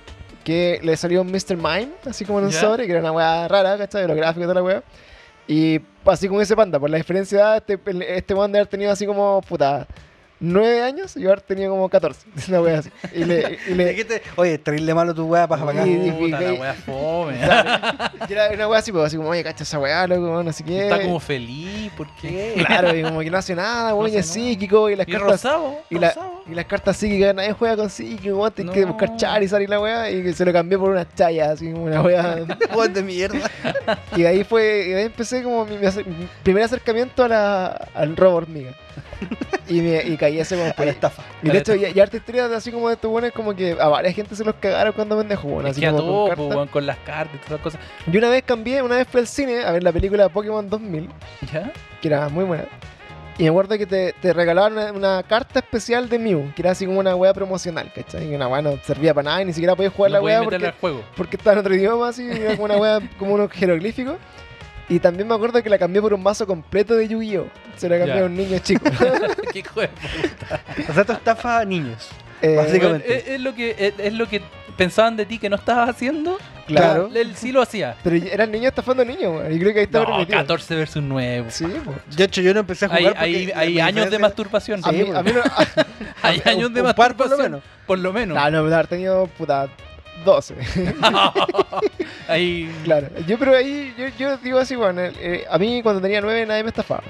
[SPEAKER 1] que le salió un Mr. Mime, así como en un
[SPEAKER 2] Ya.
[SPEAKER 1] sobre, que era una weá rara, ¿cachai? Los gráficos y toda la weá. Y así como ese panda, por la diferencia de edad, este, el- este weón de haber tenido así como puta 9 años y yo haber tenido como 14. Una weá así. Y le. y le-
[SPEAKER 3] Dijiste, Oye, traerle malo tu weá, pasa para acá.
[SPEAKER 1] Y- y-
[SPEAKER 2] Puta, la
[SPEAKER 1] y-
[SPEAKER 2] wea fome.
[SPEAKER 1] y era una weá así, pues, así como, oye, cacha esa weá, loco, no sé qué.
[SPEAKER 2] Está como feliz, ¿por qué?
[SPEAKER 1] Claro, y como que no hace nada, weón,
[SPEAKER 2] hace
[SPEAKER 1] y es
[SPEAKER 2] nada.
[SPEAKER 1] psíquico, y las
[SPEAKER 2] Y
[SPEAKER 1] cartas.
[SPEAKER 2] rosado,
[SPEAKER 1] y la-
[SPEAKER 2] rosado.
[SPEAKER 1] Y las cartas psíquicas, nadie juega con psíquico, weón, tenés que
[SPEAKER 2] No.
[SPEAKER 1] buscar Charizard y la weá, y que se lo cambié por unas chayas, así como una weá.
[SPEAKER 3] Juan de mierda.
[SPEAKER 1] y de ahí fue, y de ahí empecé como mi, mi acer- mi primer acercamiento a la, al robo hormiga. y, me, y caí ese como
[SPEAKER 3] Por estafa.
[SPEAKER 1] Y de hecho, ya, ya harta historia de así como de estos buenos, como que a varias gente se los cagaron cuando venden jugón,
[SPEAKER 2] Es
[SPEAKER 1] así
[SPEAKER 2] que a
[SPEAKER 1] como con
[SPEAKER 2] todo, po,
[SPEAKER 1] cartas.
[SPEAKER 2] weón, con las cartas y todas esas cosas.
[SPEAKER 1] Y una vez cambié, una vez fui al cine a ver la película Pokémon 2000.
[SPEAKER 2] ¿Ya?
[SPEAKER 1] que era muy buena. Y me acuerdo que te, te regalaban una, una carta especial de Mew, que era así como una wea promocional, ¿cachai? Y una wea no servía para nada y ni siquiera podías jugar
[SPEAKER 2] no
[SPEAKER 1] Pues la wea
[SPEAKER 2] podéis
[SPEAKER 1] porque,
[SPEAKER 2] meterla al juego.
[SPEAKER 1] porque estaba en otro idioma, así, y era como una wea, como unos jeroglíficos. Y también me acuerdo que la cambié por un mazo completo de Yu-Gi-Oh! Se la cambié
[SPEAKER 2] Ya.
[SPEAKER 1] a un niño chico.
[SPEAKER 2] ¿Qué juego?
[SPEAKER 3] O sea, tu estafa a niños.
[SPEAKER 1] Eh,
[SPEAKER 3] Básicamente.
[SPEAKER 2] Bueno, es, es lo que, es, es lo que pensaban de ti que no estabas haciendo.
[SPEAKER 1] Claro.
[SPEAKER 2] pero Él sí lo hacía.
[SPEAKER 1] Pero eran niños estafando niños, weón, y creo que ahí estaba
[SPEAKER 2] No,
[SPEAKER 1] permitido.
[SPEAKER 2] 14 versus 9.
[SPEAKER 1] Sí, po.
[SPEAKER 3] De hecho, yo no empecé a
[SPEAKER 2] Hay,
[SPEAKER 3] jugar.
[SPEAKER 2] hay-
[SPEAKER 3] porque
[SPEAKER 2] hay
[SPEAKER 3] mi
[SPEAKER 2] años de
[SPEAKER 3] diferencia-
[SPEAKER 2] masturbación.
[SPEAKER 1] A mí, a mí no,
[SPEAKER 2] hay
[SPEAKER 3] un-
[SPEAKER 2] años de
[SPEAKER 3] un par por lo
[SPEAKER 2] masturbación. Por lo menos.
[SPEAKER 1] Ah, no, pero haber tenido puta 12.
[SPEAKER 2] Ahí.
[SPEAKER 1] Claro, yo pero ahí yo, yo digo así, bueno, el- eh, a mí cuando tenía 9 nadie me estafaba.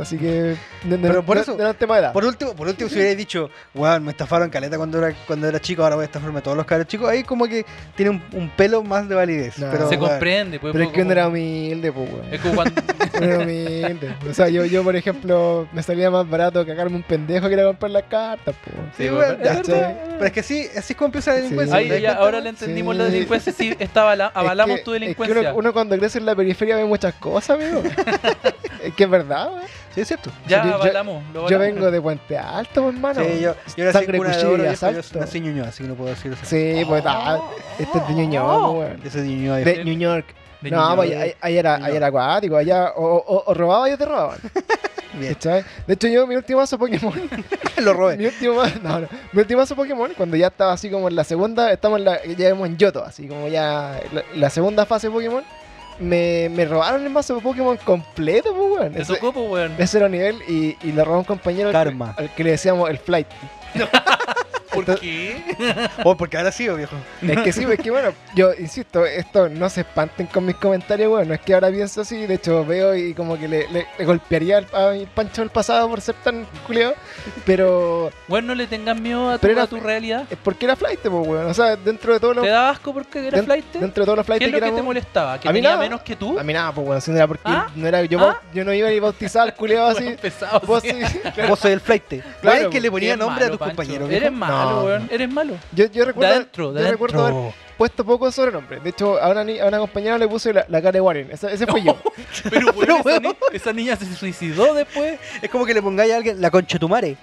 [SPEAKER 1] Así que no- no-
[SPEAKER 3] Pero por
[SPEAKER 1] no-
[SPEAKER 3] eso-
[SPEAKER 1] no era un tema de edad.
[SPEAKER 3] Por último, por último, si hubierais dicho, weón, me estafaron caleta cuando era, cuando era chico, ahora voy a estafarme a todos los caros chicos, ahí como que tiene un, un pelo más de validez.
[SPEAKER 1] No.
[SPEAKER 3] pero,
[SPEAKER 2] se
[SPEAKER 3] weón,
[SPEAKER 2] comprende, pues,
[SPEAKER 1] pero es
[SPEAKER 2] pues,
[SPEAKER 1] que uno
[SPEAKER 2] como-
[SPEAKER 1] era humilde, pues, weón.
[SPEAKER 2] es como cuando-
[SPEAKER 1] Uno era humilde. O sea, yo, yo, por ejemplo, me salía más barato cagarme un pendejo que ir a comprar las cartas, pues. weón.
[SPEAKER 3] Sí,
[SPEAKER 2] Sí,
[SPEAKER 3] weón,
[SPEAKER 2] weón,
[SPEAKER 3] ya,
[SPEAKER 1] es
[SPEAKER 3] sí.
[SPEAKER 1] verdad.
[SPEAKER 3] Pero es que sí, así es como empieza la
[SPEAKER 1] Sí.
[SPEAKER 3] delincuencia.
[SPEAKER 2] Ahí
[SPEAKER 3] ¿te das
[SPEAKER 2] ya,
[SPEAKER 3] cuenta,
[SPEAKER 2] ahora
[SPEAKER 3] weón?
[SPEAKER 2] le entendimos
[SPEAKER 1] Sí.
[SPEAKER 2] la delincuencia, sí, está avala-
[SPEAKER 1] Es
[SPEAKER 2] avalamos
[SPEAKER 1] que-
[SPEAKER 2] tu
[SPEAKER 1] es que uno-
[SPEAKER 2] delincuencia.
[SPEAKER 1] uno, cuando crece en la periferia ve muchas cosas, amigo. es que es verdad, weón.
[SPEAKER 3] Sí, es cierto.
[SPEAKER 2] ya
[SPEAKER 1] yo- yo-
[SPEAKER 2] avalamos, lo
[SPEAKER 1] Yo
[SPEAKER 2] avalamos.
[SPEAKER 1] vengo de Puente Alto, pues, hermano.
[SPEAKER 3] sí, yo, yo
[SPEAKER 1] Sangre,
[SPEAKER 3] era sin cuna de
[SPEAKER 1] cuchillo
[SPEAKER 3] oro,
[SPEAKER 1] y
[SPEAKER 3] viejo, yo
[SPEAKER 1] asalto.
[SPEAKER 3] nací en Ñuñoa, así que no puedo decir eso.
[SPEAKER 1] Sí, pues,
[SPEAKER 2] Oh,
[SPEAKER 1] ah, este es de New York, weón.
[SPEAKER 3] Yo soy de Ñuñoa, viejo.
[SPEAKER 1] De New York.
[SPEAKER 2] De
[SPEAKER 1] no,
[SPEAKER 2] niño.
[SPEAKER 1] pues ahí, ahí era, ahí era acuático, allá o, o, o robaba y te robaban.
[SPEAKER 3] Bien.
[SPEAKER 1] ¿cachai? De hecho, yo mi último mazo Pokémon,
[SPEAKER 3] Lo robé.
[SPEAKER 1] mi último mazo, no, no, mi último mazo Pokémon, cuando ya estaba así como en la segunda, estamos en la, ya vemos en Yoto, así como ya la, la segunda fase de Pokémon, me, me robaron el mazo Pokémon completo, pues weón.
[SPEAKER 2] Te
[SPEAKER 1] Ese,
[SPEAKER 2] tocó, pues, weón.
[SPEAKER 1] ese era un nivel y, y lo robó un compañero al que-
[SPEAKER 3] Karma.
[SPEAKER 1] Al, que, le decíamos el flight.
[SPEAKER 2] ¿Por qué?
[SPEAKER 3] Oh, porque ahora sí, oh, viejo.
[SPEAKER 1] Es que sí, es que bueno, yo insisto, esto no se espanten con mis comentarios, bueno, es que ahora pienso así, de hecho veo y como que le, le- le golpearía al- a mi Pancho del pasado por ser tan culeo, pero
[SPEAKER 2] Weón, no le tengas miedo a tu,
[SPEAKER 1] Pero era-
[SPEAKER 2] a tu realidad.
[SPEAKER 1] es porque era flight, pues, weón, o sea, dentro de todos los...
[SPEAKER 2] ¿Te da asco porque era
[SPEAKER 1] den-
[SPEAKER 2] flight? ¿Qué
[SPEAKER 1] Dentro de todos los flights
[SPEAKER 2] es
[SPEAKER 1] que
[SPEAKER 2] lo que te
[SPEAKER 1] éramos-
[SPEAKER 2] molestaba? ¿Que
[SPEAKER 1] A mí
[SPEAKER 2] tenía
[SPEAKER 1] nada.
[SPEAKER 2] menos que tú?
[SPEAKER 1] A mí nada, pues, weón, si no era porque
[SPEAKER 2] ¿Ah?
[SPEAKER 1] no era, yo,
[SPEAKER 2] ¿Ah?
[SPEAKER 1] yo no iba ni bautizado al culeo así,
[SPEAKER 2] Weón, pesado,
[SPEAKER 1] vos
[SPEAKER 2] sí.
[SPEAKER 1] sí, claro.
[SPEAKER 3] Vos soy el flaite.
[SPEAKER 1] Claro,
[SPEAKER 3] Claro, que le ponía
[SPEAKER 2] Eres
[SPEAKER 3] nombre a
[SPEAKER 2] malo,
[SPEAKER 3] tus
[SPEAKER 2] Pancho.
[SPEAKER 3] compañeros.
[SPEAKER 2] Eres
[SPEAKER 3] viejo?
[SPEAKER 2] malo,
[SPEAKER 1] No,
[SPEAKER 2] weón. Eres malo.
[SPEAKER 1] Yo, yo recuerdo,
[SPEAKER 2] adentro, de
[SPEAKER 1] yo
[SPEAKER 2] adentro.
[SPEAKER 1] recuerdo haber
[SPEAKER 3] No.
[SPEAKER 1] puesto poco sobrenombre, de hecho ahora ni, a una compañera le puse la, la cara de Warren, ese, ese fue yo.
[SPEAKER 2] Pero, weón,
[SPEAKER 3] Pero,
[SPEAKER 2] esa, ni-
[SPEAKER 3] weón.
[SPEAKER 2] esa niña se suicidó después.
[SPEAKER 3] Es como que le pongáis a alguien la concha de tu madre.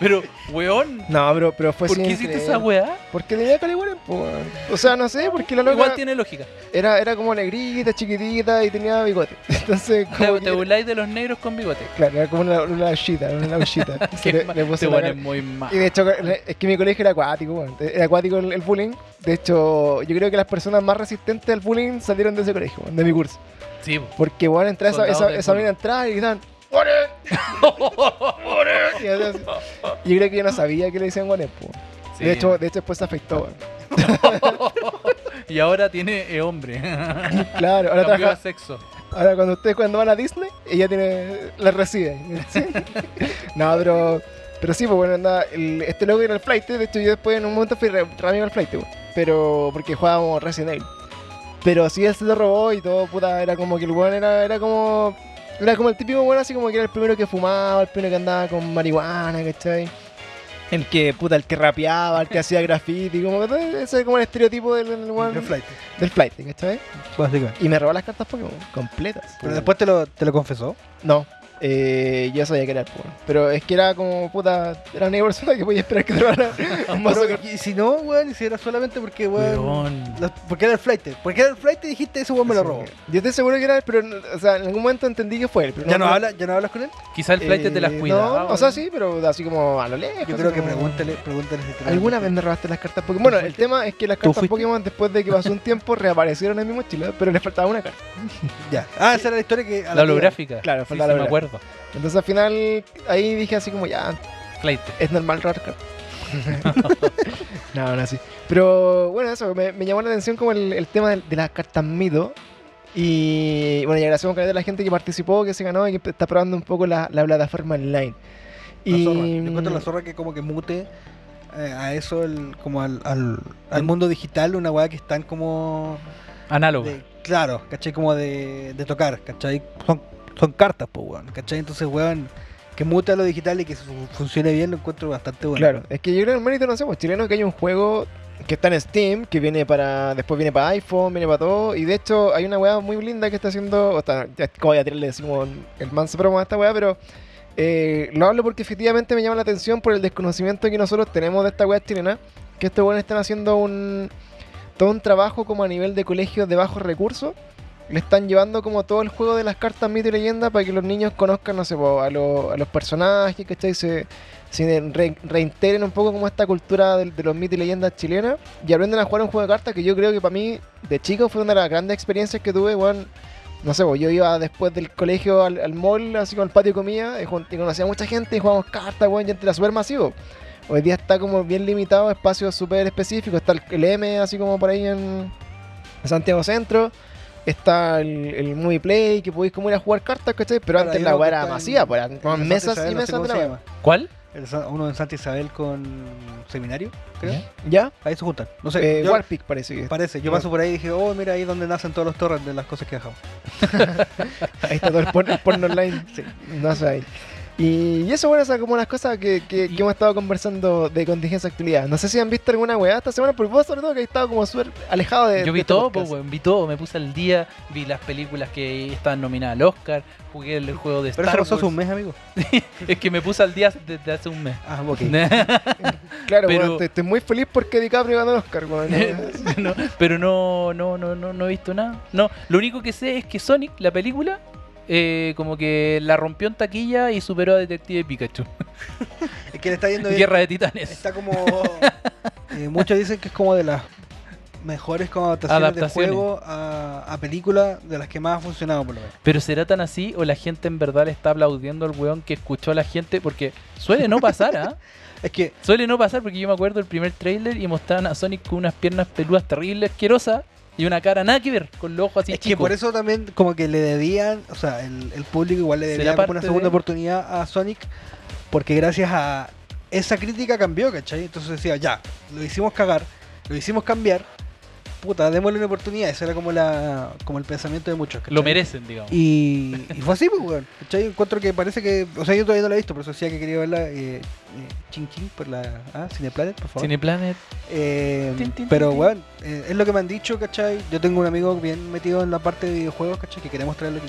[SPEAKER 2] Pero, weón,
[SPEAKER 1] No, pero, pero fue
[SPEAKER 2] ¿por
[SPEAKER 1] sin
[SPEAKER 2] qué hiciste
[SPEAKER 1] querer.
[SPEAKER 2] esa weá?
[SPEAKER 1] Porque tenía cara igual, po, weón. O sea, no sé, porque la loca
[SPEAKER 2] Igual tiene lógica.
[SPEAKER 1] era, era como negrita, chiquitita y tenía bigote. Entonces, como
[SPEAKER 2] Te,
[SPEAKER 1] que
[SPEAKER 2] te
[SPEAKER 1] era-
[SPEAKER 2] burláis de los negros con bigote.
[SPEAKER 1] Claro, era como una, una chita, una chita.
[SPEAKER 2] Qué
[SPEAKER 1] Entonces le,
[SPEAKER 2] mal-
[SPEAKER 1] le puse
[SPEAKER 2] Este
[SPEAKER 1] la
[SPEAKER 2] weón es
[SPEAKER 1] cara.
[SPEAKER 2] muy
[SPEAKER 1] Y de
[SPEAKER 2] malo.
[SPEAKER 1] hecho, le- es que mi colegio era acuático, weón. Eh, Era acuático el, el bullying. De hecho, yo creo que las personas más resistentes al bullying salieron de ese colegio, weón, de mi curso.
[SPEAKER 2] Sí, po.
[SPEAKER 1] Porque, weón, entraba esa,
[SPEAKER 2] Soldados
[SPEAKER 1] esa,
[SPEAKER 2] del
[SPEAKER 1] esa
[SPEAKER 2] bullying.
[SPEAKER 1] mina entraba y gritaban, ¡Ore! Y hacía así. Yo creo que yo no sabía que le decían Warren, po.
[SPEAKER 2] Sí.
[SPEAKER 1] De, hecho, de hecho, después se afectó, weón.
[SPEAKER 2] Y ahora tiene eh, hombre.
[SPEAKER 1] Claro, ahora
[SPEAKER 2] Cambió
[SPEAKER 1] trabaja,
[SPEAKER 2] a sexo.
[SPEAKER 1] Ahora cuando ustedes cuando van a Disney, ella tiene la recibe. no, pero pero sí, pues bueno, anda, el- este loco era el flight, de hecho yo después en un momento fui re- re amigo al flight, weón. pero porque jugábamos Resident Evil. Pero sí él se lo robó y todo, puta, era como que el weón era, era como era como el típico weón así como que era el primero que fumaba, el primero que andaba con marihuana, ¿cachai? El que, puta, el que rapeaba, el que hacía graffiti, como que todo ese es como el estereotipo del, del weón-
[SPEAKER 3] El flaite.
[SPEAKER 1] del flight, ¿cachai?
[SPEAKER 3] Básicamente.
[SPEAKER 1] Y me robó las cartas Pokémon completas.
[SPEAKER 3] Pero
[SPEAKER 1] Puta.
[SPEAKER 3] después te lo, te lo confesó.
[SPEAKER 1] No, eh, yo sabía que era el Pokémon. Pero es que era como puta. Era una persona que podía esperar que robara un mazo
[SPEAKER 3] Pero,
[SPEAKER 1] que-
[SPEAKER 3] y si no, weón, y si era solamente porque, weón.
[SPEAKER 2] Weón.
[SPEAKER 3] los- porque era el flight. Porque era el flight y dijiste, ese weón me lo robó.
[SPEAKER 1] Yo estoy seguro que era él, pero o sea, en algún momento entendí que fue él. pero
[SPEAKER 3] ¿Ya no, habla, ¿Ya no hablas con él?
[SPEAKER 2] Quizá el flight te las
[SPEAKER 1] Eh,
[SPEAKER 2] cuidaba.
[SPEAKER 1] No, o sea, sí, pero así como a lo lejos. así
[SPEAKER 3] Yo creo que
[SPEAKER 1] como-
[SPEAKER 3] pregúntale, pregúntale si te lo-
[SPEAKER 1] ¿Alguna vez me robaste las cartas Pokémon? Bueno, el tema es que las cartas
[SPEAKER 3] fuiste?
[SPEAKER 1] Pokémon, después de que pasó un tiempo, reaparecieron en mi mochila, pero les faltaba una carta.
[SPEAKER 3] Ya. Ah, esa era la historia que. a
[SPEAKER 2] La
[SPEAKER 3] que-
[SPEAKER 2] holográfica.
[SPEAKER 1] Claro,
[SPEAKER 2] Sí,
[SPEAKER 1] falta la
[SPEAKER 2] sí, me acuerdo.
[SPEAKER 1] Entonces al final, ahí dije así como ya,
[SPEAKER 2] Flight.
[SPEAKER 1] es normal robar cartas. no, no, sí. Pero bueno, eso, me, me llamó la atención como el, el tema de, de las cartas mito. Y bueno, y agradecemos a la gente que participó, que se ganó y que está probando un poco la, la plataforma online.
[SPEAKER 3] La
[SPEAKER 1] Y
[SPEAKER 3] zorra. Yo encuentro la zorra que como que mute eh, a eso, el, como al, al, al mundo digital, una weá que están como...
[SPEAKER 2] Análogo.
[SPEAKER 3] de- claro, ¿cachai? Como de, de tocar, ¿cachai? Son, son cartas, pues, weón, ¿cachai? Entonces, weón, que mute a lo digital y que fu- funcione bien lo encuentro bastante bueno.
[SPEAKER 1] Claro, es que yo creo que el mérito no somos chilenos, que hay un juego que está en Steam, que viene para. Después viene para iPhone, viene para todo. Y de hecho, hay una weá muy linda que está haciendo. O está, ya, como voy a tirarle así como el manso promo a esta weá, pero. eh, lo hablo porque efectivamente me llama la atención por el desconocimiento que nosotros tenemos de esta weá chilena. Que estos weones están haciendo un. Todo un trabajo como a nivel de colegios de bajos recursos. Le están llevando como todo el juego de las cartas mito y leyenda para que los niños conozcan, no sé, po, a, lo- a los personajes, ¿cachai? Se, se re- reintegren un poco como esta cultura del- de, los mitos y leyendas chilenas y aprendan a jugar un juego de cartas que yo creo que para mí de chico fue una de las grandes experiencias que tuve, weón. No sé, pues, yo iba después del colegio al, al mall, así con el patio de comida, y, jun- y conocía a mucha gente y jugábamos cartas, weón, y antes era súper masivo. Hoy día está como bien limitado, espacios súper específicos. Está el- el M, así como por ahí en Santiago Centro. Está el, el Movie Play, que podéis como ir a jugar cartas, ¿cachai? Pero
[SPEAKER 3] Claro,
[SPEAKER 1] antes
[SPEAKER 3] hay
[SPEAKER 1] la
[SPEAKER 3] uno
[SPEAKER 1] weá
[SPEAKER 3] que
[SPEAKER 1] era
[SPEAKER 3] está en-
[SPEAKER 1] masiva, pues,
[SPEAKER 3] en
[SPEAKER 1] eran
[SPEAKER 3] Santa
[SPEAKER 1] mesas
[SPEAKER 3] Isabel,
[SPEAKER 1] y
[SPEAKER 3] no sé
[SPEAKER 1] mesas
[SPEAKER 3] cómo
[SPEAKER 1] de la
[SPEAKER 3] se
[SPEAKER 1] weá.
[SPEAKER 3] llama.
[SPEAKER 2] ¿Cuál?
[SPEAKER 3] El San- uno en Santa Isabel con seminario, creo.
[SPEAKER 2] ¿Ya?
[SPEAKER 1] ¿Ya?
[SPEAKER 3] Ahí se juntan. No sé.
[SPEAKER 1] Eh,
[SPEAKER 3] yo-
[SPEAKER 1] Warpic parece que está.
[SPEAKER 3] parece. Yo
[SPEAKER 1] War-
[SPEAKER 3] paso por ahí y dije, oh, mira ahí es donde nacen todos los torres de las cosas que dejamos.
[SPEAKER 1] Ahí está todo el porno, el porno online. No sé ahí. Y, y eso, bueno, esas como las cosas que, que- que hemos estado conversando de contingencia de actualidad. No sé si han visto alguna weá esta semana, por vos sobre todo que has estado como súper alejado de.
[SPEAKER 2] Yo
[SPEAKER 1] de
[SPEAKER 2] vi
[SPEAKER 1] este
[SPEAKER 2] todo,
[SPEAKER 1] podcast.
[SPEAKER 2] pues, weón, vi todo, me puse al día, vi las películas que estaban nominadas al Oscar, jugué el juego de
[SPEAKER 3] Pero eso
[SPEAKER 2] Star
[SPEAKER 3] pasó hace un
[SPEAKER 2] Wars.
[SPEAKER 3] mes, amigo.
[SPEAKER 2] Es que me puse al día desde hace un mes.
[SPEAKER 3] Ah, ok.
[SPEAKER 1] Claro,
[SPEAKER 2] pero-
[SPEAKER 1] weón, te- estoy muy feliz porque DiCaprio ganó el Oscar, weón.
[SPEAKER 2] No, pero no, no, no, no, no he visto nada. No, lo único que sé es que Sonic, la película, eh, como que la rompió en taquilla y superó a Detective Pikachu.
[SPEAKER 3] Es que le está yendo bien.
[SPEAKER 2] Guerra de Titanes.
[SPEAKER 3] eh, Está como. eh, muchos dicen que es como de las mejores como adaptaciones,
[SPEAKER 2] Adaptaciones.
[SPEAKER 3] de juego a, a película de las que más ha funcionado, por lo menos.
[SPEAKER 2] Pero será tan así o la gente en verdad le está aplaudiendo al weón que escuchó a la gente porque suele no pasar, ¿ah?
[SPEAKER 3] Es que
[SPEAKER 2] Suele no pasar porque yo me acuerdo el primer tráiler y mostraban a Sonic con unas piernas peludas terribles, asquerosas y una cara nada que ver, con los ojos así
[SPEAKER 3] es que
[SPEAKER 2] chicos.
[SPEAKER 3] por eso también como que le debían, o sea, el, el público igual le
[SPEAKER 2] ¿Será
[SPEAKER 3] debía como una
[SPEAKER 2] parte
[SPEAKER 3] segunda
[SPEAKER 2] de-
[SPEAKER 3] oportunidad a Sonic, porque gracias a esa crítica cambió, ¿cachai? Entonces decía, ya, lo hicimos cagar, lo hicimos cambiar, puta, démosle una oportunidad, ese era como la como el pensamiento de muchos,
[SPEAKER 2] Lo
[SPEAKER 3] ¿cachai?
[SPEAKER 2] merecen, digamos.
[SPEAKER 3] Y, y fue así, pues, weón. ¿Cachai? Encuentro que parece que. O sea, yo todavía no la he visto, pero eso decía que quería verla. Eh, eh, ching ching por la. Ah, Cineplanet, por favor.
[SPEAKER 2] Cineplanet.
[SPEAKER 3] Eh,
[SPEAKER 2] Tin, tin,
[SPEAKER 3] pero,
[SPEAKER 2] tin, tin.
[SPEAKER 3] weón, eh, es lo que me han dicho, ¿cachai? Yo tengo un amigo bien metido en la parte de videojuegos, ¿cachai? Que queremos traerlo aquí.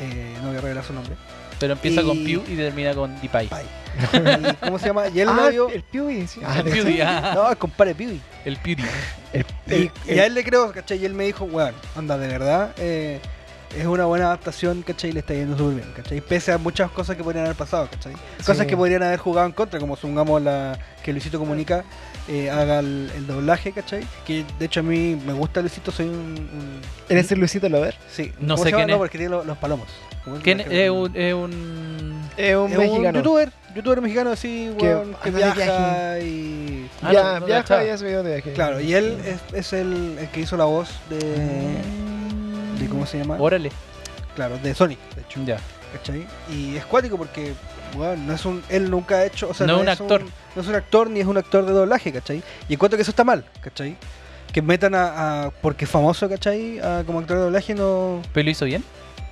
[SPEAKER 3] Eh, no voy a revelar su nombre.
[SPEAKER 2] Pero empieza
[SPEAKER 3] Y-
[SPEAKER 2] con Pew y termina con Deepay.
[SPEAKER 3] Pai. Y, ¿Cómo se llama? Y él
[SPEAKER 1] Ah,
[SPEAKER 3] me
[SPEAKER 1] el,
[SPEAKER 3] vio.
[SPEAKER 1] el Pewee, sí.
[SPEAKER 2] El Pewee, ah,
[SPEAKER 3] No, el compadre Pibi.
[SPEAKER 2] el Pewdie.
[SPEAKER 1] Eh,
[SPEAKER 3] Y, y a él le creo, ¿cachai? Y él me dijo, weón, anda, de verdad, eh, es una buena adaptación, ¿cachai? Le está yendo súper bien, ¿cachai? Pese a muchas cosas que podrían haber pasado, ¿cachai? Cosas
[SPEAKER 1] Sí.
[SPEAKER 3] que podrían haber jugado en contra, como supongamos la, que Luisito Comunica eh, haga el, el doblaje, ¿cachai? Que de hecho a mí me gusta Luisito, soy un... un-
[SPEAKER 1] ¿Eres el Luisito Lover?
[SPEAKER 3] Sí,
[SPEAKER 2] No
[SPEAKER 3] ¿cómo
[SPEAKER 2] sé
[SPEAKER 3] se llama?
[SPEAKER 2] quién
[SPEAKER 3] No,
[SPEAKER 2] es.
[SPEAKER 3] porque tiene lo- los, palomos. ¿Cómo se
[SPEAKER 2] ¿Quién
[SPEAKER 3] llama?
[SPEAKER 2] es un, es un-
[SPEAKER 1] Es un
[SPEAKER 3] es un
[SPEAKER 1] mexicano.
[SPEAKER 3] youtuber, youtuber mexicano así,
[SPEAKER 1] Que
[SPEAKER 3] weón, que
[SPEAKER 1] anda de
[SPEAKER 3] viaja y...
[SPEAKER 2] Ah,
[SPEAKER 1] Ya,
[SPEAKER 2] no, no
[SPEAKER 1] viaja
[SPEAKER 2] cachaba.
[SPEAKER 1] y hace video de viaje.
[SPEAKER 3] Claro, y él eh, es, es el, el que hizo la voz
[SPEAKER 1] Ah.
[SPEAKER 3] de... Eh, ¿De cómo se llama?
[SPEAKER 2] Órale.
[SPEAKER 3] Claro, de Sonic, de hecho.
[SPEAKER 2] Ya.
[SPEAKER 3] ¿Cachai? Y es cuático porque, weón, no es un, él nunca ha hecho, o sea,
[SPEAKER 2] No es un actor.
[SPEAKER 3] no es un actor ni es un actor de doblaje, ¿cachai? Y encuentro que eso está mal, ¿cachai? Que metan a, a- porque es famoso, ¿cachai? A- como actor de doblaje no,
[SPEAKER 2] ¿Pero lo hizo bien?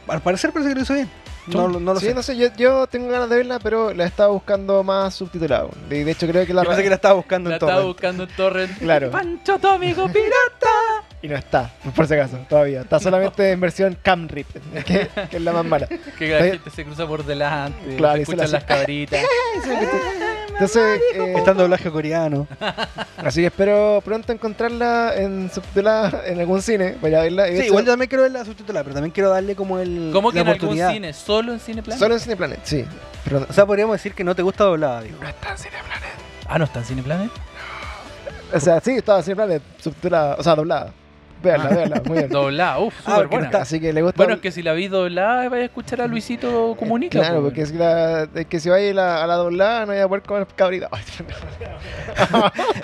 [SPEAKER 3] al parecer parece que lo hizo bien. No, lo- no lo
[SPEAKER 1] sí,
[SPEAKER 3] sé.
[SPEAKER 1] no sé, yo, yo tengo ganas de verla, pero la estaba buscando más subtitulado. De, de hecho, creo que la,
[SPEAKER 3] Yo pensé que la estaba buscando
[SPEAKER 2] La
[SPEAKER 3] en todo.
[SPEAKER 2] estaba
[SPEAKER 3] momento.
[SPEAKER 2] buscando en Torrent.
[SPEAKER 1] Claro.
[SPEAKER 2] Pancho tu amigo pirata.
[SPEAKER 1] Y no está, por si acaso, todavía. Está solamente en versión camrip, que, que es la más mala.
[SPEAKER 2] que la
[SPEAKER 1] Oye.
[SPEAKER 2] gente se cruza por delante.
[SPEAKER 1] Claro,
[SPEAKER 2] se
[SPEAKER 1] y se la
[SPEAKER 2] escuchan las
[SPEAKER 1] hace.
[SPEAKER 2] cabritas.
[SPEAKER 1] Entonces, eh,
[SPEAKER 3] Está en doblaje coreano.
[SPEAKER 1] así que espero pronto encontrarla en subtitulada en algún cine. Vaya a verla. Y de
[SPEAKER 3] Sí,
[SPEAKER 1] hecho,
[SPEAKER 3] igual yo también quiero verla subtitulada, pero también quiero darle como el
[SPEAKER 2] ¿Cómo
[SPEAKER 3] la
[SPEAKER 2] que en algún
[SPEAKER 3] oportunidad.
[SPEAKER 2] cine? ¿Solo en Cineplanet?
[SPEAKER 1] Solo en Cineplanet, sí. Pero no-
[SPEAKER 3] O sea, podríamos decir que no te gusta doblada, digo.
[SPEAKER 2] Ah, ¿no está en Cineplanet?
[SPEAKER 1] o sea, sí, estaba en Cineplanet, subtitulada, o sea, doblada. Véanla, véanla, muy bien.
[SPEAKER 2] Doblada, uff,
[SPEAKER 3] Ah,
[SPEAKER 2] súper
[SPEAKER 3] porque no
[SPEAKER 2] buena.
[SPEAKER 3] está.
[SPEAKER 1] Así que le gusta.
[SPEAKER 2] Ah. Bueno, es que si la vi doblada, vais a escuchar a Luisito Comunica. pues,
[SPEAKER 1] Claro,
[SPEAKER 2] po,
[SPEAKER 1] porque
[SPEAKER 2] weón.
[SPEAKER 1] si, la, es que si vais a la, a la doblada no voy a poder comer cabrita.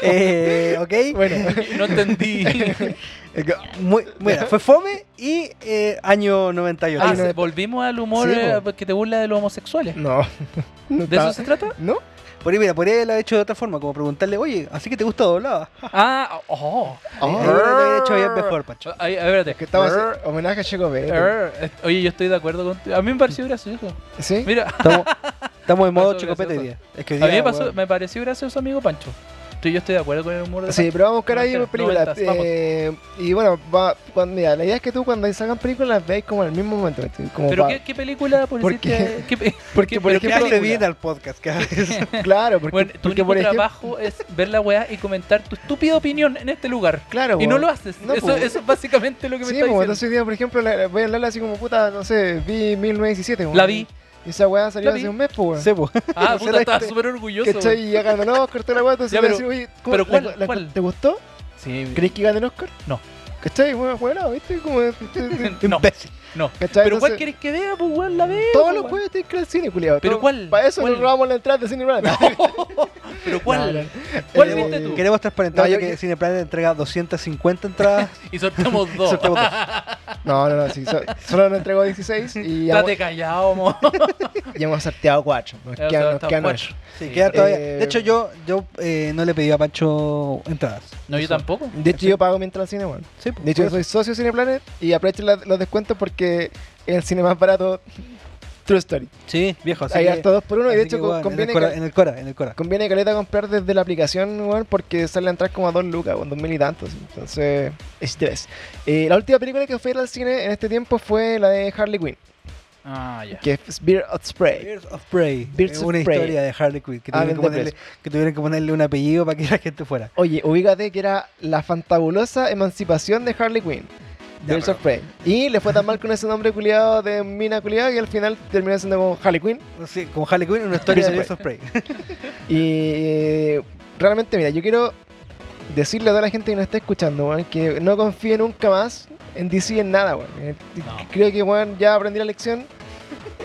[SPEAKER 3] eh, ok.
[SPEAKER 1] bueno,
[SPEAKER 2] No entendí.
[SPEAKER 3] Es que, muy- mira, fue fome y eh, año
[SPEAKER 2] Ah,
[SPEAKER 3] 98.
[SPEAKER 2] se- volvimos al humor
[SPEAKER 1] Sí,
[SPEAKER 2] eh,
[SPEAKER 1] po.
[SPEAKER 2] que te burla de los homosexuales.
[SPEAKER 1] no. no
[SPEAKER 2] ¿De
[SPEAKER 1] estaba-
[SPEAKER 2] eso se trata?
[SPEAKER 1] ¿No?
[SPEAKER 3] por ahí, mira, por ahí él ha hecho de otra forma, como preguntarle, oye, así que te gusta doblada.
[SPEAKER 2] Ah, oh.
[SPEAKER 3] Ahí
[SPEAKER 1] Oh.
[SPEAKER 3] lo hubiera hecho bien mejor, Pancho.
[SPEAKER 2] Ay, a ver, espérate.
[SPEAKER 1] Que estaba
[SPEAKER 2] Err,
[SPEAKER 1] haciendo homenaje a Checo Pérez.
[SPEAKER 2] err. Eh, Oye, yo estoy de acuerdo contigo. A mí me pareció gracioso.
[SPEAKER 1] ¿Sí?
[SPEAKER 2] Mira,
[SPEAKER 3] Estamos, estamos en modo
[SPEAKER 2] Pasó
[SPEAKER 3] chocopete hoy día.
[SPEAKER 2] gracioso.
[SPEAKER 3] Es que hoy
[SPEAKER 2] a mí me,
[SPEAKER 3] día,
[SPEAKER 2] pasó-
[SPEAKER 3] weón,
[SPEAKER 2] me pareció gracioso, amigo Pancho. Tú y yo estoy de acuerdo con el humor de
[SPEAKER 1] Sí, pero vamos a buscar ahí
[SPEAKER 2] Noventas,
[SPEAKER 1] películas.
[SPEAKER 2] noventas, vamos.
[SPEAKER 1] eh, y bueno, va, cuando, mira, la idea es que tú cuando sacan películas las veis como en el mismo momento. ¿cachai? Como
[SPEAKER 2] ¿Pero
[SPEAKER 1] pa-
[SPEAKER 2] qué, qué película por
[SPEAKER 1] ¿Por
[SPEAKER 2] decirte- qué pe-
[SPEAKER 1] porque, por
[SPEAKER 2] pero
[SPEAKER 3] Pero que
[SPEAKER 1] ejemplo,
[SPEAKER 3] hace
[SPEAKER 2] película?
[SPEAKER 3] bien al podcast, que haces.
[SPEAKER 1] claro, porque,
[SPEAKER 2] Bueno, tu
[SPEAKER 1] porque,
[SPEAKER 2] único
[SPEAKER 1] por ejemplo,
[SPEAKER 2] trabajo es ver la weá y comentar tu estúpida opinión en este lugar.
[SPEAKER 1] claro,
[SPEAKER 2] Y
[SPEAKER 1] po.
[SPEAKER 2] no lo haces.
[SPEAKER 1] Ah, No,
[SPEAKER 2] eso,
[SPEAKER 1] po.
[SPEAKER 2] eso es básicamente lo que me
[SPEAKER 1] Sí,
[SPEAKER 2] está
[SPEAKER 1] po,
[SPEAKER 2] diciendo.
[SPEAKER 1] entonces hoy día, por ejemplo, la- voy a hablarla así como puta, no sé, vi 1917.
[SPEAKER 2] La
[SPEAKER 1] weón.
[SPEAKER 2] vi.
[SPEAKER 1] Y esa weá salió
[SPEAKER 2] La vi.
[SPEAKER 1] hace un mes, pues, weón.
[SPEAKER 3] Sí, po.
[SPEAKER 2] Ah,
[SPEAKER 1] Pero
[SPEAKER 2] puta,
[SPEAKER 1] será
[SPEAKER 2] estaba
[SPEAKER 1] este-
[SPEAKER 2] súper orgulloso.
[SPEAKER 1] ¿Cachai? Y ya ganó el Oscar, toda la weá, entonces
[SPEAKER 2] Ya,
[SPEAKER 1] voy a
[SPEAKER 2] pero-
[SPEAKER 1] decir, oye,
[SPEAKER 2] pero
[SPEAKER 1] la-
[SPEAKER 2] ¿cuál-
[SPEAKER 1] la-
[SPEAKER 2] cuál?
[SPEAKER 1] ¿te gustó?
[SPEAKER 2] Sí,
[SPEAKER 1] ¿Crees que gane el Oscar?
[SPEAKER 2] No.
[SPEAKER 1] ¿Cachai? Bueno, bueno, ¿viste? Como...
[SPEAKER 2] no.
[SPEAKER 3] Imbécil.
[SPEAKER 2] No.
[SPEAKER 1] ¿Cachai?
[SPEAKER 2] Pero ¿cuál
[SPEAKER 1] Entonces-
[SPEAKER 2] querés que vea? Pues weón, la veo.
[SPEAKER 1] Todos
[SPEAKER 2] pues,
[SPEAKER 1] los
[SPEAKER 2] weón.
[SPEAKER 1] jueves tienen que ir al cine, culiado.
[SPEAKER 2] ¿Pero cuál?
[SPEAKER 1] Para eso
[SPEAKER 2] ¿Cuál?
[SPEAKER 1] nos robamos la entrada de cine Rana.
[SPEAKER 2] Pero ¿cuál?
[SPEAKER 1] No, no.
[SPEAKER 2] ¿Cuál
[SPEAKER 1] Eh,
[SPEAKER 2] viste tú?
[SPEAKER 3] Queremos transparentar
[SPEAKER 1] No, yo-
[SPEAKER 3] que
[SPEAKER 1] yo-
[SPEAKER 3] Cineplanet entrega 250 entradas.
[SPEAKER 2] Y sorteamos dos.
[SPEAKER 3] Sorteamos dos.
[SPEAKER 1] No, no, no, sí, so- solo nos entregó 16 y ya,
[SPEAKER 2] Estate callado, mo.
[SPEAKER 1] hemos- ya hemos sorteado 4. Nos
[SPEAKER 2] Ya,
[SPEAKER 1] quedan,
[SPEAKER 2] o
[SPEAKER 1] nos
[SPEAKER 2] sea,
[SPEAKER 1] quedan
[SPEAKER 2] cuatro.
[SPEAKER 1] ocho.
[SPEAKER 3] Sí,
[SPEAKER 2] Sí.
[SPEAKER 3] queda todavía.
[SPEAKER 1] Eh,
[SPEAKER 3] De hecho, yo, yo eh, no le pedí a Pancho entradas.
[SPEAKER 2] No, yo
[SPEAKER 3] Eso.
[SPEAKER 2] tampoco.
[SPEAKER 1] De hecho, yo pago mientras al cine, weón.
[SPEAKER 3] Sí, pues,
[SPEAKER 1] De hecho,
[SPEAKER 3] por
[SPEAKER 1] yo
[SPEAKER 3] eso.
[SPEAKER 1] soy socio de Cineplanet y aprovecho la- los descuentos porque es el cine más barato. True story.
[SPEAKER 3] sí, viejo. así
[SPEAKER 1] Hay
[SPEAKER 3] que-
[SPEAKER 1] hasta dos por uno y de
[SPEAKER 3] así
[SPEAKER 1] hecho
[SPEAKER 3] que,
[SPEAKER 1] co-
[SPEAKER 3] weón, en,
[SPEAKER 1] conviene,
[SPEAKER 3] el Cora,
[SPEAKER 1] que,
[SPEAKER 3] en el Cora, en el Cora.
[SPEAKER 1] conviene caleta comprar desde la aplicación, weón, porque sale a entrar como a dos lucas, weón, dos mil y tantos. Entonces, es tres. Eh, la última película que fui a ir al cine en este tiempo fue la de Harley Quinn,
[SPEAKER 2] Ah, ya.
[SPEAKER 1] que es Beer of Spray.
[SPEAKER 3] Birds of Prey.
[SPEAKER 1] Birds
[SPEAKER 3] eh,
[SPEAKER 1] of
[SPEAKER 3] una
[SPEAKER 1] Prey.
[SPEAKER 3] historia de Harley Quinn. Que
[SPEAKER 1] Ah,
[SPEAKER 3] tuvieron que,
[SPEAKER 1] del
[SPEAKER 3] ponerle, que tuvieron que ponerle un apellido para que la gente fuera.
[SPEAKER 1] Oye, ubícate que era la fantabulosa emancipación de Harley Quinn.
[SPEAKER 3] Ya,
[SPEAKER 1] Birds
[SPEAKER 3] pero-
[SPEAKER 1] of Prey. Y le fue tan mal con ese nombre culiado de mina culiado que al final terminó siendo como Harley Quinn.
[SPEAKER 3] Sí, con Harley Quinn, una historia de
[SPEAKER 1] Birds
[SPEAKER 3] Birds of Prey.
[SPEAKER 1] Y eh, realmente, mira, yo quiero decirle a toda la gente que nos está escuchando, weón, que no confíe nunca más en DC en nada, weón. Eh,
[SPEAKER 2] No.
[SPEAKER 1] Creo que, weón, ya aprendí la lección.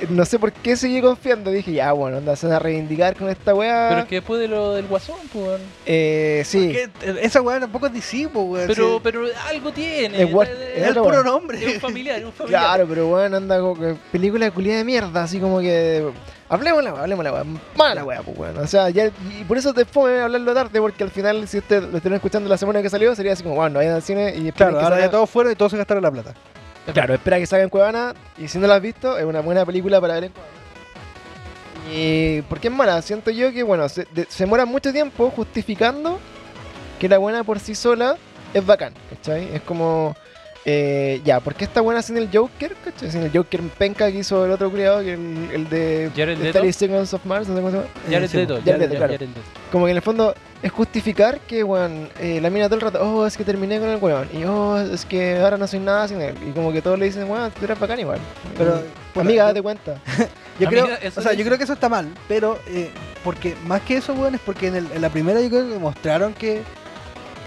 [SPEAKER 1] Eh, No sé por qué seguí confiando. Dije, ya, bueno, onda, se van a reivindicar con esta weá.
[SPEAKER 2] Pero es que después de lo del guasón, pues. weón.
[SPEAKER 1] Eh, sí.
[SPEAKER 3] Porque, eh, Esa weá tampoco es disipo, weón.
[SPEAKER 2] Pero,
[SPEAKER 3] sí.
[SPEAKER 2] pero algo tiene.
[SPEAKER 1] Pues Es guas-
[SPEAKER 3] es el
[SPEAKER 1] Claro,
[SPEAKER 3] puro
[SPEAKER 1] weón.
[SPEAKER 3] nombre.
[SPEAKER 2] Es un familiar, es un familiar.
[SPEAKER 1] Claro, pero bueno, anda como que película de culiada de mierda, así como que. Hablemos la weá, hablemos la weá. Mala weá, pues bueno. O sea, ya. Y por eso después de hablarlo tarde, porque al final, si este lo estuvieron escuchando la semana que salió, sería así como, bueno, vayan al cine y esperen
[SPEAKER 3] Claro,
[SPEAKER 1] que
[SPEAKER 3] ahora
[SPEAKER 1] salga-
[SPEAKER 3] ya todos fueron y todos se gastaron la plata.
[SPEAKER 1] Claro, espera que salga en Cuevana. Y si no la has visto, es una buena película para ver en Cuevana. Y porque es mala, siento yo que, bueno, se, de- se demora mucho tiempo justificando que la buena por sí sola es bacán, ¿cachai? Es como, eh, ya, ¿por qué está buena sin el Joker? ¿cachai? Sin el Joker penca que hizo el otro criado, que el, el de
[SPEAKER 2] Jared Leto.
[SPEAKER 1] 30 Seconds of Mars, no sé cómo se llama.
[SPEAKER 2] Ya
[SPEAKER 3] Eh,
[SPEAKER 2] le
[SPEAKER 3] sí,
[SPEAKER 2] dedo,
[SPEAKER 1] Jared
[SPEAKER 2] ya le
[SPEAKER 1] Leto, claro. Como que en el fondo es justificar que, weón, eh, la mina todo el rato, oh, es que terminé con el weón, y oh, es que ahora no soy nada sin él. Y como que todos le dicen, weón, tú eras bacán igual.
[SPEAKER 3] Pero,
[SPEAKER 1] Y,
[SPEAKER 3] puta,
[SPEAKER 1] amiga,
[SPEAKER 3] yo-
[SPEAKER 1] date cuenta.
[SPEAKER 3] Yo
[SPEAKER 2] Amiga,
[SPEAKER 3] creo,
[SPEAKER 2] eso
[SPEAKER 3] o sea,
[SPEAKER 2] dice.
[SPEAKER 3] yo creo que eso está mal, pero eh, porque más que eso, weón, es porque en, el- en la primera yo creo que mostraron que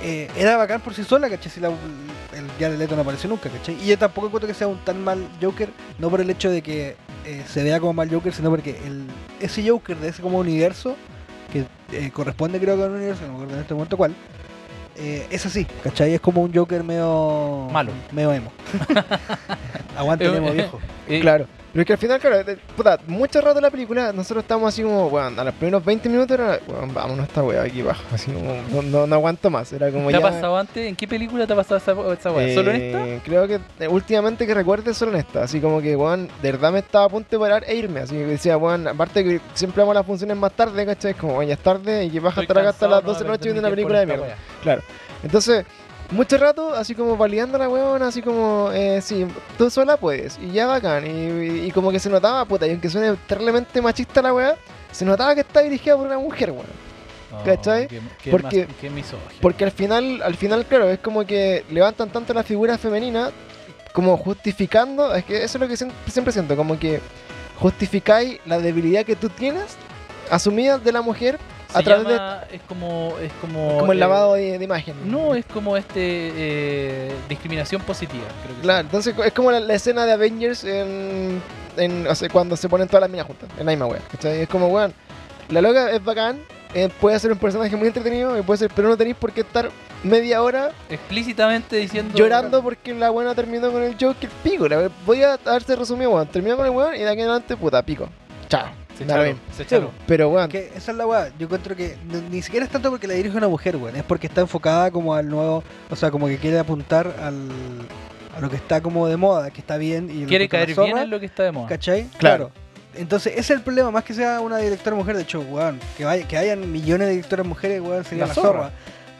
[SPEAKER 3] eh, era bacán por sí sola, ¿cachai? Si la, el Jared Leto no apareció nunca, ¿cachai? Y yo tampoco encuentro que sea un tan mal Joker, no por el hecho de que eh, se vea como mal Joker, sino porque el, ese Joker de ese como universo, que eh, corresponde creo que a un universo, no me acuerdo en este momento cuál, eh, es así, ¿cachai? Es como un Joker medio...
[SPEAKER 2] Malo.
[SPEAKER 3] Medio emo. Aguante el emo, viejo.
[SPEAKER 2] Eh,
[SPEAKER 1] Claro. Pero es que al final, claro, de- puta, mucho rato de la película, nosotros estábamos así como, weón, a los primeros 20 minutos era, weón, vámonos esta weá aquí abajo. Así como, no, no, no aguanto más. Era como
[SPEAKER 2] ¿Te ha
[SPEAKER 1] ya.
[SPEAKER 2] pasado antes? ¿En qué película te ha pasado esa, esa weá?
[SPEAKER 1] eh,
[SPEAKER 2] ¿Solo en esta?
[SPEAKER 1] Creo que eh, últimamente que recuerde solo en esta. Así como que, weón, de verdad me estaba a punto de parar e irme. Así que decía, weón, aparte que siempre vamos a las funciones más tarde, ¿cachai? Es como, weón, ya es tarde y que baja
[SPEAKER 2] Estoy
[SPEAKER 1] estar acá hasta
[SPEAKER 2] cansado,
[SPEAKER 1] las
[SPEAKER 2] no voy a
[SPEAKER 1] 12 de la noche
[SPEAKER 2] perder
[SPEAKER 1] viendo
[SPEAKER 2] mi
[SPEAKER 1] una película de
[SPEAKER 2] tiempo en
[SPEAKER 1] mierda.
[SPEAKER 2] esta weá.
[SPEAKER 1] Claro. Entonces, mucho rato, así como validando la weón, así como, eh, sí, tú sola puedes, y ya bacán. Y, y- y como que se notaba, puta, y aunque suene terriblemente machista la weá, se notaba que está dirigida por una mujer, weón.
[SPEAKER 2] No,
[SPEAKER 1] ¿Cachai?
[SPEAKER 2] qué- qué
[SPEAKER 1] Porque-
[SPEAKER 2] mas- qué misógino.
[SPEAKER 1] Porque al final, al final, claro, es como que levantan tanto la figura femenina como justificando, es que eso es lo que siem- siempre siento, como que justificáis la debilidad que tú tienes asumida de la mujer
[SPEAKER 2] Se
[SPEAKER 1] a través
[SPEAKER 2] llama- Es como. Es como,
[SPEAKER 1] de como el
[SPEAKER 2] eh,
[SPEAKER 1] lavado de, de imagen.
[SPEAKER 2] No, es como este. eh, discriminación positiva, creo que
[SPEAKER 1] Claro,
[SPEAKER 2] se
[SPEAKER 1] entonces es como la, la escena de Avengers en, en- o sea, cuando se ponen todas las minas juntas, en la misma wea. ¿cachai? Es como, weón, la loca es bacán, eh, puede ser un personaje muy entretenido, y puede ser, pero no tenéis por qué estar media hora
[SPEAKER 2] llama. Explícitamente diciendo.
[SPEAKER 1] llorando porque la buena terminó con el Joker, pico. La, voy a darse resumido, weón, terminó con el weón y de aquí en adelante, puta, pico. Chao.
[SPEAKER 2] Se
[SPEAKER 1] Da lo
[SPEAKER 2] echaron.
[SPEAKER 1] mismo.
[SPEAKER 2] Se echaron.
[SPEAKER 1] Pero, weón,
[SPEAKER 3] Que esa es la weá, yo encuentro que no- ni siquiera es tanto porque la dirige una mujer, weón, es porque está enfocada como al nuevo, o sea, como que quiere apuntar al, a lo que está como de moda, que está bien y lo
[SPEAKER 2] Quiere
[SPEAKER 3] encuentra
[SPEAKER 2] caer
[SPEAKER 3] la
[SPEAKER 2] bien
[SPEAKER 3] zorra,
[SPEAKER 2] en lo que está de moda.
[SPEAKER 3] ¿cachai?
[SPEAKER 1] Claro.
[SPEAKER 3] Entonces, ese es el problema, más que sea una directora mujer, de hecho, weón, que, vaya, que hayan millones de directoras mujeres, weón, sería
[SPEAKER 2] La
[SPEAKER 3] la
[SPEAKER 2] zorra.
[SPEAKER 3] zorra.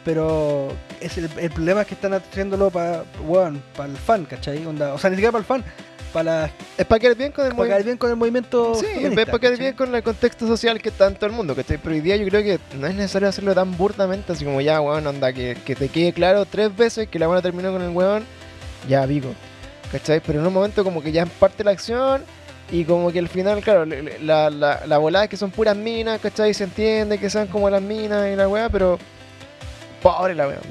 [SPEAKER 3] Pero es el, el problema es que están haciéndolo para, weón, para el fan, ¿cachai? Onda, o sea, ni siquiera para el fan, para, la-
[SPEAKER 1] es para quedar bien con el
[SPEAKER 3] para
[SPEAKER 1] movimiento.
[SPEAKER 3] caer bien con el movimiento
[SPEAKER 1] Sí,
[SPEAKER 3] feminista,
[SPEAKER 1] ve para quedar
[SPEAKER 3] ¿cachai?
[SPEAKER 1] bien con el contexto social que está en todo el mundo, ¿cachai? Pero hoy día yo creo que no es necesario hacerlo tan burdamente, así como ya, weón, anda, que, que te quede claro tres veces que la buena terminó con el weón, ya, pico, ¿cachai? Pero en un momento como que ya parte la acción y como que al final, claro, le- le- la, la, la volada es que son puras minas, ¿cachai? Se entiende que sean como las minas y la weá, pero pobre la weón.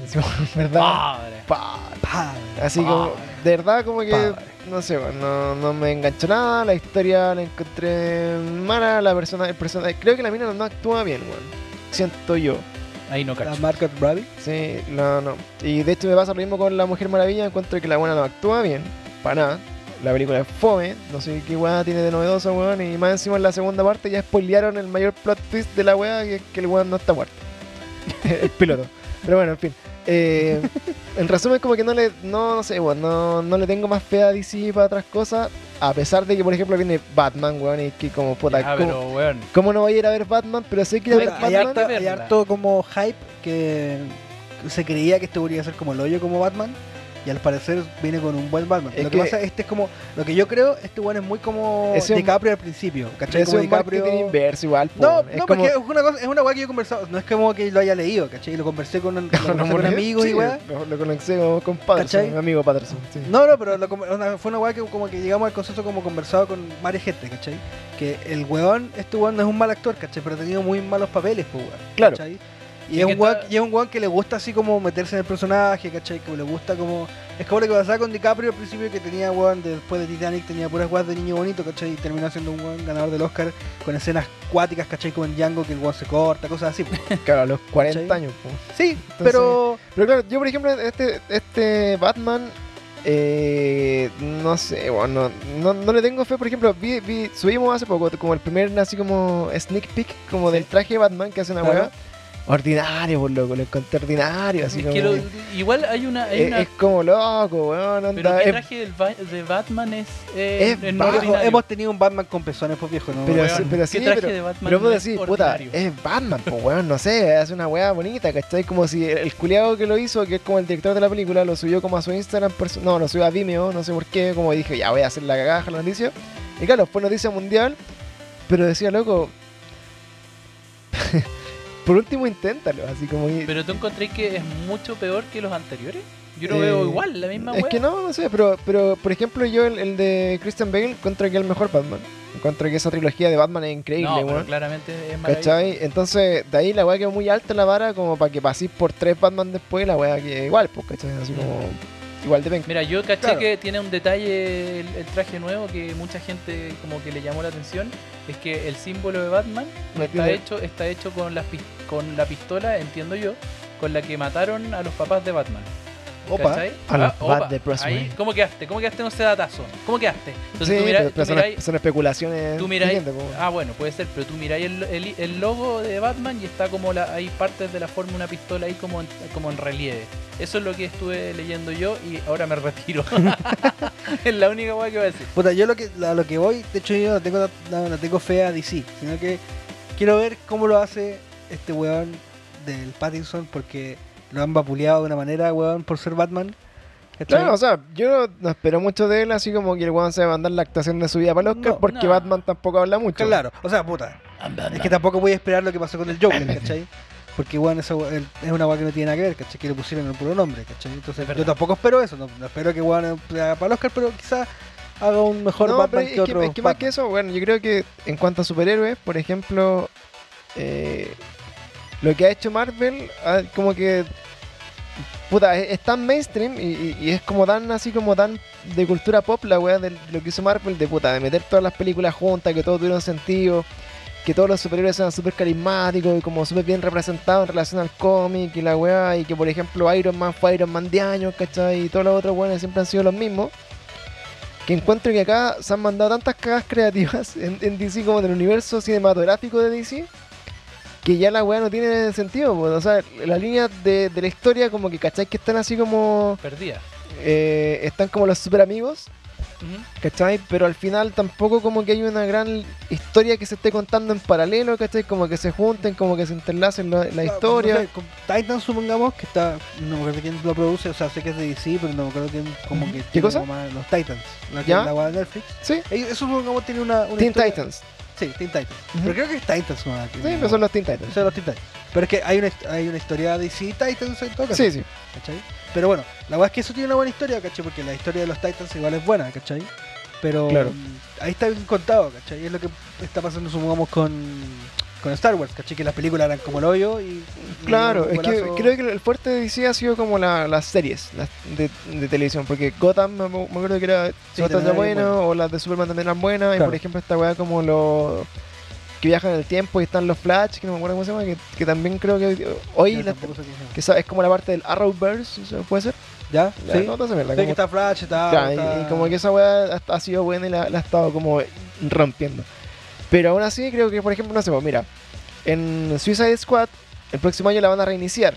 [SPEAKER 1] ¿Verdad?
[SPEAKER 2] Padre.
[SPEAKER 1] Pobre.
[SPEAKER 3] Padre.
[SPEAKER 1] Así como,
[SPEAKER 2] Pobre.
[SPEAKER 1] de verdad, como que,
[SPEAKER 3] Pobre.
[SPEAKER 1] no sé, weón, no, no me enganchó nada, la historia la encontré mala, la persona, el persona, creo que la mina no actúa bien, weón. Siento yo.
[SPEAKER 2] Ahí no
[SPEAKER 3] La
[SPEAKER 2] cacho.
[SPEAKER 3] Margot Robbie.
[SPEAKER 1] Sí, no, no. Y de hecho me pasa lo mismo con La Mujer Maravilla, encuentro que la buena no actúa bien, para nada. La película es fome, no sé qué weá tiene de novedoso, weón, y más encima en la segunda parte ya spoilearon el mayor plot twist de la weá, que es que el weón no está muerto. el piloto. Pero bueno, en fin. Eh, en resumen, como que no le, no, no sé, weón, no, no le tengo más fe a DC para otras cosas, a pesar de que, por ejemplo, viene Batman, weón, y que como puta,
[SPEAKER 2] Ya,
[SPEAKER 1] ¿cómo,
[SPEAKER 2] pero weón.
[SPEAKER 1] cómo no voy a ir a ver Batman? Pero sé que ir a ver
[SPEAKER 3] Puta, hay,
[SPEAKER 1] Batman...
[SPEAKER 2] harta-
[SPEAKER 3] harto,
[SPEAKER 2] que
[SPEAKER 3] hay
[SPEAKER 2] verla.
[SPEAKER 3] harto como hype que se creía que este podría ser como el hoyo como Batman. Y al parecer viene con un buen Batman.
[SPEAKER 1] Es
[SPEAKER 3] lo que,
[SPEAKER 1] que-
[SPEAKER 3] pasa, este es como. Lo que yo creo, este bueno es muy como
[SPEAKER 1] Ese es-
[SPEAKER 3] DiCaprio al principio. ¿Cachai?
[SPEAKER 1] Es un
[SPEAKER 3] Como DiCaprio.
[SPEAKER 1] marketing inverso igual, po,
[SPEAKER 3] No,
[SPEAKER 1] es
[SPEAKER 3] no,
[SPEAKER 1] como-
[SPEAKER 3] porque es una cosa, es una weá que yo he conversado, no es como que lo haya leído, ¿cachai? Lo conversé con, lo conversé con
[SPEAKER 1] Monet,
[SPEAKER 3] amigos
[SPEAKER 1] sí,
[SPEAKER 3] y weá.
[SPEAKER 1] Lo, lo conocemos con Patterson,
[SPEAKER 3] ¿Cachai?
[SPEAKER 1] mi amigo Patterson. sí.
[SPEAKER 3] No, no, pero lo com- una- fue una weá que como que llegamos al consenso como conversado con varias gente, ¿cachai? Que el weón, este weón no es un mal actor, ¿cachai? Pero ha tenido muy malos papeles, pues weón.
[SPEAKER 1] Claro.
[SPEAKER 3] ¿cachai?
[SPEAKER 2] Sí,
[SPEAKER 3] Y es,
[SPEAKER 2] que
[SPEAKER 3] un weón,
[SPEAKER 2] está-
[SPEAKER 3] y es un weón que le gusta así como meterse en el personaje, ¿cachai? Que le gusta como... Es como lo que pasaba con DiCaprio al principio que tenía weón, de- después de Titanic tenía puras weas de niño bonito, ¿cachai? Y terminó siendo un weón ganador del Oscar con escenas cuáticas, ¿cachai? Como en Django que el weón se corta, cosas así. pues.
[SPEAKER 1] Claro, a los 40
[SPEAKER 3] ¿Cachai?
[SPEAKER 1] años. po.
[SPEAKER 3] Sí, pero...
[SPEAKER 1] Pero claro, yo por ejemplo, este, este Batman, eh, no sé, bueno, no, no le tengo fe. Por ejemplo, vi, vi- subimos hace poco como el primer así como sneak peek como del traje de Batman que hace una
[SPEAKER 3] Claro.
[SPEAKER 1] hueá. Ordinario, por loco, lo encontré ordinario. Así
[SPEAKER 2] Es
[SPEAKER 1] como,
[SPEAKER 2] que lo- igual hay una. Hay
[SPEAKER 1] es,
[SPEAKER 2] una
[SPEAKER 1] es como loco, weón.
[SPEAKER 2] pero
[SPEAKER 1] Onda,
[SPEAKER 2] qué
[SPEAKER 1] es
[SPEAKER 2] traje del Ba- de Batman es. eh,
[SPEAKER 1] Es
[SPEAKER 2] en
[SPEAKER 1] bajo,
[SPEAKER 3] viejo,
[SPEAKER 2] ordinario?
[SPEAKER 3] hemos tenido un Batman con pezones, pues viejo, ¿no?
[SPEAKER 1] Pero
[SPEAKER 2] Weón,
[SPEAKER 1] sí, pero sí,
[SPEAKER 2] ¿Qué traje
[SPEAKER 1] pero-
[SPEAKER 2] de Batman
[SPEAKER 1] Pero vos
[SPEAKER 2] no es
[SPEAKER 1] decís, puta,
[SPEAKER 2] ordinario?
[SPEAKER 1] es Batman, pues weón, no sé, hace una weá bonita, ¿cachai? Como si el, el culiado que lo hizo, que es como el director de la película, lo subió como a su Instagram, perso- no, lo subió a Vimeo, no sé por qué, como dije, ya voy a hacer la cagada la noticia. Y claro, fue noticia mundial, pero decía, loco, por último inténtalo, así como... que-
[SPEAKER 2] Pero tú encontré que es mucho peor que los anteriores. Yo lo
[SPEAKER 1] Eh,
[SPEAKER 2] veo igual, la misma
[SPEAKER 1] es
[SPEAKER 2] wea.
[SPEAKER 1] que no, no sé, pero, pero por ejemplo yo el, el de Christian Bale encuentro que es el mejor Batman. Encuentro que esa trilogía de Batman es increíble,
[SPEAKER 2] No,
[SPEAKER 1] weón.
[SPEAKER 2] pero claramente es maravilloso.
[SPEAKER 1] ¿Cachai? Entonces, de ahí la weá quedó muy alta la vara, como para que paséis por tres Batman después, la weá que igual, pues, ¿cachai? Así como, igual de penca.
[SPEAKER 2] Mira, yo caché
[SPEAKER 3] Claro.
[SPEAKER 2] que tiene un detalle el, el traje nuevo que mucha gente como que le llamó la atención. Es que el símbolo de Batman
[SPEAKER 1] No
[SPEAKER 2] está
[SPEAKER 1] tiene-
[SPEAKER 2] hecho, está hecho con, las pis- con la pistola, entiendo yo, con la que mataron a los papás de Batman.
[SPEAKER 3] Opa.
[SPEAKER 2] ¿Cachai?
[SPEAKER 1] A los
[SPEAKER 2] Ah, opa.
[SPEAKER 1] Bat de Bruce
[SPEAKER 2] Ahí,
[SPEAKER 1] Wayne.
[SPEAKER 2] ¿Cómo quedaste? ¿Cómo quedaste en ese datazo? ¿Cómo quedaste?
[SPEAKER 1] Sí,
[SPEAKER 2] tú
[SPEAKER 1] pero,
[SPEAKER 2] mirá-
[SPEAKER 1] pero
[SPEAKER 2] tú
[SPEAKER 1] son,
[SPEAKER 2] mirá-
[SPEAKER 1] son especulaciones.
[SPEAKER 2] Tú miráis.
[SPEAKER 1] siguientes, po.
[SPEAKER 2] Ah, bueno, puede ser, pero tú miráis el, el- el logo de Batman y está como la, hay partes de la forma de una pistola ahí como en, como en relieve. Eso es lo que estuve leyendo yo y ahora me retiro. es la única weá que voy a decir.
[SPEAKER 3] Puta, yo lo que, a lo que voy, de hecho yo no tengo, no, no tengo fe a DC, sino que quiero ver cómo lo hace este weón del Pattinson, porque lo han vapuleado de una manera, weón, por ser Batman. ¿cachai?
[SPEAKER 1] Claro, o sea, yo no espero mucho de él, así como que el weón se va a mandar la actuación de su vida para el Oscar,
[SPEAKER 3] No,
[SPEAKER 1] porque
[SPEAKER 2] no.
[SPEAKER 1] Batman tampoco habla mucho.
[SPEAKER 3] Claro, o sea, puta, es que tampoco voy a esperar lo que pasó con el Joker, ¿cachai? Porque, weón, esa we- el- es una weá que no tiene nada que ver, ¿cachai? Que le pusieron el puro nombre, ¿cachai? Entonces,
[SPEAKER 2] Es verdad.
[SPEAKER 3] yo tampoco espero eso, no, no espero que weón sea para el Oscar, pero quizás haga un mejor
[SPEAKER 1] No, pero
[SPEAKER 3] Batman
[SPEAKER 1] es
[SPEAKER 3] que otro.
[SPEAKER 1] es que más
[SPEAKER 3] Batman.
[SPEAKER 1] que eso, bueno, yo creo que en cuanto a superhéroes, por ejemplo, eh, lo que ha hecho Marvel, ah, como que. Puta, es, es tan mainstream y, y- y es como tan así como tan de cultura pop la weá de lo que hizo Marvel, de puta, de meter todas las películas juntas, que todo tuviera un sentido, que todos los superhéroes sean súper carismáticos y como súper bien representados en relación al cómic y la weá, y que por ejemplo Iron Man fue Iron Man de años, ¿cachai? Y todos los otros weones siempre han sido los mismos que encuentro que acá se han mandado tantas cagas creativas en, en DC como en el universo cinematográfico de DC que ya la weá no tiene sentido. po. O sea, las líneas de, de la historia, como que cacháis que están así como.
[SPEAKER 2] Perdida.
[SPEAKER 1] eh, están como los super amigos,
[SPEAKER 2] Ujú.
[SPEAKER 1] ¿cachai? Pero al final tampoco como que hay una gran historia que se esté contando en paralelo, ¿cachai? Como que se junten, como que se interlacen la, la
[SPEAKER 3] Ah,
[SPEAKER 1] historia.
[SPEAKER 3] no sé, con Titan supongamos que está. No me acuerdo quién lo produce, o sea, sé que es de DC, pero no me acuerdo quién. Como
[SPEAKER 2] Ujú.
[SPEAKER 3] que
[SPEAKER 1] ¿Qué
[SPEAKER 3] tiene
[SPEAKER 1] cosa?
[SPEAKER 3] como más los Titans, la que
[SPEAKER 1] ¿Ya?
[SPEAKER 3] la guada de Netflix.
[SPEAKER 1] Sí,
[SPEAKER 3] Ellos- Eso supongamos tiene una. una
[SPEAKER 1] Teen
[SPEAKER 3] historia-
[SPEAKER 1] Titans.
[SPEAKER 3] Sí, Teen Titans.
[SPEAKER 1] Ujú.
[SPEAKER 3] Pero creo que es Titans, ¿no?
[SPEAKER 1] Sí, pero son los Teen Titans.
[SPEAKER 3] Son los Teen Titans. Pero es que hay una, hay una historia de DC Titans en todo caso.
[SPEAKER 1] Sí, sí.
[SPEAKER 3] ¿cachai? Pero bueno, la verdad es que eso tiene una buena historia, ¿cachai? Porque la historia de los Titans igual es buena, ¿cachai? Pero
[SPEAKER 1] Claro.
[SPEAKER 3] mm, ahí está bien contado, ¿cachai? Es lo que está pasando, supongamos, con, con Star Wars, caché que las películas eran como el hoyo y... y
[SPEAKER 1] Claro,
[SPEAKER 3] un
[SPEAKER 1] es que
[SPEAKER 3] golazo-
[SPEAKER 1] creo que el fuerte de DC ha sido como la- las series las de, de televisión, porque Gotham me, me acuerdo que era
[SPEAKER 3] Sí,
[SPEAKER 1] bastante
[SPEAKER 3] también era
[SPEAKER 1] buena,
[SPEAKER 3] buena.
[SPEAKER 1] o las de Superman también eran buenas, y
[SPEAKER 3] Claro.
[SPEAKER 1] por ejemplo esta weá como los que viajan en el tiempo y están los Flash, que no me acuerdo cómo se llama, que, que también creo que hoy
[SPEAKER 3] Ya,
[SPEAKER 1] la-
[SPEAKER 3] tampoco sé cómo se llama.
[SPEAKER 1] que esa- es como la parte del Arrowverse, ¿se ¿puede ser?
[SPEAKER 3] ¿Ya?
[SPEAKER 1] La
[SPEAKER 3] ¿Sí?
[SPEAKER 1] nota se me la
[SPEAKER 3] Sé que
[SPEAKER 1] como-
[SPEAKER 3] está Flash, está...
[SPEAKER 1] Ya, y-
[SPEAKER 3] está-
[SPEAKER 1] y, como que esa weá ha, ha sido buena y la, la ha estado como rompiendo. Pero aún así creo que, por ejemplo, no sé, pues, mira, en Suicide Squad el próximo año la van a reiniciar.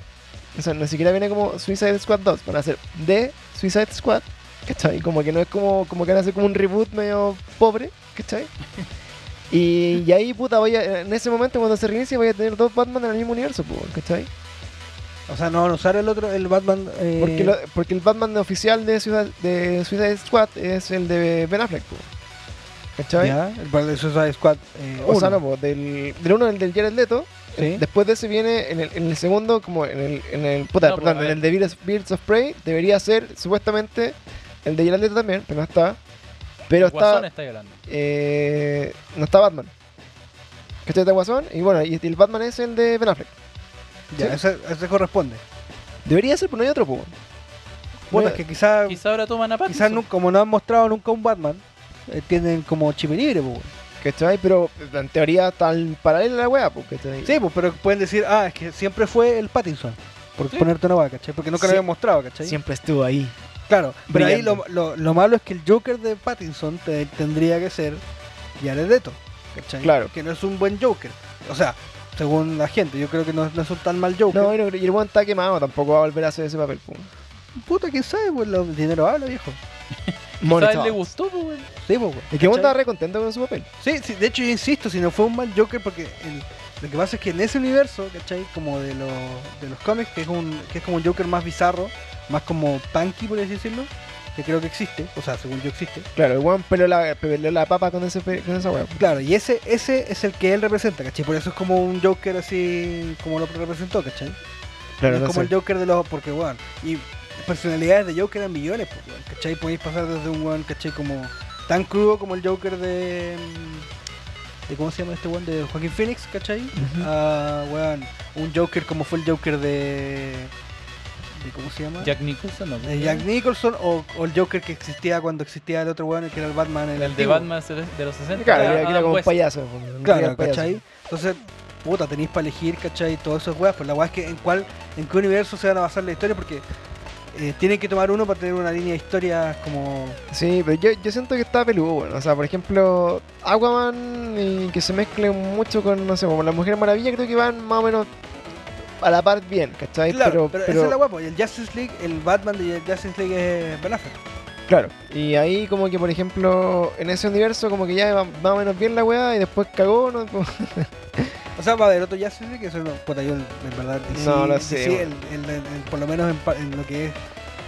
[SPEAKER 1] O sea, ni siquiera viene como Suicide Squad 2, van a hacer de Suicide Squad, ¿cachai? Como que no es como, como que van a hacer como un reboot medio pobre, ¿cachai? Y, y ahí, puta, voy a- en ese momento cuando se reinicie voy a tener dos Batman en el mismo universo, pues, ¿cachai?
[SPEAKER 3] O sea, no van a usar el otro, el Batman... eh,
[SPEAKER 1] Porque, lo- porque el Batman oficial de Suicide, de Suicide Squad es el de Ben Affleck, po. ¿cachai?
[SPEAKER 3] ¿Ya? El Batman de Suicide Squad eh,
[SPEAKER 1] O sea,
[SPEAKER 3] uno.
[SPEAKER 1] no, po, del, del uno, el del Jared Leto.
[SPEAKER 3] Sí.
[SPEAKER 1] Después de ese viene en el, en el segundo, como en el, en el, puta,
[SPEAKER 2] No, po,
[SPEAKER 1] perdón,
[SPEAKER 2] a
[SPEAKER 1] en
[SPEAKER 2] ver.
[SPEAKER 1] el de Birds of, Birds of Prey, debería ser supuestamente el de Jared Leto también, pero no está. Pero
[SPEAKER 2] El Guasón
[SPEAKER 1] está,
[SPEAKER 2] está hablando.
[SPEAKER 1] eh, no está Batman. ¿Cachai? Está Guasón, y bueno, y el Batman es el de Ben Affleck.
[SPEAKER 3] Ya,
[SPEAKER 1] sí.
[SPEAKER 3] ese, ese corresponde.
[SPEAKER 1] Debería ser, pero no hay otro, po.
[SPEAKER 3] Bueno,
[SPEAKER 1] No-
[SPEAKER 3] es que quizá, quizá,
[SPEAKER 2] Quizá ahora toman a Pattinson.
[SPEAKER 3] nun- como no han mostrado nunca un Batman, eh, tienen como chip libre, pues.
[SPEAKER 1] ¿Cachai? Pero en teoría está en paralelo a la wea, po, ¿cachai?
[SPEAKER 3] Sí, pues, pero pueden decir, ah, es que siempre fue el Pattinson. Por
[SPEAKER 2] Sí.
[SPEAKER 3] ponerte una vaca, ¿cachai? Porque nunca
[SPEAKER 1] Sí.
[SPEAKER 3] lo habían mostrado, ¿cachai?
[SPEAKER 1] Siempre estuvo ahí.
[SPEAKER 3] Claro, pero ahí
[SPEAKER 1] Brillante.
[SPEAKER 3] lo, lo- lo malo es que el Joker de Pattinson te- tendría que ser Jared Leto, ¿cachai?
[SPEAKER 1] Claro.
[SPEAKER 3] Que no es un buen Joker. O sea, según la gente, yo creo que no, no es un tan mal Joker.
[SPEAKER 1] No, y, no creo- y el buen está quemado, tampoco va a volver a hacer ese papel. pues. po.
[SPEAKER 3] Puta, ¿quién sabe? Pues el dinero habla, viejo.
[SPEAKER 2] Quizá a él
[SPEAKER 1] Money
[SPEAKER 2] le
[SPEAKER 1] talks.
[SPEAKER 2] gustó, pues, güey.
[SPEAKER 3] Sí, pues, güey,
[SPEAKER 1] Y que el buen
[SPEAKER 3] ¿cachai?
[SPEAKER 1] estaba re contento con su papel.
[SPEAKER 3] Sí, sí, de hecho yo insisto, si no fue un mal Joker, porque el- lo que pasa es que en ese universo, ¿cachai? Como de, los de los cómics, que es, un, que es como un Joker más bizarro, más como punky, por así decirlo, que creo que existe, o sea, según yo existe.
[SPEAKER 1] Claro, el buen peló la, peló la papa con, ese, pe- con esa pues. wea.
[SPEAKER 3] Claro, y ese ese es el que él representa, ¿cachai? Por eso es como un Joker así, como lo representó, ¿cachai? es como el Joker de los... Porque, weón, y personalidades de Joker en millones, pues, weón, ¿cachai? Podéis pasar desde un weón, ¿cachai? Como tan crudo como el Joker de... mm, de ¿Cómo se llama este weón? De Joaquín Phoenix, ¿cachai? Ah, weón, un Joker como fue el Joker de... de ¿Cómo se llama?
[SPEAKER 2] Jack Nicholson, no.
[SPEAKER 3] de
[SPEAKER 1] Eh,
[SPEAKER 3] Jack Nicholson o, o el Joker que existía cuando existía el otro weón, el que era el Batman. El,
[SPEAKER 2] El de
[SPEAKER 3] antiguo.
[SPEAKER 2] Batman de los Ah, pues, 60.
[SPEAKER 1] Claro,
[SPEAKER 2] era
[SPEAKER 1] era, era
[SPEAKER 2] Adam
[SPEAKER 1] como un
[SPEAKER 2] West.
[SPEAKER 1] payaso. po, un
[SPEAKER 3] ah, Claro,
[SPEAKER 1] real payaso.
[SPEAKER 3] ¿cachai? Entonces, puta, tenéis para elegir, ¿cachai? Todas esas weas, pues la wea es que en cuál, en qué universo se van a basar la historia, porque eh, tienen que tomar uno para tener una línea de historias como.
[SPEAKER 1] Sí, pero yo, yo siento que está peludo, bueno. O sea, por ejemplo, Aquaman y que se mezcle mucho con, no sé, como la Mujer Maravilla, creo que van más o menos a la par bien, ¿cachai?
[SPEAKER 3] Claro, pero, esa es la guapo. Y el Justice League, el Batman de Justice League es Ben Affleck.
[SPEAKER 1] Claro, y ahí como que por ejemplo en ese universo como que ya va más o menos bien la weá y después cagó, ¿no? Como-
[SPEAKER 3] O sea, va a haber otro Justice League, eso no. Puta, yo en en verdad. DC,
[SPEAKER 1] No lo sé,
[SPEAKER 3] DC,
[SPEAKER 1] weón.
[SPEAKER 3] el- el- el- por lo menos en, pa- en lo que es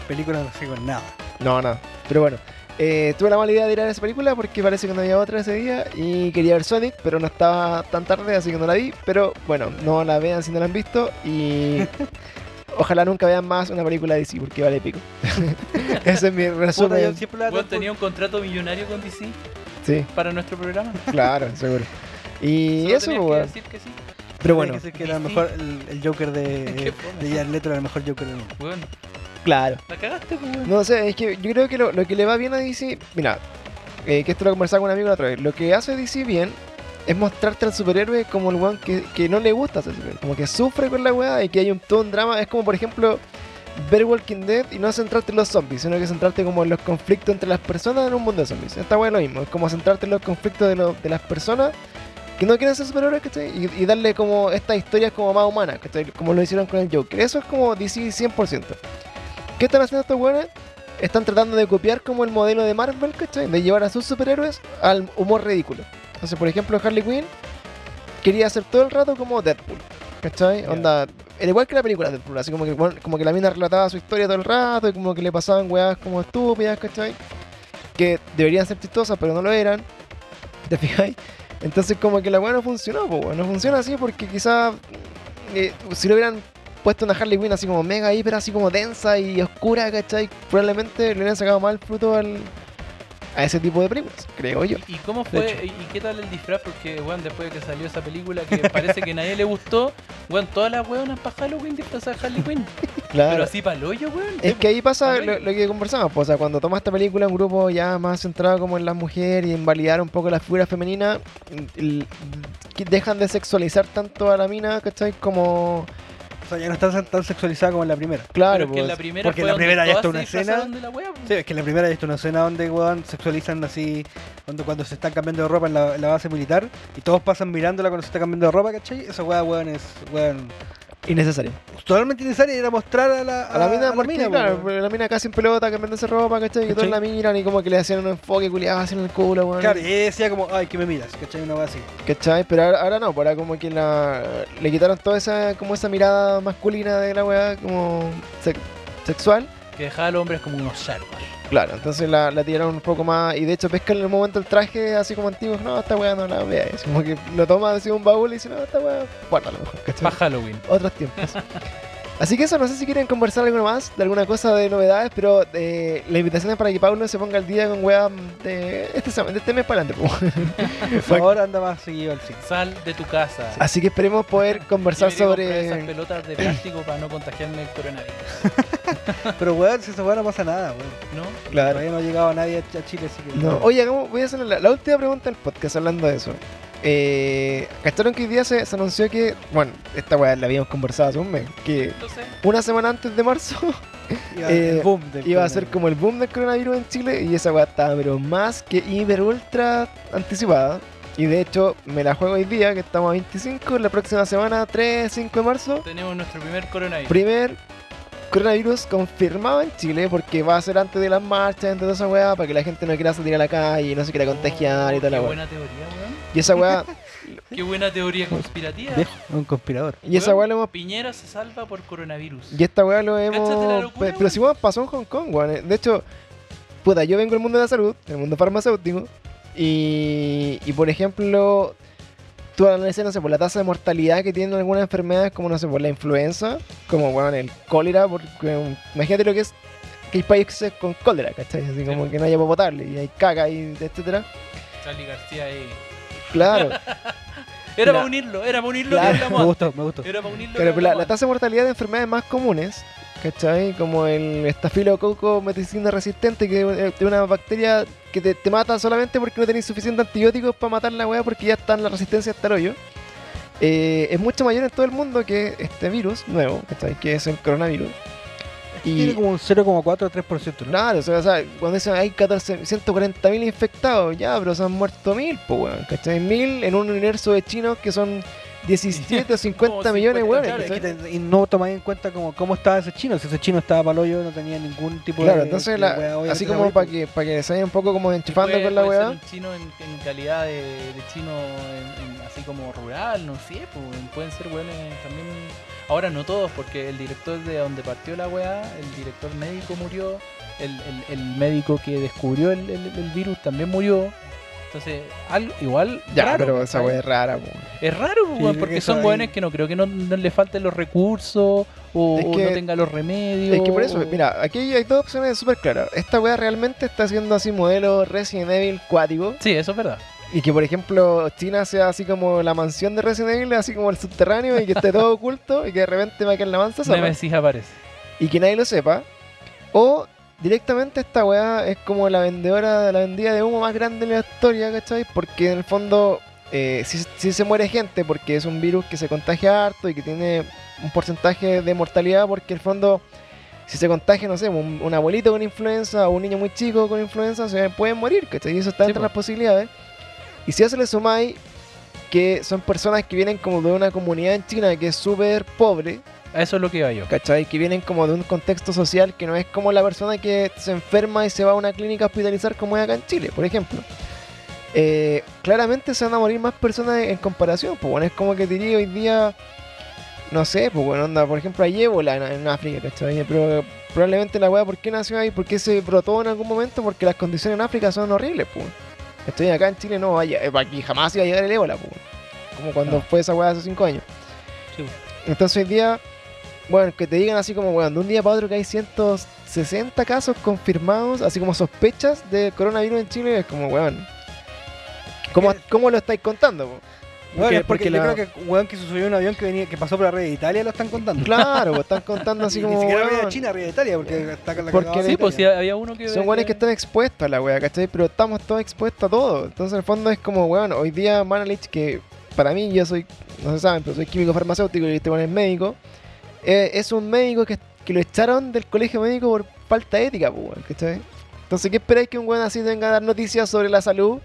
[SPEAKER 3] películas, no sé con nada.
[SPEAKER 1] No, no, pero bueno. eh, tuve la mala idea de ir a ver esa película porque parece que no había otra ese día y quería ver Sonic, pero no estaba tan tarde, así que no la vi. Pero bueno, no la vean si no la han visto y ojalá nunca vean más una película de DC porque vale pico. ese es mi
[SPEAKER 3] Puta, yo
[SPEAKER 1] resumen.
[SPEAKER 3] siempre la
[SPEAKER 2] Weón, pues, tenía un contrato millonario con DC
[SPEAKER 1] Sí,
[SPEAKER 2] para nuestro programa.
[SPEAKER 1] claro, seguro. Y
[SPEAKER 2] Solo
[SPEAKER 1] eso,
[SPEAKER 2] tenías que
[SPEAKER 1] weón.
[SPEAKER 2] decir que sí.
[SPEAKER 1] Pero bueno,
[SPEAKER 3] Que, era el mejor, el, el Joker de,
[SPEAKER 2] Qué fome.
[SPEAKER 3] de Jared Leto era el mejor Joker del mundo.
[SPEAKER 2] Weón,
[SPEAKER 1] claro.
[SPEAKER 2] la cagaste, pues, weón.
[SPEAKER 1] No sé, es que yo creo que lo, lo que le va bien a DC, mira, eh, que esto lo conversaba con un amigo la otra vez, lo que hace DC bien es mostrarte al superhéroe como el weón que, que no le gusta ser superhéroe, como que sufre con la weá y que hay un, todo un drama, es como por ejemplo ver Walking Dead y no centrarte en los zombies, sino que centrarte como en los conflictos entre las personas en un mundo de zombies. Esta weá es lo mismo, es como centrarte en los conflictos de, los- de las personas que no quieren ser superhéroes, ¿cachai? Y, y darle como estas historias como más humanas, ¿cachai? Como lo hicieron con el Joker. Eso es como DC 100%. ¿Qué están haciendo estos weones? Están tratando de copiar como el modelo de Marvel, ¿cachai? De llevar a sus superhéroes al humor ridículo. Entonces, por ejemplo, Harley Quinn quería hacer todo el rato como Deadpool, ¿cachai?
[SPEAKER 3] Ya.
[SPEAKER 1] Onda, era igual que la película Deadpool, así como que, bueno, como que la mina relataba su historia todo el rato y como que le pasaban weas como estúpidas, ¿cachai? Que deberían ser chistosas, pero no lo eran. ¿Te fijáis? Entonces, como que la wea no funcionó, po, weón. no funciona así porque quizás si lo hubieran puesto una Harley Quinn así como mega hiper, así como densa y oscura, ¿cachai? Probablemente le hubieran sacado mal fruto al, a ese tipo de películas, creo yo.
[SPEAKER 2] ¿Y cómo fue?
[SPEAKER 3] hecho.
[SPEAKER 2] ¿Y y qué tal el disfraz? Porque, weón, después de que salió esa película que parece que nadie le gustó, weón, todas las weonas para Halloween disfrazadas de Harley Quinn. Pero
[SPEAKER 1] Claro.
[SPEAKER 2] así para el hoyo, weón.
[SPEAKER 1] Es que ahí pasa
[SPEAKER 2] Arreglo.
[SPEAKER 1] lo, lo que conversamos, pues, o sea, cuando toma esta película un grupo ya más centrado como en las mujeres y en validar un poco las figuras femeninas, el- que dejan de sexualizar tanto a la mina, ¿cachai? Como...
[SPEAKER 3] O sea, ya no está tan- tan sexualizada como en la primera.
[SPEAKER 1] Claro,
[SPEAKER 2] Pero es que en la
[SPEAKER 1] pues,
[SPEAKER 2] primera
[SPEAKER 3] porque
[SPEAKER 2] fue
[SPEAKER 3] la
[SPEAKER 2] donde
[SPEAKER 3] primera ya
[SPEAKER 2] todas
[SPEAKER 3] está
[SPEAKER 2] se
[SPEAKER 3] una escena.
[SPEAKER 2] disfrazaron de la wea, weón.
[SPEAKER 3] Sí, es que en la primera hay una escena donde weón, sexualizan así cuando, cuando se están cambiando de ropa en la, en la base militar y todos pasan mirándola cuando se está cambiando de ropa, ¿cachai? Esa weá, weón, es weón,
[SPEAKER 1] innecesario.
[SPEAKER 3] totalmente necesaria era mostrar a la,
[SPEAKER 1] A la mina,
[SPEAKER 3] Ah, a
[SPEAKER 1] porque,
[SPEAKER 3] mina,
[SPEAKER 1] claro,
[SPEAKER 3] weón.
[SPEAKER 1] la mina casi en pelota, cambiándose ropa, ¿cachai? Y todos
[SPEAKER 3] ¿Cachai?
[SPEAKER 1] la miran y como que le hacían un enfoque culiado así en el culo, weón.
[SPEAKER 3] Claro, y ella decía como, ay, que me miras, ¿cachai? Una weá así.
[SPEAKER 1] ¿Cachai? Pero ahora, ahora no, por ahora como que la, le quitaron toda esa, como esa mirada masculina de la weá, como sex- sexual.
[SPEAKER 2] Que dejaba a los hombres como unos charcos.
[SPEAKER 1] Claro, entonces la, la tiraron un poco más. Y de hecho, pesca en el momento el traje así como antiguo. No, esta weá no la vea. Es como que lo toma así de un baúl y dice, no, esta weá, guárdalo. ¿cachai?
[SPEAKER 2] Para Halloween.
[SPEAKER 1] Otros tiempos. Así que eso, no sé si quieren conversar algo más de alguna cosa de novedades, pero eh, la invitación es para que Pablo se ponga al día con weá de este, sema- de este mes para adelante. po.
[SPEAKER 3] Por favor, anda más seguido al cine.
[SPEAKER 2] Sal de tu casa.
[SPEAKER 1] Así que esperemos poder conversar
[SPEAKER 2] Yo me iré a comprar
[SPEAKER 1] sobre.
[SPEAKER 2] Esas pelotas de plástico para no contagiarme el coronavirus.
[SPEAKER 3] Pero weón, si esa weá no pasa nada, weón.
[SPEAKER 2] ¿No?
[SPEAKER 1] Claro.
[SPEAKER 3] Todavía no ha llegado nadie a a Chile, así que.
[SPEAKER 1] No. Oye, hagamos- voy a hacer la, la última pregunta del podcast hablando de eso. Eh, ¿Cacharon que hoy día se, se anunció que, bueno, esta weá la habíamos conversado hace un mes, que
[SPEAKER 2] Entonces,
[SPEAKER 1] una semana antes de marzo
[SPEAKER 3] Iba,
[SPEAKER 1] eh,
[SPEAKER 3] el boom del
[SPEAKER 1] iba a ser
[SPEAKER 3] coronavirus.
[SPEAKER 1] como el boom del coronavirus en Chile y esa weá estaba pero más que hiper ultra anticipada. Y de hecho me la juego hoy día, que estamos a 25, la próxima semana, 3, 5 de marzo,
[SPEAKER 2] tenemos nuestro primer coronavirus.
[SPEAKER 1] primer coronavirus confirmado en Chile porque va a ser antes de las marchas, antes de esa weá, para que la gente no quiera salir a la calle, no se quiera contagiar y
[SPEAKER 2] Oh,
[SPEAKER 1] tal la
[SPEAKER 2] Qué
[SPEAKER 1] weá.
[SPEAKER 2] buena teoría, weón.
[SPEAKER 1] Y esa weá,
[SPEAKER 2] Qué buena teoría
[SPEAKER 1] Pues,
[SPEAKER 2] conspirativa.
[SPEAKER 3] Viejo, un conspirador.
[SPEAKER 1] y esa weá
[SPEAKER 2] Weón,
[SPEAKER 1] lo hemos.
[SPEAKER 2] Piñera se salva por coronavirus.
[SPEAKER 1] Y esta weá lo hemos.
[SPEAKER 2] Cáchate la
[SPEAKER 1] pe-
[SPEAKER 2] locura,
[SPEAKER 1] pero,
[SPEAKER 2] weón.
[SPEAKER 1] si weón pasó en Hong Kong, weón. eh, De hecho, puta, yo vengo del mundo de la salud, del mundo farmacéutico. Y, y por ejemplo, tú analizas, no sé, por la tasa de mortalidad que tienen algunas enfermedades, como no sé, por la influenza, como weón, el cólera, porque um, imagínate lo que es que hay países con cólera, ¿cachai? Así como que no hay agua potable y hay caca y etcétera.
[SPEAKER 2] Charlie García ahí.
[SPEAKER 1] Claro,
[SPEAKER 2] Era
[SPEAKER 1] La-
[SPEAKER 2] para unirlo, era para unirlo
[SPEAKER 1] Claro,
[SPEAKER 2] que
[SPEAKER 3] Me
[SPEAKER 2] hablamos antes.
[SPEAKER 3] gustó, me gustó.
[SPEAKER 2] Era para unirlo.
[SPEAKER 1] Claro,
[SPEAKER 2] que
[SPEAKER 1] pero la, la
[SPEAKER 2] hablamos
[SPEAKER 1] tasa de mortalidad de enfermedades más comunes, ¿cachai? Como el estafilococo medicina resistente, que es una bacteria que te, te mata solamente porque no tenés suficiente antibióticos para matar la weá porque ya está en la resistencia hasta el hoyo. Eh, es mucho mayor en todo el mundo que este virus nuevo, ¿cachai? Que es el coronavirus.
[SPEAKER 3] Tiene
[SPEAKER 1] Y
[SPEAKER 3] como un 0,4 o 3%, ¿no?
[SPEAKER 1] claro, o sea, o sea, cuando dicen hay 14, 140.000 infectados, ya, pero se han muerto mil, pues weón, ¿cachai? Mil en un universo de chinos que son 17 o 50 millones,
[SPEAKER 2] 50,
[SPEAKER 1] weón.
[SPEAKER 2] claro,
[SPEAKER 3] Es
[SPEAKER 1] ¿cachai?
[SPEAKER 3] que te- y no tomáis en cuenta como cómo estaba ese chino. Si ese chino estaba para hoyo, no tenía ningún tipo de.
[SPEAKER 1] Claro, entonces
[SPEAKER 3] de
[SPEAKER 1] Pues, la-
[SPEAKER 3] wea, obviamente
[SPEAKER 1] así
[SPEAKER 3] la
[SPEAKER 1] como
[SPEAKER 3] wea,
[SPEAKER 1] para que, para que se vayan un poco como
[SPEAKER 2] Y
[SPEAKER 1] enchufando
[SPEAKER 2] puede-
[SPEAKER 1] con la
[SPEAKER 2] puede ser
[SPEAKER 1] weá.
[SPEAKER 2] un chino en, en calidad de, de chino en- en así como rural, no sé, pues, pueden ser weones también. Ahora no todos, porque el director de donde partió la weá, el director médico murió, el, el- el médico que descubrió el, el- el virus también murió. Entonces, algo, igual.
[SPEAKER 1] Ya,
[SPEAKER 2] raro, pues,
[SPEAKER 1] pero esa
[SPEAKER 2] ¿cachai?
[SPEAKER 1] weá es rara, pues. po.
[SPEAKER 2] Es raro, pues,
[SPEAKER 3] Sí,
[SPEAKER 2] weón,
[SPEAKER 3] creo que
[SPEAKER 2] porque
[SPEAKER 3] eso
[SPEAKER 2] son
[SPEAKER 3] ahí-
[SPEAKER 2] weones que no creo que no, no le falten los recursos o,
[SPEAKER 1] Es
[SPEAKER 2] o
[SPEAKER 1] que-
[SPEAKER 2] no tenga los remedios.
[SPEAKER 1] Es que por eso,
[SPEAKER 2] o-
[SPEAKER 1] mira, aquí hay dos opciones súper claras. Esta weá realmente está haciendo así modelo Resident Evil cuático.
[SPEAKER 2] Sí, eso es verdad.
[SPEAKER 1] Y que por ejemplo China sea así como la mansión de Resident Evil, así como el subterráneo y que esté todo oculto y que de repente va a caer la mansa sola,
[SPEAKER 2] Nemesis aparece.
[SPEAKER 1] y que nadie lo sepa. O directamente esta weá es como la vendedora, la vendida de humo más grande de la historia, ¿cachai? Porque en el fondo eh, sí, sí se muere gente porque es un virus que se contagia harto y que tiene un porcentaje de mortalidad porque en el fondo si se contagia, no sé, un, un abuelito con influenza o un niño muy chico con influenza se pueden morir, ¿cachai? Y eso está
[SPEAKER 2] Sí,
[SPEAKER 1] entre
[SPEAKER 2] po.
[SPEAKER 1] las posibilidades. Y si a eso le sumáis que son personas que vienen como de una comunidad en China que es súper pobre,
[SPEAKER 2] A eso es lo que iba yo.
[SPEAKER 1] ¿cachai? Que vienen como de un contexto social que no es como la persona que se enferma y se va a una clínica a hospitalizar como es acá en Chile, por ejemplo. Eh, claramente se van a morir más personas en comparación, pues bueno, es como que te diría hoy día, no sé, pues bueno, onda, por ejemplo, hay ébola en, en África, ¿cachai? Pero probablemente la weá, ¿por qué nació ahí? ¿Por qué se brotó en algún momento? Porque las condiciones en África son horribles, pues. Estoy acá en Chile, no, vaya, eh, aquí jamás iba a llegar el ébola, pues. Como cuando
[SPEAKER 2] Ah.
[SPEAKER 1] fue esa weá hace cinco años.
[SPEAKER 2] Sí.
[SPEAKER 1] Entonces hoy día, bueno, que te digan así como, weón, de un día para otro que hay cientos, 60 casos confirmados, así como sospechas de coronavirus en Chile. Es como, weón. ¿Cómo, cómo lo estáis contando? po?
[SPEAKER 3] Bueno, es porque,
[SPEAKER 1] porque la-
[SPEAKER 3] yo creo que un weón que se subió a un avión que venía que pasó por arriba de Italia lo están contando.
[SPEAKER 1] Claro, po, están contando así
[SPEAKER 3] Y
[SPEAKER 1] como.
[SPEAKER 3] Ni siquiera arriba de
[SPEAKER 1] weón,
[SPEAKER 3] China, arriba de Italia, porque está con la
[SPEAKER 1] Porque-
[SPEAKER 3] cagada de
[SPEAKER 2] Sí, pues sí,
[SPEAKER 3] Italia.
[SPEAKER 2] había uno que.
[SPEAKER 1] Son weones que están expuestos a la wea, ¿cachai? Pero estamos todos expuestos a todo. Entonces, en el fondo es como, weón, hoy día Manalich, que para mí yo soy, no se saben, pero soy químico farmacéutico y este weón es médico, eh, es un médico que, que lo echaron del colegio médico por falta de ética, pues, weón, ¿cachai? Entonces, ¿qué esperáis que un weón así venga a dar noticias sobre la salud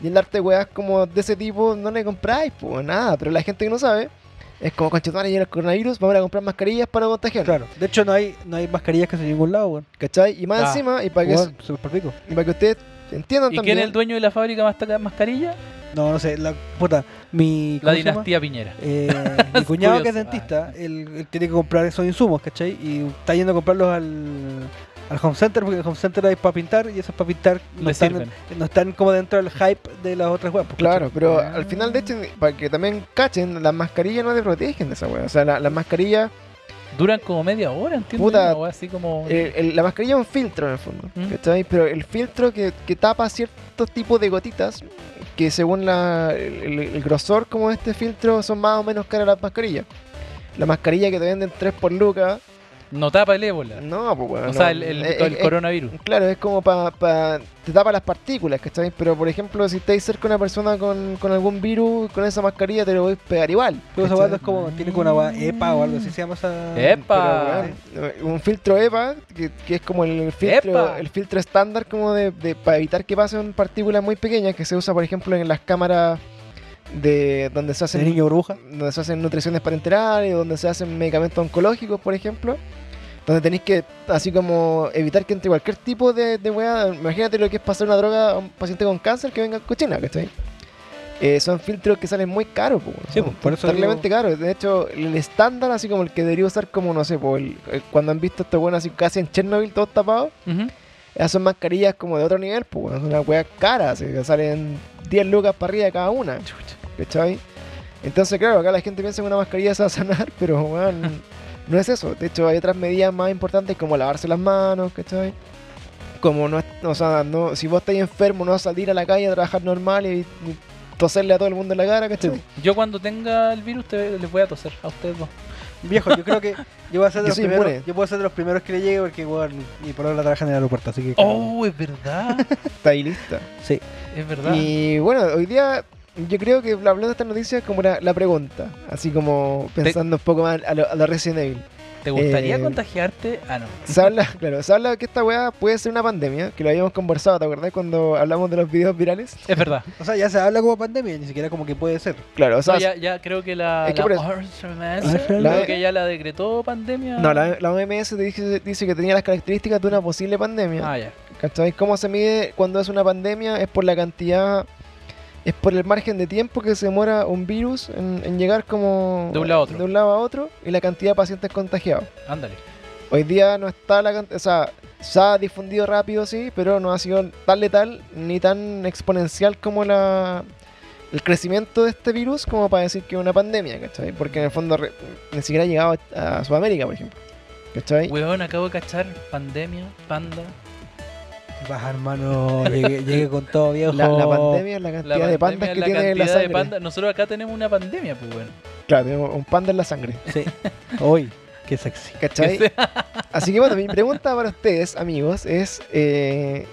[SPEAKER 1] y el darte weas como de ese tipo? No le compráis, pues, nada. Pero la gente que no sabe es como, conchetumare, llega el coronavirus, vamos a ir a comprar mascarillas para no contagiarnos,
[SPEAKER 3] Claro. De hecho, no hay, no hay mascarillas casi en ningún lado, weón.
[SPEAKER 1] ¿cachai? Y más
[SPEAKER 2] Ah,
[SPEAKER 1] encima, y para que,
[SPEAKER 3] Weón, se los perpico.
[SPEAKER 1] y para que ustedes entiendan
[SPEAKER 2] ¿Y
[SPEAKER 1] también...
[SPEAKER 2] quién es el dueño de la fábrica más taca- mascarilla?
[SPEAKER 3] No, no sé, la puta. Mi.
[SPEAKER 2] La
[SPEAKER 3] ¿cómo se llama?
[SPEAKER 2] dinastía Piñera.
[SPEAKER 3] Eh, mi cuñado que
[SPEAKER 2] Curioso.
[SPEAKER 3] es dentista, él, él tiene que comprar esos insumos, ¿cachai? Y está yendo a comprarlos al, al home center, porque en el home center hay para pintar y esos para pintar no
[SPEAKER 2] Le
[SPEAKER 3] están,
[SPEAKER 2] sirven.
[SPEAKER 3] no están como dentro del hype de las otras pues, webs.
[SPEAKER 1] Claro, pero
[SPEAKER 2] Ah.
[SPEAKER 1] al final, de hecho, para que también cachen, las mascarillas no te protegen de esa weá. O sea, la, las mascarillas-
[SPEAKER 2] Duran como media hora, entiendo.
[SPEAKER 1] Puta. eh,
[SPEAKER 2] Una wea así como.
[SPEAKER 1] el- el- la mascarilla es un filtro en el fondo,
[SPEAKER 2] Mm.
[SPEAKER 1] ¿cachai? Pero el filtro que, que tapa ciertos tipos de gotitas, que según la- el, el- el grosor como de este filtro, son más o menos caras las mascarillas. La mascarilla que te venden 3 por lucas,
[SPEAKER 2] No tapa el ébola.
[SPEAKER 1] no, pues weón,
[SPEAKER 2] o
[SPEAKER 1] no. eh,
[SPEAKER 2] sea, el, el-
[SPEAKER 1] Es-
[SPEAKER 2] el
[SPEAKER 1] es-
[SPEAKER 2] coronavirus.
[SPEAKER 1] Claro, es como para. Pa, te tapa las partículas, ¿cachai? Pero por ejemplo, si estáis cerca de una persona con, con algún virus, con esa mascarilla te lo voy a pegar igual.
[SPEAKER 3] Pero esa
[SPEAKER 1] ¿cachai?
[SPEAKER 3] web es como, tiene como una
[SPEAKER 1] Mm.
[SPEAKER 3] web EPA o algo así se llama esa.
[SPEAKER 2] ¡Epa!
[SPEAKER 1] Pero, weón, un filtro EPA, que, que es como el filtro,
[SPEAKER 2] ¡Epa!
[SPEAKER 1] el filtro estándar como de, de- para evitar que pasen partículas muy pequeñas, que se usa por ejemplo en las cámaras de donde se
[SPEAKER 3] de
[SPEAKER 1] hacen
[SPEAKER 3] niño burbuja.
[SPEAKER 1] donde se hacen nutriciones parenterales, donde se hacen medicamentos oncológicos, por ejemplo, donde tenéis que así como evitar que entre cualquier tipo de, de weá, imagínate lo que es pasar una droga a un paciente con cáncer que venga cochina, ¿cachai? Eh, son filtros que salen muy caros, po,
[SPEAKER 3] Sí,
[SPEAKER 1] son
[SPEAKER 3] po, por eso
[SPEAKER 1] terriblemente caros. De hecho, el estándar, así como el que debería usar, como no sé, po, el- el- cuando han visto estos buenos así casi en Chernobyl, todos tapados,
[SPEAKER 2] Ujú.
[SPEAKER 1] esas son mascarillas como de otro nivel, pues, son unas weas caras, eh, que salen 10 lucas para arriba cada una. ¿Cachai? Entonces, claro, acá la gente piensa que una mascarilla se va a sanar, pero weón, no es eso. De hecho, hay otras medidas más importantes como lavarse las manos, ¿cachai? Como no, o sea, no, si vos estáis enfermo, no vas a salir a la calle a trabajar normal y, y toserle a todo el mundo en la cara, ¿cachai?
[SPEAKER 2] Yo cuando tenga el virus te, les voy a toser a ustedes dos.
[SPEAKER 3] Viejo, yo creo que yo voy a ser
[SPEAKER 1] Yo
[SPEAKER 3] de los
[SPEAKER 1] soy
[SPEAKER 3] primeros.
[SPEAKER 1] inmune.
[SPEAKER 3] Yo puedo ser de los primeros que le llegue porque weón, mi polola trabaja en el aeropuerto, así que.
[SPEAKER 2] Oh, es verdad.
[SPEAKER 1] Está ahí lista.
[SPEAKER 3] Sí.
[SPEAKER 2] es verdad.
[SPEAKER 1] Y bueno, hoy día yo creo que hablando de estas noticias es como la, la pregunta, así como pensando un poco más a lo, a lo Resident Evil.
[SPEAKER 2] ¿Te gustaría
[SPEAKER 1] eh,
[SPEAKER 2] contagiarte? Ah, no.
[SPEAKER 1] Se habla, claro, se habla que esta weá puede ser una pandemia, que lo habíamos conversado, ¿te acordás cuando hablamos de los videos virales?
[SPEAKER 2] Es verdad.
[SPEAKER 3] O sea, ya se habla como pandemia, ni siquiera como que puede ser.
[SPEAKER 1] Claro, o sea,
[SPEAKER 2] No, ya, ya creo que la.
[SPEAKER 1] Es que
[SPEAKER 2] la
[SPEAKER 1] por eso- Ah,
[SPEAKER 2] Orange Mass,
[SPEAKER 3] La-
[SPEAKER 2] creo que ya la decretó pandemia.
[SPEAKER 1] No, la, la OMS dice, dice que tenía las características de una posible pandemia.
[SPEAKER 2] Ah, ya.
[SPEAKER 1] ¿Cachai? ¿Cómo se mide cuando es una pandemia? Es por la cantidad, es por el margen de tiempo que se demora un virus en, en llegar como
[SPEAKER 2] De un lado a otro.
[SPEAKER 1] de un lado a otro y la cantidad de pacientes contagiados.
[SPEAKER 2] Ándale.
[SPEAKER 1] Hoy día no está la cantidad, o sea, se ha difundido rápido, sí, pero no ha sido tan letal ni tan exponencial como la, el crecimiento de este virus como para decir que es una pandemia, ¿cachai? Porque en el fondo re- ni siquiera ha llegado a, a Sudamérica, por ejemplo. ¿Cachai?
[SPEAKER 2] Weón, acabo de cachar pandemia, panda.
[SPEAKER 3] Baja, hermano, llegué, llegué con todo viejo.
[SPEAKER 1] La, la pandemia es la
[SPEAKER 2] La
[SPEAKER 1] cantidad
[SPEAKER 2] pandemia,
[SPEAKER 1] de pandas que
[SPEAKER 2] la
[SPEAKER 1] tiene
[SPEAKER 2] cantidad
[SPEAKER 1] en la
[SPEAKER 2] de
[SPEAKER 1] sangre.
[SPEAKER 2] pandas. Nosotros acá tenemos una pandemia, pues bueno.
[SPEAKER 1] Claro, tenemos un panda en la sangre.
[SPEAKER 3] Sí. Hoy, qué sexy.
[SPEAKER 1] ¿Cachai? Así que bueno, mi pregunta para ustedes, amigos, es eh,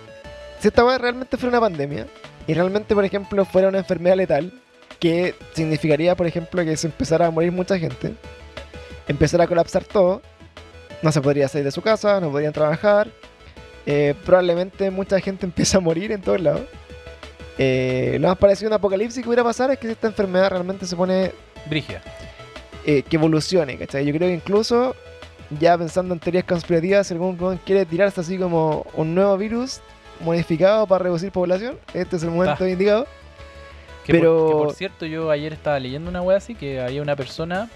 [SPEAKER 1] si esta weá realmente fuera una pandemia y realmente, por ejemplo, fuera una enfermedad letal, que significaría, por ejemplo, que se empezara a morir mucha gente, empezara a colapsar todo, no se podría salir de su casa, no podrían trabajar, eh, probablemente mucha gente empieza a morir en todos lados. Eh, lo más parecido a un apocalipsis que hubiera pasado es que si esta enfermedad realmente se pone
[SPEAKER 2] Brigia.
[SPEAKER 1] eh, que evolucione, ¿cachai? Yo creo que incluso, ya pensando en teorías conspirativas, si algún weón quiere tirarse así como un nuevo virus modificado para reducir población, este es el momento
[SPEAKER 2] Ah.
[SPEAKER 1] indicado.
[SPEAKER 2] Que por-
[SPEAKER 1] Pero-
[SPEAKER 2] que Por, cierto, yo ayer estaba leyendo una wea así que había una persona,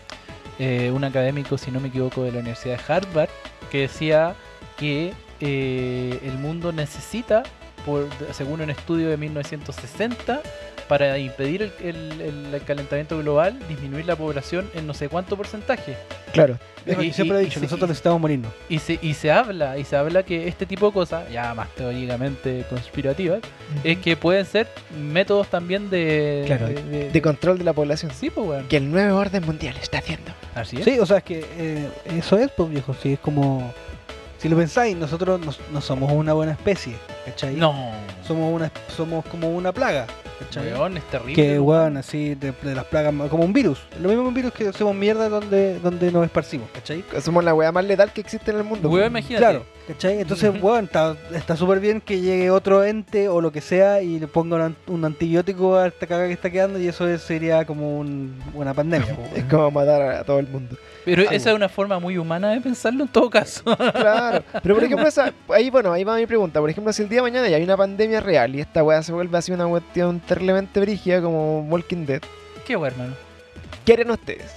[SPEAKER 2] eh, un académico, si no me equivoco, de la Universidad de Harvard, que decía que eh, el mundo necesita por, según un estudio de 1960, para impedir el, el- el calentamiento global, disminuir la población en no sé cuánto porcentaje.
[SPEAKER 1] Claro.
[SPEAKER 3] Es lo
[SPEAKER 2] Y-
[SPEAKER 3] que siempre
[SPEAKER 2] y-
[SPEAKER 3] he
[SPEAKER 2] y
[SPEAKER 3] dicho,
[SPEAKER 2] se-
[SPEAKER 3] nosotros necesitamos morirnos.
[SPEAKER 2] Y se, y se habla, y se habla que este tipo de cosas, ya más teóricamente conspirativas, es que pueden ser métodos también de...
[SPEAKER 3] Claro,
[SPEAKER 2] de, de-
[SPEAKER 1] De control de la población.
[SPEAKER 2] sí, pues, weón.
[SPEAKER 1] Que el nuevo orden mundial está haciendo.
[SPEAKER 2] Así es.
[SPEAKER 3] Sí, o sea, es que eh, eso es, pues viejo, sí, es como... Si lo pensáis, nosotros no, no somos una buena especie, ¿cachai?
[SPEAKER 2] No.
[SPEAKER 3] Somos, una, somos como una plaga, ¿cachai?
[SPEAKER 2] Weón, es terrible.
[SPEAKER 3] Que,
[SPEAKER 2] weón.
[SPEAKER 3] weón, así, de, de las plagas, como un virus. Lo mismo un virus que hacemos mierda donde, donde nos esparcimos, ¿cachai?
[SPEAKER 1] Somos la weá más letal que existe en el mundo.
[SPEAKER 2] Weón, imagínate.
[SPEAKER 3] Claro, ¿cachai? Entonces,
[SPEAKER 2] Ujú.
[SPEAKER 3] weón, está está súper bien que llegue otro ente o lo que sea y le ponga un, an- un antibiótico a esta caga que está quedando y eso es- sería como un- una pandemia. po,
[SPEAKER 1] Es
[SPEAKER 3] weón.
[SPEAKER 1] como matar a todo el mundo.
[SPEAKER 2] Pero
[SPEAKER 3] Algo.
[SPEAKER 2] esa es una forma muy humana de pensarlo en todo caso.
[SPEAKER 1] Claro. Pero por ejemplo, esa- ahí, bueno, ahí va mi pregunta. Por ejemplo, si el día de mañana ya hay una pandemia real y esta weá se vuelve así una cuestión terriblemente brígida como Walking Dead,
[SPEAKER 2] Qué weón, hermano.
[SPEAKER 1] ¿qué harían ustedes?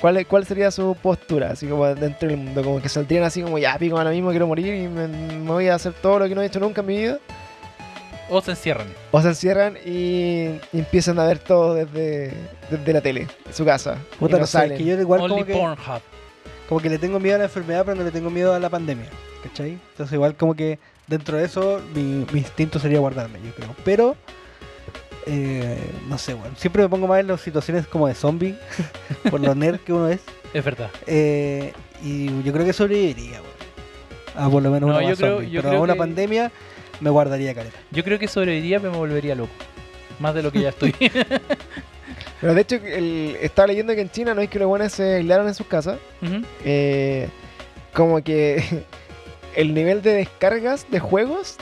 [SPEAKER 1] ¿Cuál, ¿Cuál sería su postura? Así como dentro del mundo, como que saldrían así como ya pico ahora mismo, quiero morir y me, me voy a hacer todo lo que no he hecho nunca en mi vida.
[SPEAKER 2] O se encierran.
[SPEAKER 1] O se encierran y, y empiezan a ver todo desde, desde la tele, en su casa.
[SPEAKER 3] Puta,
[SPEAKER 1] y no
[SPEAKER 3] no sé, es
[SPEAKER 1] salen.
[SPEAKER 3] que yo igual
[SPEAKER 2] Only
[SPEAKER 3] como que,
[SPEAKER 2] Pornhub.
[SPEAKER 3] como que le tengo miedo a la enfermedad, pero no le tengo miedo a la pandemia, ¿cachai? Entonces, igual como que dentro de eso mi, mi instinto sería guardarme, yo creo. Pero, eh, no sé, weón. Siempre me pongo más en las situaciones como de zombie, por lo nerd que uno es.
[SPEAKER 2] Es verdad.
[SPEAKER 3] Eh, y yo creo que sobreviviría, weón. A por lo menos
[SPEAKER 2] No,
[SPEAKER 3] una
[SPEAKER 2] yo
[SPEAKER 3] más
[SPEAKER 2] creo-
[SPEAKER 3] zombie,
[SPEAKER 2] yo
[SPEAKER 3] Pero a
[SPEAKER 2] creo
[SPEAKER 3] una
[SPEAKER 2] que-
[SPEAKER 3] pandemia me guardaría careta.
[SPEAKER 2] Yo creo que sobreviviría, pero me volvería loco. Más de lo que ya estoy.
[SPEAKER 1] Pero de hecho, el- estaba leyendo que en China no es que los buenos se aislaron en sus casas.
[SPEAKER 2] Ujú.
[SPEAKER 1] eh, como que el nivel de descargas de juegos,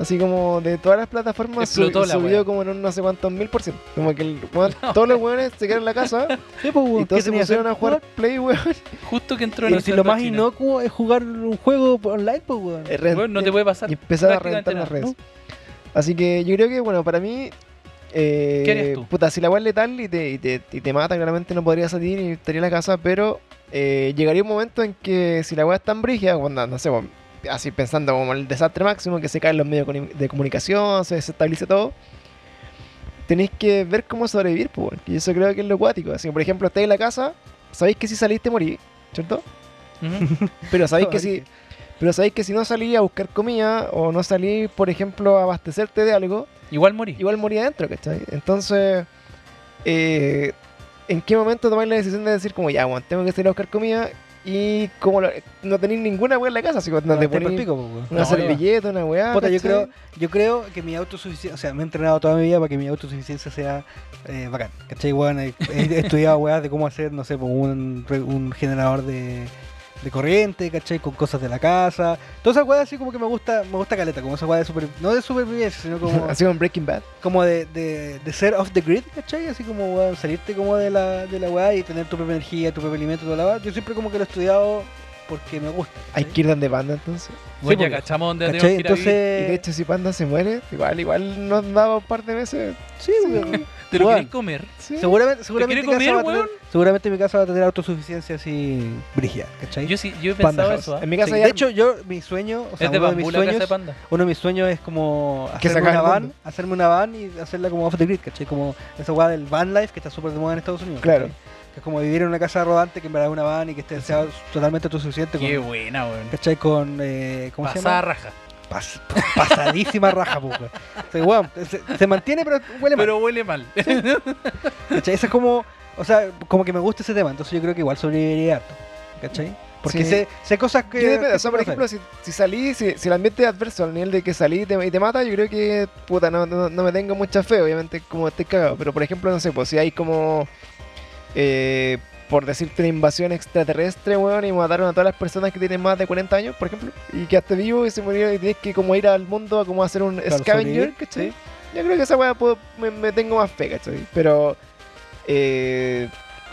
[SPEAKER 1] así como de todas las plataformas, su-
[SPEAKER 2] Explotó la
[SPEAKER 1] subió
[SPEAKER 2] wea.
[SPEAKER 1] como en un no sé cuántos mil por ciento. Como que el weón- todos los weones se quedaron en la casa
[SPEAKER 3] Sí, pues,
[SPEAKER 1] y
[SPEAKER 3] weón,
[SPEAKER 1] todos
[SPEAKER 3] ¿qué
[SPEAKER 1] se
[SPEAKER 3] tenía que hacer?
[SPEAKER 1] pusieron a jugar Play, weón.
[SPEAKER 2] Justo que entró
[SPEAKER 3] Weón,
[SPEAKER 2] en
[SPEAKER 3] y
[SPEAKER 2] el
[SPEAKER 3] si lo
[SPEAKER 2] centro
[SPEAKER 3] más
[SPEAKER 2] chino.
[SPEAKER 3] inocuo es jugar un juego online, pues, weón.
[SPEAKER 1] Eh, rent-
[SPEAKER 2] Weón, no te puede pasar.
[SPEAKER 1] y empezar a
[SPEAKER 2] prácticamente
[SPEAKER 1] reventar las
[SPEAKER 2] nada,
[SPEAKER 1] redes. Así que yo creo que, bueno, para mí. eh,
[SPEAKER 2] ¿Qué harías tú?
[SPEAKER 1] Puta, si la web es letal y te, y, te, y te mata, claramente no podría salir y estaría en la casa, pero eh, llegaría un momento en que si la web es tan brígida, cuando, no sé, bueno, así pensando como el desastre máximo, que se caen los medios de comuni- de comunicación, se desestabiliza todo, tenéis que ver cómo sobrevivir, pues, weón, y eso creo que es lo cuático. Así que, por ejemplo, estáis en la casa, sabéis que si saliste morís, ¿cierto?
[SPEAKER 2] ¿no? Ujú.
[SPEAKER 1] Pero sabéis que si pero sabéis que si no salí a buscar comida o no salí, por ejemplo, a abastecerte de algo,
[SPEAKER 2] Igual morí.
[SPEAKER 1] igual moría adentro, ¿cachai? Entonces, eh, ¿en qué momento tomáis la decisión de decir como ya, bueno, tengo que salir a buscar comida y como lo- no tenéis ninguna weá en la casa, así que no te
[SPEAKER 3] Donde
[SPEAKER 1] ponéis
[SPEAKER 3] el pico, pues, weón.
[SPEAKER 1] una
[SPEAKER 2] No,
[SPEAKER 1] servilleta, una weá,
[SPEAKER 3] Puta, yo
[SPEAKER 1] Ah, ¿cachai?
[SPEAKER 3] creo, yo creo que mi autosuficiencia, o sea, me he entrenado toda mi vida para que mi autosuficiencia sea eh, bacán. ¿Cachai, weón? He, he estudiado weas de cómo hacer, no sé, pues, un, re- un generador de, de corriente, ¿cachai? Con cosas de la casa. Todas esas weas así como que me gusta, me gusta caleta, como esa wea de super, no de supervivencia, sino como,
[SPEAKER 1] Así como en Breaking Bad.
[SPEAKER 3] como de, de, de ser off the grid, ¿cachai? Así como weón, salirte como de la, de la wea y tener tu propia energía, tu propio alimento, toda la wea. Yo siempre como que lo he estudiado porque me gusta.
[SPEAKER 1] Hay que ir donde Panda entonces.
[SPEAKER 2] Bueno,
[SPEAKER 3] Sí,
[SPEAKER 2] ya
[SPEAKER 3] pues,
[SPEAKER 2] cachamos dónde tenemos
[SPEAKER 3] ¿Cachai?
[SPEAKER 2] que ir a
[SPEAKER 1] Y
[SPEAKER 2] vivir.
[SPEAKER 1] de
[SPEAKER 3] Entonces,
[SPEAKER 1] hecho, si Panda se muere, igual, igual nos daba un par de meses.
[SPEAKER 3] sí, weón.
[SPEAKER 2] ¿Te lo
[SPEAKER 3] Juan.
[SPEAKER 2] querés comer?
[SPEAKER 1] Sí.
[SPEAKER 3] Seguramente, seguramente,
[SPEAKER 2] ¿Mm? quiere
[SPEAKER 3] mi casa
[SPEAKER 2] comer,
[SPEAKER 3] va a tener- seguramente mi casa va a tener autosuficiencia así brígida, ¿cachai?
[SPEAKER 2] Yo sí, yo he
[SPEAKER 3] Panda
[SPEAKER 2] pensado
[SPEAKER 3] House.
[SPEAKER 2] eso. ¿ah?
[SPEAKER 1] En mi casa
[SPEAKER 3] Sí,
[SPEAKER 1] ya
[SPEAKER 3] de hecho, yo, mi sueño, o sea,
[SPEAKER 2] Es de
[SPEAKER 3] uno, de mis
[SPEAKER 2] bambú la casa de
[SPEAKER 3] sueños,
[SPEAKER 2] panda.
[SPEAKER 3] uno de mis sueños es como
[SPEAKER 1] Que
[SPEAKER 3] hacerme
[SPEAKER 1] sacar
[SPEAKER 3] una
[SPEAKER 1] al
[SPEAKER 3] van,
[SPEAKER 1] mundo.
[SPEAKER 3] hacerme una van y hacerla como off the grid, ¿cachai? Como esa weá del van life que está súper de moda en Estados Unidos.
[SPEAKER 1] Claro.
[SPEAKER 3] ¿cachai? Que es como vivir en una casa rodante que en verdad es una van y que esté, sea totalmente autosuficiente.
[SPEAKER 2] Qué
[SPEAKER 3] Con,
[SPEAKER 2] buena, weón.
[SPEAKER 3] ¿Cachai? Con, eh, ¿cómo se
[SPEAKER 2] Pasada
[SPEAKER 3] llama?
[SPEAKER 2] raja.
[SPEAKER 3] Pas- pasadísima raja, pues. weón. O sea, weón, se, se mantiene pero huele mal.
[SPEAKER 2] Pero huele mal.
[SPEAKER 3] ¿Cachai? Esa es como, o sea, como que me gusta ese tema, entonces yo creo que igual sobreviviría harto, ¿cachai? Porque
[SPEAKER 1] Sí.
[SPEAKER 3] sé, sé cosas que...
[SPEAKER 1] Yo depende,
[SPEAKER 3] que
[SPEAKER 1] o sea, por
[SPEAKER 3] puedo hacer.
[SPEAKER 1] ejemplo, si, si salí, si, si el ambiente es adverso al nivel de que salí y te, y te mata, yo creo que, puta, no, no, no me tengo mucha fe, obviamente, como estoy cagado. Pero, por ejemplo, no sé, pues si hay como, eh, por decirte, una invasión extraterrestre, weón, y mataron a todas las personas que tienen más de 40 años, por ejemplo, y quedaste vivo y se murieron y tienes que como ir al mundo a como hacer un
[SPEAKER 3] Claro,
[SPEAKER 1] scavenger,
[SPEAKER 3] sobrevivir,
[SPEAKER 1] ¿cachai?
[SPEAKER 3] sí.
[SPEAKER 1] Yo creo que esa weá puedo- me, me tengo más fe, ¿cachai? Pero, eh,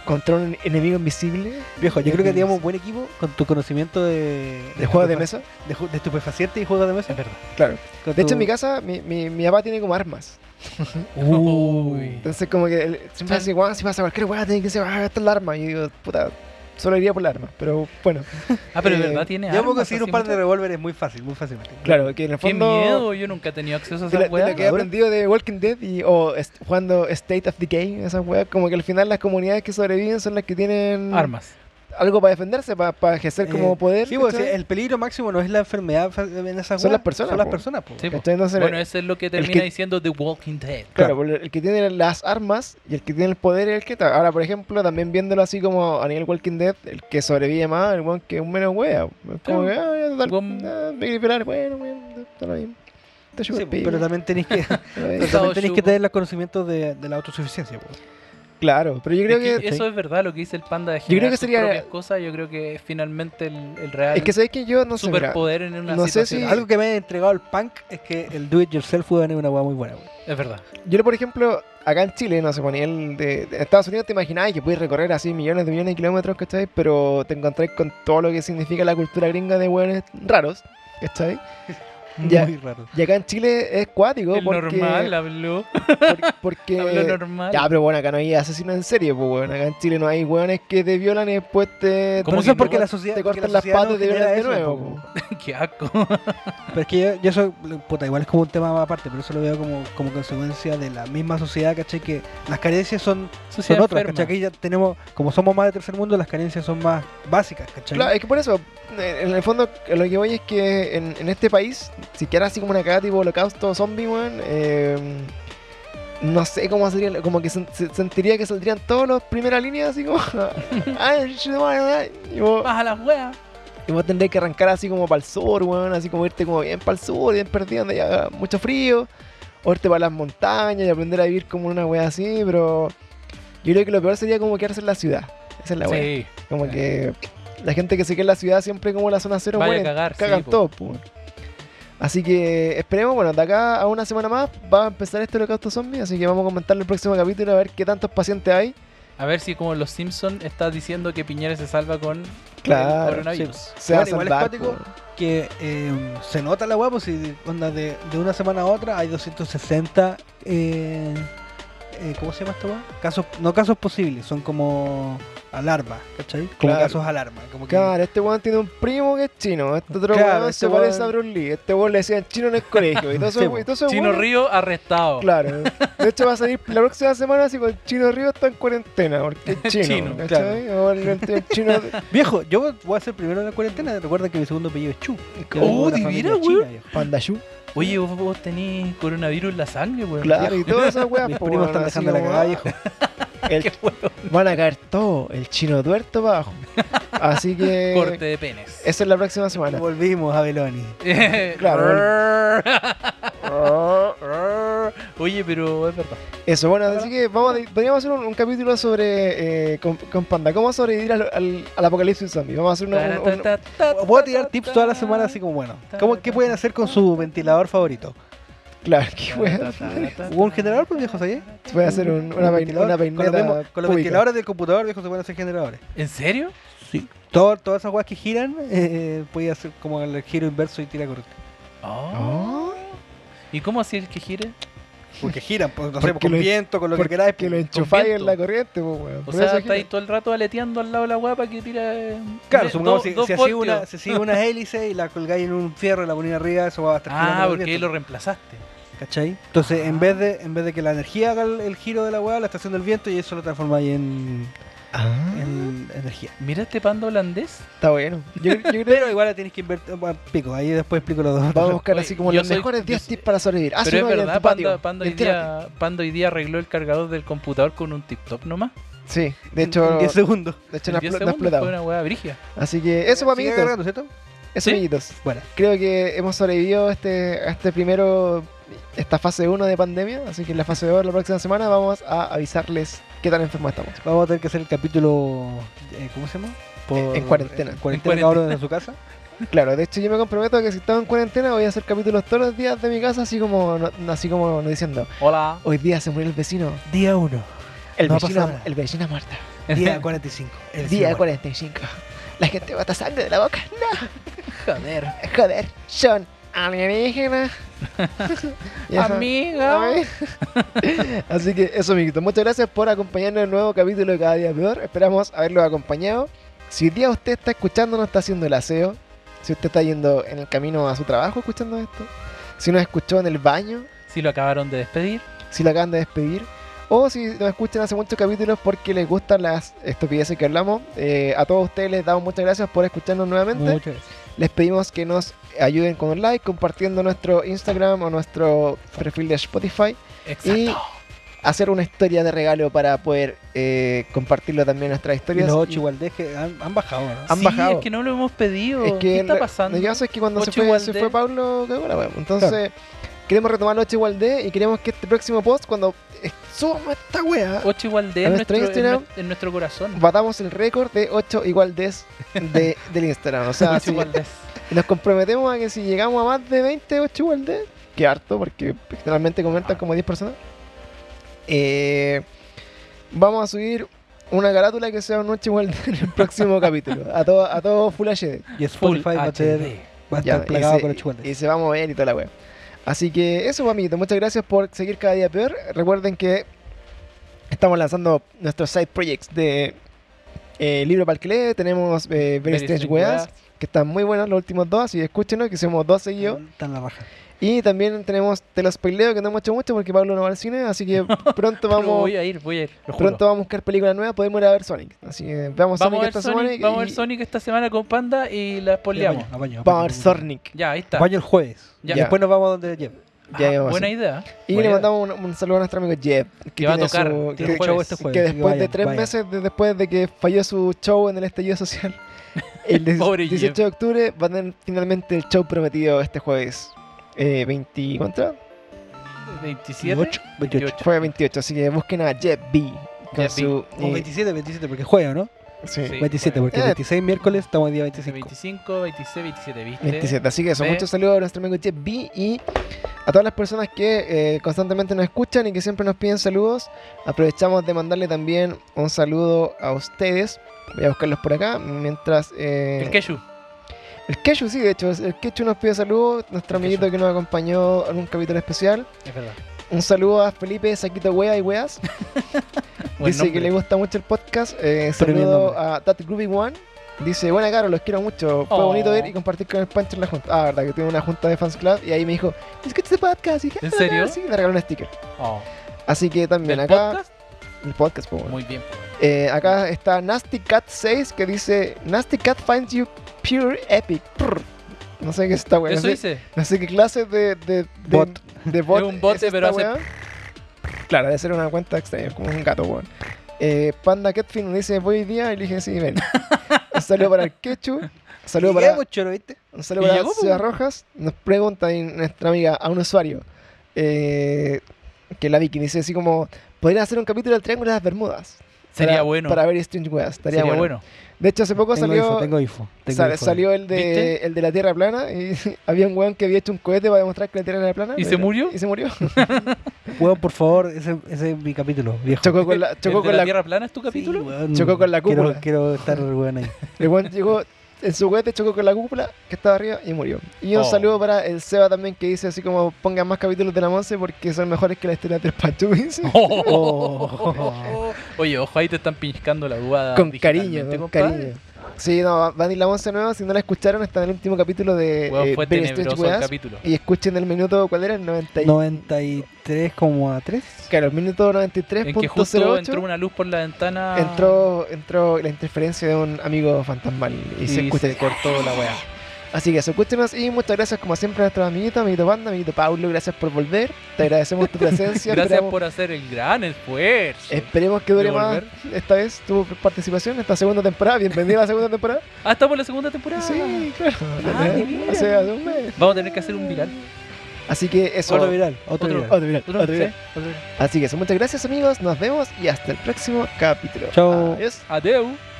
[SPEAKER 1] contra un enemigo invisible
[SPEAKER 3] Viejo, yo creo que
[SPEAKER 1] Depende.
[SPEAKER 3] teníamos un buen equipo con tu conocimiento de...
[SPEAKER 1] de juegos de
[SPEAKER 3] estupefa-
[SPEAKER 1] mesa,
[SPEAKER 3] De, ju- de estupefacientes y juegos de mesa.
[SPEAKER 2] Es verdad.
[SPEAKER 1] claro.
[SPEAKER 3] Con
[SPEAKER 1] De hecho,
[SPEAKER 3] tu-
[SPEAKER 1] en mi casa, mi, mi, mi papá tiene como armas.
[SPEAKER 3] Uy.
[SPEAKER 1] Entonces, como que él siempre
[SPEAKER 2] Chan.
[SPEAKER 1] dice, guau, si pasa cualquier weá, tiene que ser, ah, esta es la arma. Y yo digo, puta, Solo iría por las armas, pero bueno.
[SPEAKER 2] Ah, pero de
[SPEAKER 1] Eh,
[SPEAKER 2] verdad tiene
[SPEAKER 3] Yo puedo
[SPEAKER 2] armas,
[SPEAKER 3] conseguir un
[SPEAKER 2] así
[SPEAKER 3] par de
[SPEAKER 2] mucho?
[SPEAKER 3] revólveres muy fácil, muy fácilmente.
[SPEAKER 1] Claro, que en el
[SPEAKER 2] Qué
[SPEAKER 1] fondo.
[SPEAKER 2] miedo, yo nunca he tenido acceso a
[SPEAKER 1] De, la-
[SPEAKER 2] esas
[SPEAKER 1] de lo
[SPEAKER 2] weas.
[SPEAKER 1] que he aprendido de Walking Dead y, o est- jugando State of the Game, esas weas, como que al final las comunidades que sobreviven son las que tienen
[SPEAKER 2] Armas.
[SPEAKER 1] algo para defenderse, para, ejercer como
[SPEAKER 3] Eh,
[SPEAKER 1] poder.
[SPEAKER 3] Sí, pues,
[SPEAKER 1] ¿cachai?
[SPEAKER 3] el peligro máximo no es la enfermedad fa- en esas
[SPEAKER 1] Son
[SPEAKER 3] weas,
[SPEAKER 1] las personas,
[SPEAKER 3] Son las
[SPEAKER 1] po.
[SPEAKER 3] personas, po.
[SPEAKER 2] Sí, po.
[SPEAKER 1] ¿Cachai? Entonces,
[SPEAKER 2] Bueno, eso es lo que termina
[SPEAKER 1] que-
[SPEAKER 2] diciendo The Walking Dead.
[SPEAKER 1] Claro, porque el que tiene las armas y el que tiene el poder es el que está. Ahora, por ejemplo, también viéndolo así como a nivel Walking Dead, el que sobrevive más, el weón que es un menos wea. Es Como que, ah, ya, total,
[SPEAKER 2] Weón-
[SPEAKER 1] ah, me quiero pelar, bueno, weón, está lo mismo. Te
[SPEAKER 3] Sí,
[SPEAKER 1] chupa el
[SPEAKER 3] po,
[SPEAKER 1] pico,
[SPEAKER 3] pero también tenéis que,
[SPEAKER 1] está lo
[SPEAKER 3] pero
[SPEAKER 1] mismo.
[SPEAKER 2] Estado
[SPEAKER 3] también tenéis
[SPEAKER 2] chupo.
[SPEAKER 3] que tener los conocimientos de, de la autosuficiencia. po.
[SPEAKER 1] Claro, pero yo creo
[SPEAKER 2] Es que
[SPEAKER 1] que.
[SPEAKER 2] eso es verdad lo que dice el panda de
[SPEAKER 1] creo
[SPEAKER 2] generar
[SPEAKER 1] que
[SPEAKER 2] sus
[SPEAKER 1] sería-
[SPEAKER 2] propias cosas. Yo creo que es finalmente el, el real
[SPEAKER 1] Es que sabes que yo no sé. mira,
[SPEAKER 2] superpoder en una
[SPEAKER 1] no sé
[SPEAKER 2] situación.
[SPEAKER 1] Sí. si-
[SPEAKER 2] Algo-
[SPEAKER 3] Algo que me ha entregado el punk es que el do it yourself fue una hueá muy buena. po.
[SPEAKER 2] Es verdad.
[SPEAKER 1] Yo, por ejemplo, acá en Chile, no sé, ponía el de, de Estados Unidos, te imaginabas que puedes recorrer así millones de millones de kilómetros, ¿cachai? Pero te encontrás con todo lo que significa la cultura gringa de hueones raros, ¿cachai? Ya.
[SPEAKER 3] Muy raro.
[SPEAKER 1] Y acá en Chile es cuático
[SPEAKER 2] El
[SPEAKER 1] porque...
[SPEAKER 2] normal habló.
[SPEAKER 1] por- porque...
[SPEAKER 2] Habló normal.
[SPEAKER 1] Ya, pero bueno, acá no hay asesinos en serie, pues, bueno, acá en Chile no hay hueones que te violan y después te... te-
[SPEAKER 2] ¿Cómo que
[SPEAKER 3] Pero eso es
[SPEAKER 2] no?
[SPEAKER 3] porque la sociedad.
[SPEAKER 1] Te
[SPEAKER 3] porque
[SPEAKER 1] cortan
[SPEAKER 3] la
[SPEAKER 1] las
[SPEAKER 3] sociedad
[SPEAKER 1] patas y
[SPEAKER 3] no
[SPEAKER 1] te violan
[SPEAKER 3] genera
[SPEAKER 1] de
[SPEAKER 3] eso,
[SPEAKER 1] nuevo.
[SPEAKER 3] po.
[SPEAKER 1] po.
[SPEAKER 2] Qué asco.
[SPEAKER 3] Pero es que yo, yo soy, puta, igual es como un tema aparte, pero eso lo veo como, como consecuencia de la misma sociedad, ¿cachai? Que las carencias son, son
[SPEAKER 2] Sociedad
[SPEAKER 3] otras,
[SPEAKER 2] enferma.
[SPEAKER 3] ¿cachai? Aquí ya tenemos, como somos más de tercer mundo, las carencias son más básicas, ¿cachai?
[SPEAKER 1] Claro, es que por eso, en en el fondo, a lo que voy es que en, en este país, si quieras así como una cagada tipo holocausto zombie, weón, eh, no sé cómo sería, como que sen- se- sentiría que saldrían todos los primeras líneas así como... "Ay, shit, bueno, ay", y vos,
[SPEAKER 2] Baja las weas.
[SPEAKER 1] y vos tendrías que arrancar así como para el sur, weón, así como irte como bien para el sur, bien perdido, donde haya mucho frío, o irte para las montañas y aprender a vivir como una wea así, pero yo creo que lo peor sería como quedarse en la ciudad. Esa es la wea.
[SPEAKER 2] Sí.
[SPEAKER 1] Como
[SPEAKER 2] Sí.
[SPEAKER 1] que la gente que se queda en la ciudad siempre como la zona cero,
[SPEAKER 2] Vaya a
[SPEAKER 1] muere,
[SPEAKER 2] cagar, sí,
[SPEAKER 1] cagan
[SPEAKER 2] po.
[SPEAKER 1] todo, po, weón. Así que esperemos, bueno, de acá a una semana más va a empezar este holocausto zombie, así que vamos a comentarlo el próximo capítulo a ver qué tantos pacientes hay.
[SPEAKER 2] A ver si como los Simpsons está diciendo que Piñera se salva con
[SPEAKER 1] Claro,
[SPEAKER 2] el coronavirus.
[SPEAKER 1] Se va a
[SPEAKER 3] Bueno, igual es
[SPEAKER 1] salvar,
[SPEAKER 3] cuático.
[SPEAKER 1] po.
[SPEAKER 3] Que eh, se nota la hueá, pues si onda de, de una semana a otra hay 260. Eh, eh, ¿Cómo se llama esta hueá? Casos, no casos posibles, son como alarma, ¿cachai? Como
[SPEAKER 1] Claro.
[SPEAKER 3] casos alarma. Como que,
[SPEAKER 1] Claro, este weón tiene un primo que es chino, este otro
[SPEAKER 3] Claro,
[SPEAKER 1] weón
[SPEAKER 3] este
[SPEAKER 1] se parece a
[SPEAKER 3] weón-
[SPEAKER 1] Bruce Lee, este weón le decían chino en el colegio, y todo eso,
[SPEAKER 3] Sí, po.
[SPEAKER 1] y todo eso
[SPEAKER 2] Chino Río arrestado.
[SPEAKER 1] Claro, de hecho va a salir la próxima semana así con Chino Río está en cuarentena, porque es chino,
[SPEAKER 2] Chino,
[SPEAKER 1] ¿cachai? Ahora el chino
[SPEAKER 3] Viejo, yo voy a ser primero en la cuarentena. Recuerda que mi segundo apellido es Chu.
[SPEAKER 2] Oh,
[SPEAKER 3] Una
[SPEAKER 2] ¿de
[SPEAKER 3] familia
[SPEAKER 2] veras,
[SPEAKER 3] china,
[SPEAKER 2] weón?
[SPEAKER 3] viejo.
[SPEAKER 1] Pandashu.
[SPEAKER 2] Oye, vos, vos tenés coronavirus en la sangre, weón.
[SPEAKER 1] Claro, y todas esas weas,
[SPEAKER 3] Mis
[SPEAKER 1] po,
[SPEAKER 3] primos
[SPEAKER 1] weón, Ah,
[SPEAKER 3] están
[SPEAKER 1] pues así
[SPEAKER 3] dejando la
[SPEAKER 1] como,
[SPEAKER 3] cagada, viejo.
[SPEAKER 1] el-
[SPEAKER 2] Qué weón.
[SPEAKER 1] Van a caer todo, el chino tuerto para abajo. Así
[SPEAKER 3] Eh,
[SPEAKER 1] que.
[SPEAKER 2] Corte de penes.
[SPEAKER 1] Esa es la próxima semana.
[SPEAKER 3] Volvimos a Beloni.
[SPEAKER 1] Claro.
[SPEAKER 2] Oye, pero es verdad.
[SPEAKER 1] Eso, bueno, así que vamos a- podríamos hacer un, un capítulo sobre. eh, con, con Panda, ¿cómo sobrevivir al, al- al apocalipsis zombie? Vamos a hacer una- un- un-
[SPEAKER 3] Voy a tirar tips toda la semana, así como bueno. ¿cómo, ¿Qué pueden hacer con su ventilador favorito?
[SPEAKER 1] Claro, qué wea.
[SPEAKER 3] ¿Hubo un generador, pues viejo, ahí?
[SPEAKER 1] Voy a hacer un- una, pein- una
[SPEAKER 3] Con los,
[SPEAKER 1] peineta.
[SPEAKER 3] mismos- con los
[SPEAKER 1] púbica.
[SPEAKER 3] ventiladores del computador, viejo, se pueden hacer generadores.
[SPEAKER 2] ¿En serio?
[SPEAKER 3] Sí. Todo, todas esas weas que giran, eh, puede hacer como el giro inverso y tira correcto.
[SPEAKER 2] Oh.
[SPEAKER 1] Oh,
[SPEAKER 2] ¿Y cómo así el que gire?
[SPEAKER 3] Porque giran, pues, no
[SPEAKER 1] Porque
[SPEAKER 3] sé, con
[SPEAKER 1] lo-
[SPEAKER 3] viento, con lo que
[SPEAKER 1] porque
[SPEAKER 3] queráis.
[SPEAKER 1] que lo
[SPEAKER 3] pues.
[SPEAKER 1] enchufáis
[SPEAKER 2] viento.
[SPEAKER 1] en la corriente, pues, weón.
[SPEAKER 2] O
[SPEAKER 1] Por
[SPEAKER 2] sea,
[SPEAKER 1] eso
[SPEAKER 2] está ahí
[SPEAKER 1] gira.
[SPEAKER 2] todo el rato aleteando al lado de la guapa que tira. eh,
[SPEAKER 3] Claro,
[SPEAKER 2] do-
[SPEAKER 3] supongamos si,
[SPEAKER 2] dos
[SPEAKER 3] si hacía
[SPEAKER 2] voltios.
[SPEAKER 3] una, si hacía una hélice y la colgáis en un fierro y la ponía arriba, eso va a estar girando
[SPEAKER 2] Ah,
[SPEAKER 3] con el
[SPEAKER 2] porque ahí
[SPEAKER 3] viento.
[SPEAKER 2] lo reemplazaste.
[SPEAKER 3] ¿Cachai? Entonces,
[SPEAKER 2] Ah.
[SPEAKER 3] en, vez de, en vez de que la energía haga el, el giro de la hueá, la está haciendo el viento y eso lo transforma ahí en,
[SPEAKER 1] Ah,
[SPEAKER 3] en energía.
[SPEAKER 2] Mira este panda holandés.
[SPEAKER 1] está bueno. Yo, yo creo
[SPEAKER 3] Pero igual la tienes que invertir. bueno, pico, ahí después explico los dos.
[SPEAKER 1] Vamos a buscar
[SPEAKER 2] Oye,
[SPEAKER 1] así como
[SPEAKER 2] yo
[SPEAKER 1] los
[SPEAKER 2] soy-
[SPEAKER 1] mejores
[SPEAKER 2] yo
[SPEAKER 1] 10
[SPEAKER 2] soy-
[SPEAKER 1] tips para sobrevivir. Ah, Haz
[SPEAKER 2] Pero es
[SPEAKER 1] una vida en
[SPEAKER 2] verdad,
[SPEAKER 1] tu patio.
[SPEAKER 2] Panda, Panda, hoy
[SPEAKER 1] Entérate.
[SPEAKER 2] día, Panda hoy día arregló el cargador del computador con un tip top nomás.
[SPEAKER 1] Sí, de
[SPEAKER 3] En- en
[SPEAKER 1] hecho,
[SPEAKER 3] 10 segundos.
[SPEAKER 1] de hecho
[SPEAKER 2] En
[SPEAKER 1] no ha
[SPEAKER 2] 10
[SPEAKER 1] explo- no ha
[SPEAKER 2] segundos
[SPEAKER 1] explotado.
[SPEAKER 2] fue una hueá brigia.
[SPEAKER 1] Así que eso, pues,
[SPEAKER 3] Sigue
[SPEAKER 1] amiguitos.
[SPEAKER 3] cargando, ¿cierto?
[SPEAKER 1] Eso,
[SPEAKER 2] ¿Sí?
[SPEAKER 1] amiguitos.
[SPEAKER 3] Bueno,
[SPEAKER 1] Creo que hemos sobrevivido este, a este primero, esta fase 1 de pandemia. Así que en la fase 2, la próxima semana, vamos a avisarles qué tan enfermos estamos.
[SPEAKER 3] vamos a tener que hacer el capítulo. eh, ¿Cómo se llama? Por-
[SPEAKER 1] en cuarentena.
[SPEAKER 3] En cuarentena,
[SPEAKER 2] En cuarentena.
[SPEAKER 3] cada uno desde su casa.
[SPEAKER 1] Claro, de hecho, yo me comprometo a que si estamos en cuarentena, voy a hacer capítulos todos los días de mi casa, así como no, no- así como no diciendo:
[SPEAKER 2] Hola.
[SPEAKER 1] Hoy día se murió el vecino.
[SPEAKER 3] Día 1,
[SPEAKER 1] El,
[SPEAKER 3] No ha
[SPEAKER 1] vecino,
[SPEAKER 3] pasado nada.
[SPEAKER 1] el vecino muerto.
[SPEAKER 3] día 45. El
[SPEAKER 1] Día
[SPEAKER 3] día
[SPEAKER 1] 45. La gente bota sangre de la boca.
[SPEAKER 2] Joder.
[SPEAKER 1] Joder, son alienígenas. Y eso-
[SPEAKER 2] Amiga.
[SPEAKER 1] Así que eso, amiguitos. Muchas gracias por acompañarnos en el nuevo capítulo de Cada Día Peor. Esperamos haberlos acompañado. Si hoy día usted está escuchando, no está haciendo el aseo, si usted está yendo en el camino a su trabajo escuchando esto, si nos escuchó en el baño,
[SPEAKER 2] Si lo acabaron de despedir,
[SPEAKER 1] si lo acaban de despedir, o si nos escuchan hace muchos capítulos porque les gustan las estupideces que hablamos, eh, a todos ustedes les damos muchas gracias por escucharnos nuevamente.
[SPEAKER 3] Muchas gracias.
[SPEAKER 1] Les pedimos que nos ayuden con un like, compartiendo nuestro Instagram o nuestro perfil de Spotify y hacer una historia de regalo para poder eh, compartirlo también en nuestras historias.
[SPEAKER 3] Los
[SPEAKER 1] Y- Ah,
[SPEAKER 3] ocho gualdejes han, han bajado, ¿no?
[SPEAKER 1] han
[SPEAKER 2] sí,
[SPEAKER 1] bajado.
[SPEAKER 2] es que no lo hemos pedido.
[SPEAKER 1] Es que
[SPEAKER 2] ¿Qué está
[SPEAKER 1] lo-
[SPEAKER 2] pasando?
[SPEAKER 1] Lo que pasa es que cuando se
[SPEAKER 2] Ocho
[SPEAKER 1] fue, se
[SPEAKER 2] Igualdé.
[SPEAKER 1] fue Pablo, cagó la wea. Entonces, queremos retomar Noche Igualdé y queremos que este próximo post, cuando eh, subamos esta wea,
[SPEAKER 2] Ocho igual de
[SPEAKER 1] A
[SPEAKER 2] en
[SPEAKER 1] nuestro
[SPEAKER 2] nuestro, en
[SPEAKER 1] Instagram.
[SPEAKER 2] nue- en nuestro corazón.
[SPEAKER 1] batamos el récord de 8 igualdés de, del Instagram. O sea,
[SPEAKER 2] Ocho
[SPEAKER 1] si
[SPEAKER 2] igual de.
[SPEAKER 1] nos comprometemos a que si llegamos a más de 28 igualdés, que harto, porque generalmente comentan como 10 personas, eh, vamos a subir una carátula que sea un 8 igualdés en el próximo capítulo. A todo, a todo Full HD.
[SPEAKER 3] Y
[SPEAKER 2] Full
[SPEAKER 3] Spotify va a,
[SPEAKER 2] HD.
[SPEAKER 3] tener, va a
[SPEAKER 1] Ya,
[SPEAKER 3] estar plagado
[SPEAKER 1] y
[SPEAKER 3] con
[SPEAKER 1] se-
[SPEAKER 3] los
[SPEAKER 1] Y
[SPEAKER 3] chocolates.
[SPEAKER 1] se va a mover y toda la web. Así que eso, amiguitos. Muchas gracias por seguir cada día peor. Recuerden que estamos lanzando nuestros side projects de eh, libro para el que lee. Tenemos eh, Very
[SPEAKER 2] Very
[SPEAKER 1] Strange
[SPEAKER 2] Strange
[SPEAKER 1] Weas,
[SPEAKER 2] Weas.
[SPEAKER 1] que están muy buenos los últimos dos. Así que escúchenos, que somos dos seguidos.
[SPEAKER 3] Están la raja.
[SPEAKER 1] Y también tenemos Te los spoileo, que no hemos hecho mucho porque Pablo no va al cine. Así que pronto
[SPEAKER 2] Pero
[SPEAKER 1] vamos.
[SPEAKER 2] Voy a ir, voy a ir. lo juro.
[SPEAKER 1] Pronto vamos a buscar películas nuevas, podemos ir a ver Sonic. Así que veamos
[SPEAKER 2] Vamos a
[SPEAKER 1] Sonic
[SPEAKER 2] ver
[SPEAKER 1] esta
[SPEAKER 2] Sonic,
[SPEAKER 1] semana. y-
[SPEAKER 2] vamos a ver Sonic esta semana con Panda y la spoileamos.
[SPEAKER 3] Apaño, apaño,
[SPEAKER 1] Vamos a ver
[SPEAKER 3] apaño.
[SPEAKER 1] Sonic.
[SPEAKER 2] Ya, ahí está.
[SPEAKER 3] Apaño el jueves.
[SPEAKER 2] Ya.
[SPEAKER 3] Y después nos vamos donde lleve.
[SPEAKER 2] Ah,
[SPEAKER 1] Ya, ya vamos a
[SPEAKER 2] buena
[SPEAKER 1] hacer.
[SPEAKER 2] idea.
[SPEAKER 1] Y
[SPEAKER 2] Buena
[SPEAKER 1] le
[SPEAKER 2] idea.
[SPEAKER 1] mandamos un, un saludo a nuestro amigo Jeff.
[SPEAKER 2] Que pues. va a tocar,
[SPEAKER 1] su-
[SPEAKER 2] tiene
[SPEAKER 1] que-
[SPEAKER 2] jueves.
[SPEAKER 3] este
[SPEAKER 1] que
[SPEAKER 3] jueves.
[SPEAKER 1] después de
[SPEAKER 3] vayan,
[SPEAKER 1] tres
[SPEAKER 3] vayan.
[SPEAKER 1] meses de- después de que falló su show en el estallido social, el de-
[SPEAKER 2] Pobre
[SPEAKER 1] 18 de octubre va a tener finalmente el show prometido este jueves. Eh, 20, ¿cuánto era?
[SPEAKER 2] 27.
[SPEAKER 3] 28, 28.
[SPEAKER 1] Fue 28, así que busquen a Jeff B. Con
[SPEAKER 2] Jeff B.
[SPEAKER 1] su,
[SPEAKER 3] O
[SPEAKER 1] eh,
[SPEAKER 3] 27, 27, porque juega, ¿no?
[SPEAKER 1] sí,
[SPEAKER 2] Sí,
[SPEAKER 3] 27,
[SPEAKER 2] juega.
[SPEAKER 3] porque
[SPEAKER 1] Eh.
[SPEAKER 3] 26 miércoles estamos el día 25.
[SPEAKER 2] 25, 26, 27, ¿viste?
[SPEAKER 1] 27. Así que eso,
[SPEAKER 2] B.
[SPEAKER 1] muchos saludos a nuestro amigo Jeff B y a todas las personas que eh, constantemente nos escuchan y que siempre nos piden saludos. Aprovechamos de mandarle también un saludo a ustedes. Voy a buscarlos por acá. Mientras. eh,
[SPEAKER 2] El Keshu.
[SPEAKER 1] el Keshu, sí, de hecho. El Keshu nos pide saludos. Nuestro
[SPEAKER 2] El
[SPEAKER 1] amiguito
[SPEAKER 2] Keshu.
[SPEAKER 1] que nos acompañó en un capítulo especial.
[SPEAKER 2] Es verdad.
[SPEAKER 1] Un saludo a Felipe Saquito Wea y Weas.
[SPEAKER 2] Buen
[SPEAKER 1] Dice que
[SPEAKER 2] nombre.
[SPEAKER 1] le gusta mucho el podcast. Eh,
[SPEAKER 3] Tremendo
[SPEAKER 1] saludo
[SPEAKER 3] nombre.
[SPEAKER 1] a That Groovy One. Dice, buena Caro, los quiero mucho. Fue
[SPEAKER 2] Oh.
[SPEAKER 1] bonito ver y compartir con el Pancho en la junta. Ah, verdad, que tuve una junta de fans club y ahí me dijo, escucha este podcast. Y dije,
[SPEAKER 2] ¿En
[SPEAKER 1] "Ah,
[SPEAKER 2] serio?
[SPEAKER 1] Sí, me regaló un sticker.
[SPEAKER 2] Oh,
[SPEAKER 1] Así que también
[SPEAKER 2] ¿el
[SPEAKER 1] acá...
[SPEAKER 2] podcast?
[SPEAKER 1] El podcast, pues, bueno.
[SPEAKER 2] Muy bien.
[SPEAKER 1] Eh, Acá está Nasty Cat 6 que dice, Nasty Cat finds you pure epic. Prr. No sé qué es esta weá. No,
[SPEAKER 2] Eso
[SPEAKER 1] sé-
[SPEAKER 2] dice.
[SPEAKER 1] no sé qué clase de... de, de
[SPEAKER 3] Bot.
[SPEAKER 1] de bot
[SPEAKER 2] Es un bot,
[SPEAKER 1] esta
[SPEAKER 2] pero hace
[SPEAKER 1] weá. Claro, debe ser una cuenta extraña, como un gato, weón. Eh, Panda Catfin dice, voy hoy día, y le dije, sí, ven. un saludo para el Quechu. Un saludo para,
[SPEAKER 3] Llegamos, choro, ¿viste?
[SPEAKER 1] un saludo
[SPEAKER 2] Y
[SPEAKER 1] para
[SPEAKER 2] llegó, po.
[SPEAKER 1] Ciudad Rojas. Nos pregunta ahí nuestra amiga, a un usuario, eh, que la Vicky dice así como, ¿podrían hacer un capítulo del Triángulo de las Bermudas?
[SPEAKER 2] Sería
[SPEAKER 1] Para-
[SPEAKER 2] bueno.
[SPEAKER 1] Para ver Strange Weas, estaría
[SPEAKER 2] Sería
[SPEAKER 1] bueno.
[SPEAKER 2] bueno.
[SPEAKER 1] De hecho, hace poco
[SPEAKER 3] Tengo
[SPEAKER 1] salió...
[SPEAKER 3] info, tengo info. tengo
[SPEAKER 1] sal-
[SPEAKER 3] info.
[SPEAKER 1] salió el de,
[SPEAKER 2] ¿Viste?
[SPEAKER 1] el de la Tierra plana y había un weón que había hecho un cohete para demostrar que la Tierra era plana.
[SPEAKER 2] ¿Y se murió?
[SPEAKER 1] Y se murió.
[SPEAKER 3] Weón, por favor, ese, ese es mi capítulo, viejo.
[SPEAKER 1] chocó con la, chocó
[SPEAKER 2] ¿El de
[SPEAKER 1] con
[SPEAKER 2] la,
[SPEAKER 1] la,
[SPEAKER 2] Tierra plana es tu capítulo?
[SPEAKER 3] Sí, weón,
[SPEAKER 1] Chocó con la
[SPEAKER 3] quiero-
[SPEAKER 1] cúpula.
[SPEAKER 3] Quiero, estar, weón, ahí.
[SPEAKER 1] El weón llegó en su cohete, chocó con la cúpula que estaba arriba y murió. Y un
[SPEAKER 2] Oh.
[SPEAKER 1] saludo para el Seba también que dice así como pongan más capítulos de la Monse porque son mejores que la historia del Pachu, dice.
[SPEAKER 3] Oh.
[SPEAKER 2] Oye, ojo, ahí te están pinchando la duda.
[SPEAKER 1] Con cariño, con cariño. Sí, no, van a ir la Monse nueva, si no la escucharon está en el último capítulo de eh,
[SPEAKER 2] Weón, fue
[SPEAKER 1] Very Strange
[SPEAKER 2] tenebroso el
[SPEAKER 1] Weas.
[SPEAKER 2] capítulo.
[SPEAKER 1] Y escuchen el minuto, ¿cuál era? El 90 y-
[SPEAKER 3] 93,3.
[SPEAKER 1] Claro, el minuto
[SPEAKER 2] En que justo entró
[SPEAKER 1] 93.08
[SPEAKER 2] una luz por la ventana
[SPEAKER 1] entró, entró la interferencia de un amigo fantasmal y,
[SPEAKER 2] y
[SPEAKER 1] se
[SPEAKER 2] se,
[SPEAKER 1] escucha.
[SPEAKER 2] cortó la weá.
[SPEAKER 1] Así que eso, escúchenos y muchas gracias como siempre a nuestros amiguitos, amiguito Banda, amiguito Pablo, gracias por volver, te agradecemos tu presencia,
[SPEAKER 2] Gracias
[SPEAKER 1] esperamos,
[SPEAKER 2] por hacer el gran esfuerzo.
[SPEAKER 1] esperemos que dure
[SPEAKER 2] de
[SPEAKER 1] más
[SPEAKER 2] volver.
[SPEAKER 1] esta vez tu participación, esta segunda temporada, bienvenida a la segunda temporada.
[SPEAKER 2] Ah, estamos en la segunda temporada.
[SPEAKER 1] Sí, claro,
[SPEAKER 2] Ah, de
[SPEAKER 1] o
[SPEAKER 2] veras.
[SPEAKER 1] sea, hace un mes.
[SPEAKER 2] Vamos a tener que hacer un viral.
[SPEAKER 1] Así que eso,
[SPEAKER 3] Otro viral, otro,
[SPEAKER 2] Otro.
[SPEAKER 3] viral.
[SPEAKER 1] otro viral,
[SPEAKER 2] ¿Tú no?
[SPEAKER 1] otro viral.
[SPEAKER 2] Sí, otro viral.
[SPEAKER 1] Así que eso, muchas gracias amigos, nos vemos y hasta el próximo capítulo.
[SPEAKER 3] Chao.
[SPEAKER 1] Adiós.
[SPEAKER 2] Adeu.